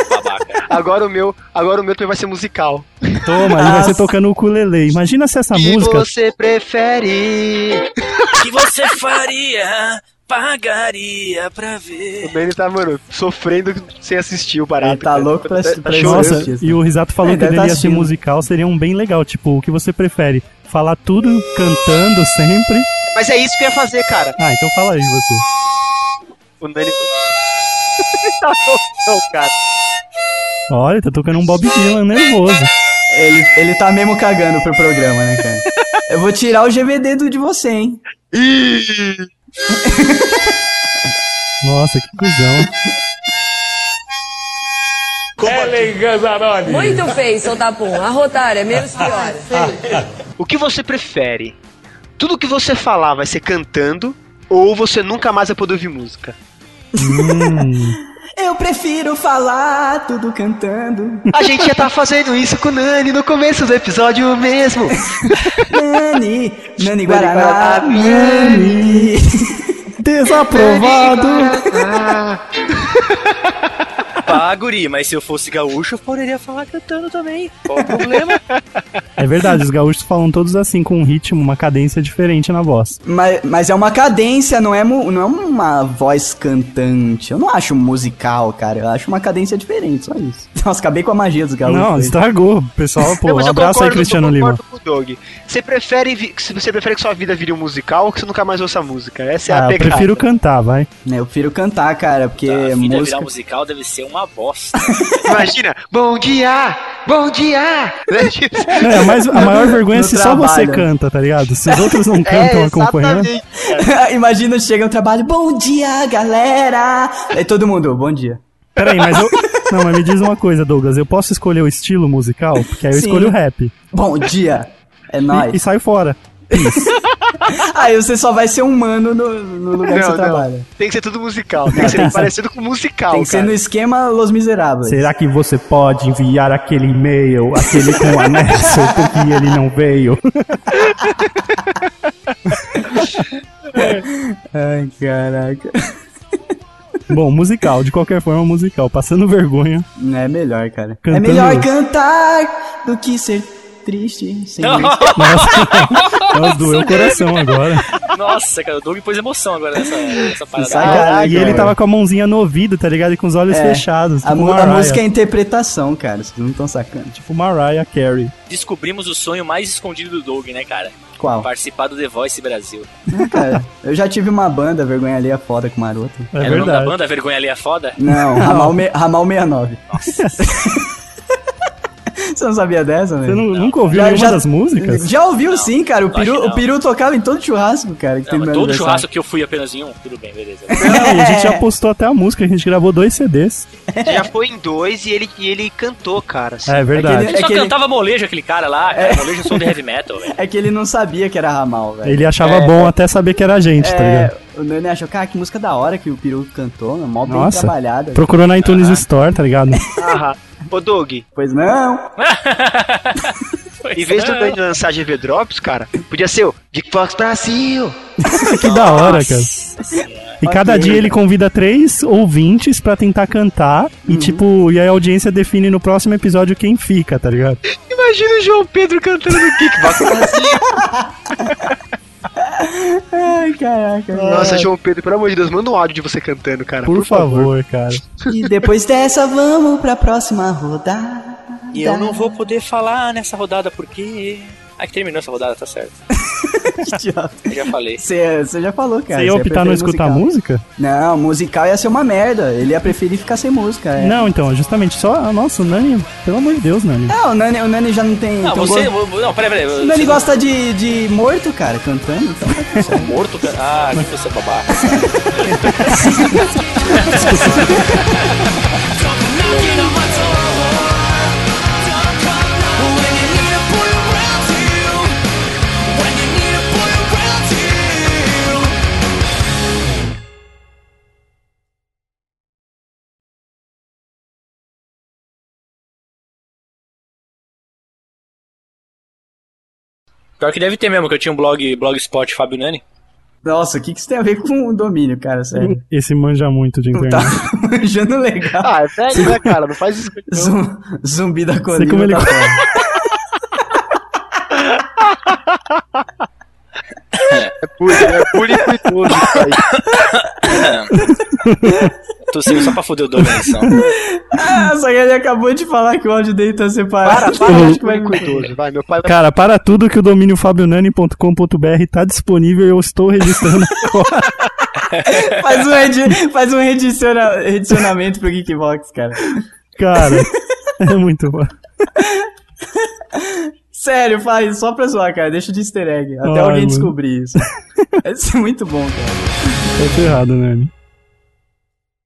S2: Babaca.
S3: Agora o meu, agora o meu também vai ser musical.
S4: Toma, aí vai
S1: Nossa.
S4: ser tocando o ukulele. Imagina se essa
S3: que
S4: música.
S3: você prefere?
S2: O que você faria? Pagaria pra ver.
S3: O Benny tá, mano, sofrendo sem assistir o barato.
S1: Ele tá louco pra- pra
S3: chorando.
S4: Nossa,
S1: Justiça.
S4: e o Risato falou
S1: É,
S4: que
S1: deve tá
S4: deveria ser
S1: assistindo.
S4: musical, seria um bem legal. Tipo, o que você prefere? Falar tudo cantando sempre?
S3: Mas é isso que eu ia fazer, cara.
S4: Ah, então fala aí você.
S3: O Nani. tá louco, não, cara.
S4: Olha, tá tocando um Bob Dylan nervoso.
S1: Ele, ele tá mesmo cagando pro programa, né, cara? Eu vou tirar o GVD do de você, hein?
S3: Ih,
S4: Nossa, que cuzão.
S6: Ellen Ganzaroli.
S9: Muito feio soltar pum. Arrotar é menos
S5: Ah,
S9: pior.
S3: O que você prefere? Tudo que você falar vai ser cantando ou você nunca mais vai poder ouvir música?
S4: Hum,
S1: Eu prefiro falar tudo cantando.
S3: A gente já tá fazendo isso com o Nani no começo do episódio mesmo.
S1: [laughs] Nani, Nani Guaraná,
S3: Guaraná,
S1: [laughs] Nani.
S4: desaprovado!
S2: Pá, guri, mas se eu fosse gaúcho, eu poderia falar cantando também. Qual o problema?
S3: [laughs]
S4: É verdade, os gaúchos falam todos assim, com um ritmo, uma cadência diferente na voz.
S1: Mas, mas é uma cadência, não é, mu- não é uma voz cantante. Eu não acho musical, cara. Eu acho uma cadência diferente, só isso. Nossa, acabei com a magia dos galos.
S4: Não, estragou. Pessoal, pô, um abraço aí, Cristiano
S3: eu
S4: Lima.
S3: concordo com o Doug. Você prefere, vi- se você prefere que sua vida vire um musical ou que você nunca mais ouça música? Essa é a
S4: Ah, eu
S3: pegada.
S4: prefiro cantar, vai.
S1: Eu Né, prefiro cantar, cara, porque
S4: É,
S2: A vida Tá, virar um
S1: música...
S2: musical deve ser uma uma bosta.
S3: Imagina, bom dia, bom dia.
S4: [laughs]
S3: Né, tipo,
S4: É, a mais, a maior vergonha
S1: [laughs] no
S4: é se só você
S1: trabalho.
S4: canta, tá ligado? Se os outros não
S3: [laughs]
S4: cantam
S3: é,
S4: acompanhando.
S1: [laughs]
S3: exatamente.
S1: Imagina, chega no trabalho, bom dia, galera! Aí todo mundo, bom dia.
S4: Peraí, mas eu. Não, mas me diz uma coisa, Douglas. Eu posso escolher o estilo musical? Porque aí eu
S1: Sim.
S4: escolho o rap. E-
S1: Bom dia! É
S3: [laughs]
S4: E,
S1: nóis.
S4: saio fora.
S1: Aí você só vai ser humano no, no lugar que
S3: Não,
S1: você
S3: não.
S1: trabalha.
S3: Tem que ser tudo musical, tem que
S4: [laughs]
S3: ser parecido com musical,
S1: Tem que ser
S3: cara.
S1: no esquema Los Miseráveis.
S4: Será que você pode enviar aquele e-mail, aquele com anexo,
S1: [laughs]
S4: porque ele não veio?
S1: Ai, caraca.
S4: Bom, musical, de qualquer forma, musical. Passando vergonha.
S1: É melhor, cara. É
S4: Cantando.
S1: melhor cantar do que ser triste. Sem música.
S4: Nossa,
S1: né?
S4: doeu o coração agora.
S2: Nossa, cara, o Doug pôs emoção agora nessa, nessa parada.
S1: sabe? Ah, Caraca,
S4: e ele
S1: velho.
S4: tava com a mãozinha no ouvido, tá ligado? E com os olhos
S1: É.
S4: fechados.
S1: a,
S4: tipo
S1: mu- a
S4: Mariah.
S1: música é interpretação, cara. Vocês não estão sacando. Tipo,
S4: Tipo Mariah Carey.
S2: Descobrimos o sonho mais escondido do Doug, né, cara?
S1: Tipo, qual?
S2: Participar do The Voice Brasil.
S1: Ah, cara, eu já tive uma banda, vergonha alheia foda com maroto.
S4: É
S2: Era o nome da
S4: verdade.
S2: banda Vergonha Alheia Foda?
S1: Não, Ramal, me, Ramal 69. Você não sabia dessa, né?
S4: Você nu- nunca ouviu nenhuma das músicas?
S1: [laughs] Já ouviu sim, cara. O
S2: acho
S1: peru,
S2: que não.
S1: o peru tocava em todo churrasco, cara. Que
S2: Não,
S1: tem
S2: mas
S1: meu
S2: todo
S1: aniversário.
S2: churrasco que eu fui apenas em um, tudo bem, beleza.
S4: Não, e a gente já postou até a música, a gente gravou dois CDs.
S3: Já foi em dois e ele, e ele cantou, cara. assim.
S4: É
S1: [laughs]
S4: verdade.
S1: É
S2: Ele só
S1: que ele-
S2: cantava molejo aquele cara lá, cara, molejo é som de heavy metal, velho.
S1: É que ele não sabia que era Ramal, velho.
S4: Ele achava bom até saber que era a gente, tá ligado?
S1: É, o Nani achou, cara, que música da hora que o peru cantou, né? mó bem
S4: Nossa.
S1: trabalhada.
S4: Procurou na iTunes Store, tá ligado? [laughs]
S3: Aham. Ô, Doug,
S1: Pois não.
S3: em vez
S2: é. [laughs]
S3: do Dani lançar GV Drops, cara, podia ser o Dick Fox Brasil.
S4: que da hora, cara. E cada dia ele convida três ouvintes pra tentar cantar.
S1: Uhum.
S4: E tipo, e aí a audiência define no próximo episódio quem fica, tá ligado?
S3: Imagina o João Pedro cantando no Kickbox Brasil.
S1: Ai, caraca.
S3: Nossa, João Pedro, pelo amor de Deus, manda um áudio de você cantando, cara.
S4: Por, favor, cara.
S1: E depois dessa, vamos pra próxima
S4: [laughs]
S1: rodada.
S2: E eu não vou poder falar nessa rodada porque. Ah, que terminou essa rodada, tá certo.
S1: Idiota.
S2: Eu já falei.
S1: Você você já falou, cara.
S4: Você ia optar não
S1: preferir
S4: escutar
S1: musical.
S4: música?
S1: Não, musical ia ser uma merda. Ele ia preferir ficar sem música. É.
S4: Não, então, justamente só. ah, Nossa, o Nani, pelo amor de Deus, Nani.
S1: Ah, o Nani, o Nani já não tem. [laughs]
S2: Não,
S1: então
S2: você.
S1: go-
S2: Não, peraí, peraí.
S1: O Nani gosta de, de morto, cara, cantando. Então tá tudo certo.
S2: Morto, cara. Ah, que você é babaca. Pior que deve ter mesmo, que eu tinha um blog, blogspot Fábio Nani.
S1: Nossa, o que, que isso tem a ver com o domínio, cara? Sério.
S4: Esse manja muito de
S1: Tá
S4: internet.
S1: manjando legal.
S3: Ah, é velho, né, cara? Não faz isso.
S1: Zum- zumbi da colina.
S4: Sei como ele.
S1: tá
S3: É bullying, é bullying com tudo. isso aí.
S2: Tô sendo só pra foder o Doug na edição.
S1: Ah, [laughs] só que ele acabou de falar que o áudio dele tá separado.
S4: Uhum.
S3: Para de bullying com idoso, é vai. Meu pai
S4: Cara, para tudo que o domínio fabionani.com.br tá disponível e eu estou registrando [laughs] agora.
S1: faz um, redi- faz um rediciona- redicionamento pro Geekbox, cara.
S4: Cara, é muito bom.
S1: Sério, faz só pra zoar, cara. Deixa de easter egg. Até
S4: Ai,
S1: alguém
S4: mano.
S1: descobrir isso. Isso é muito bom, cara.
S4: Tá errado, Nani.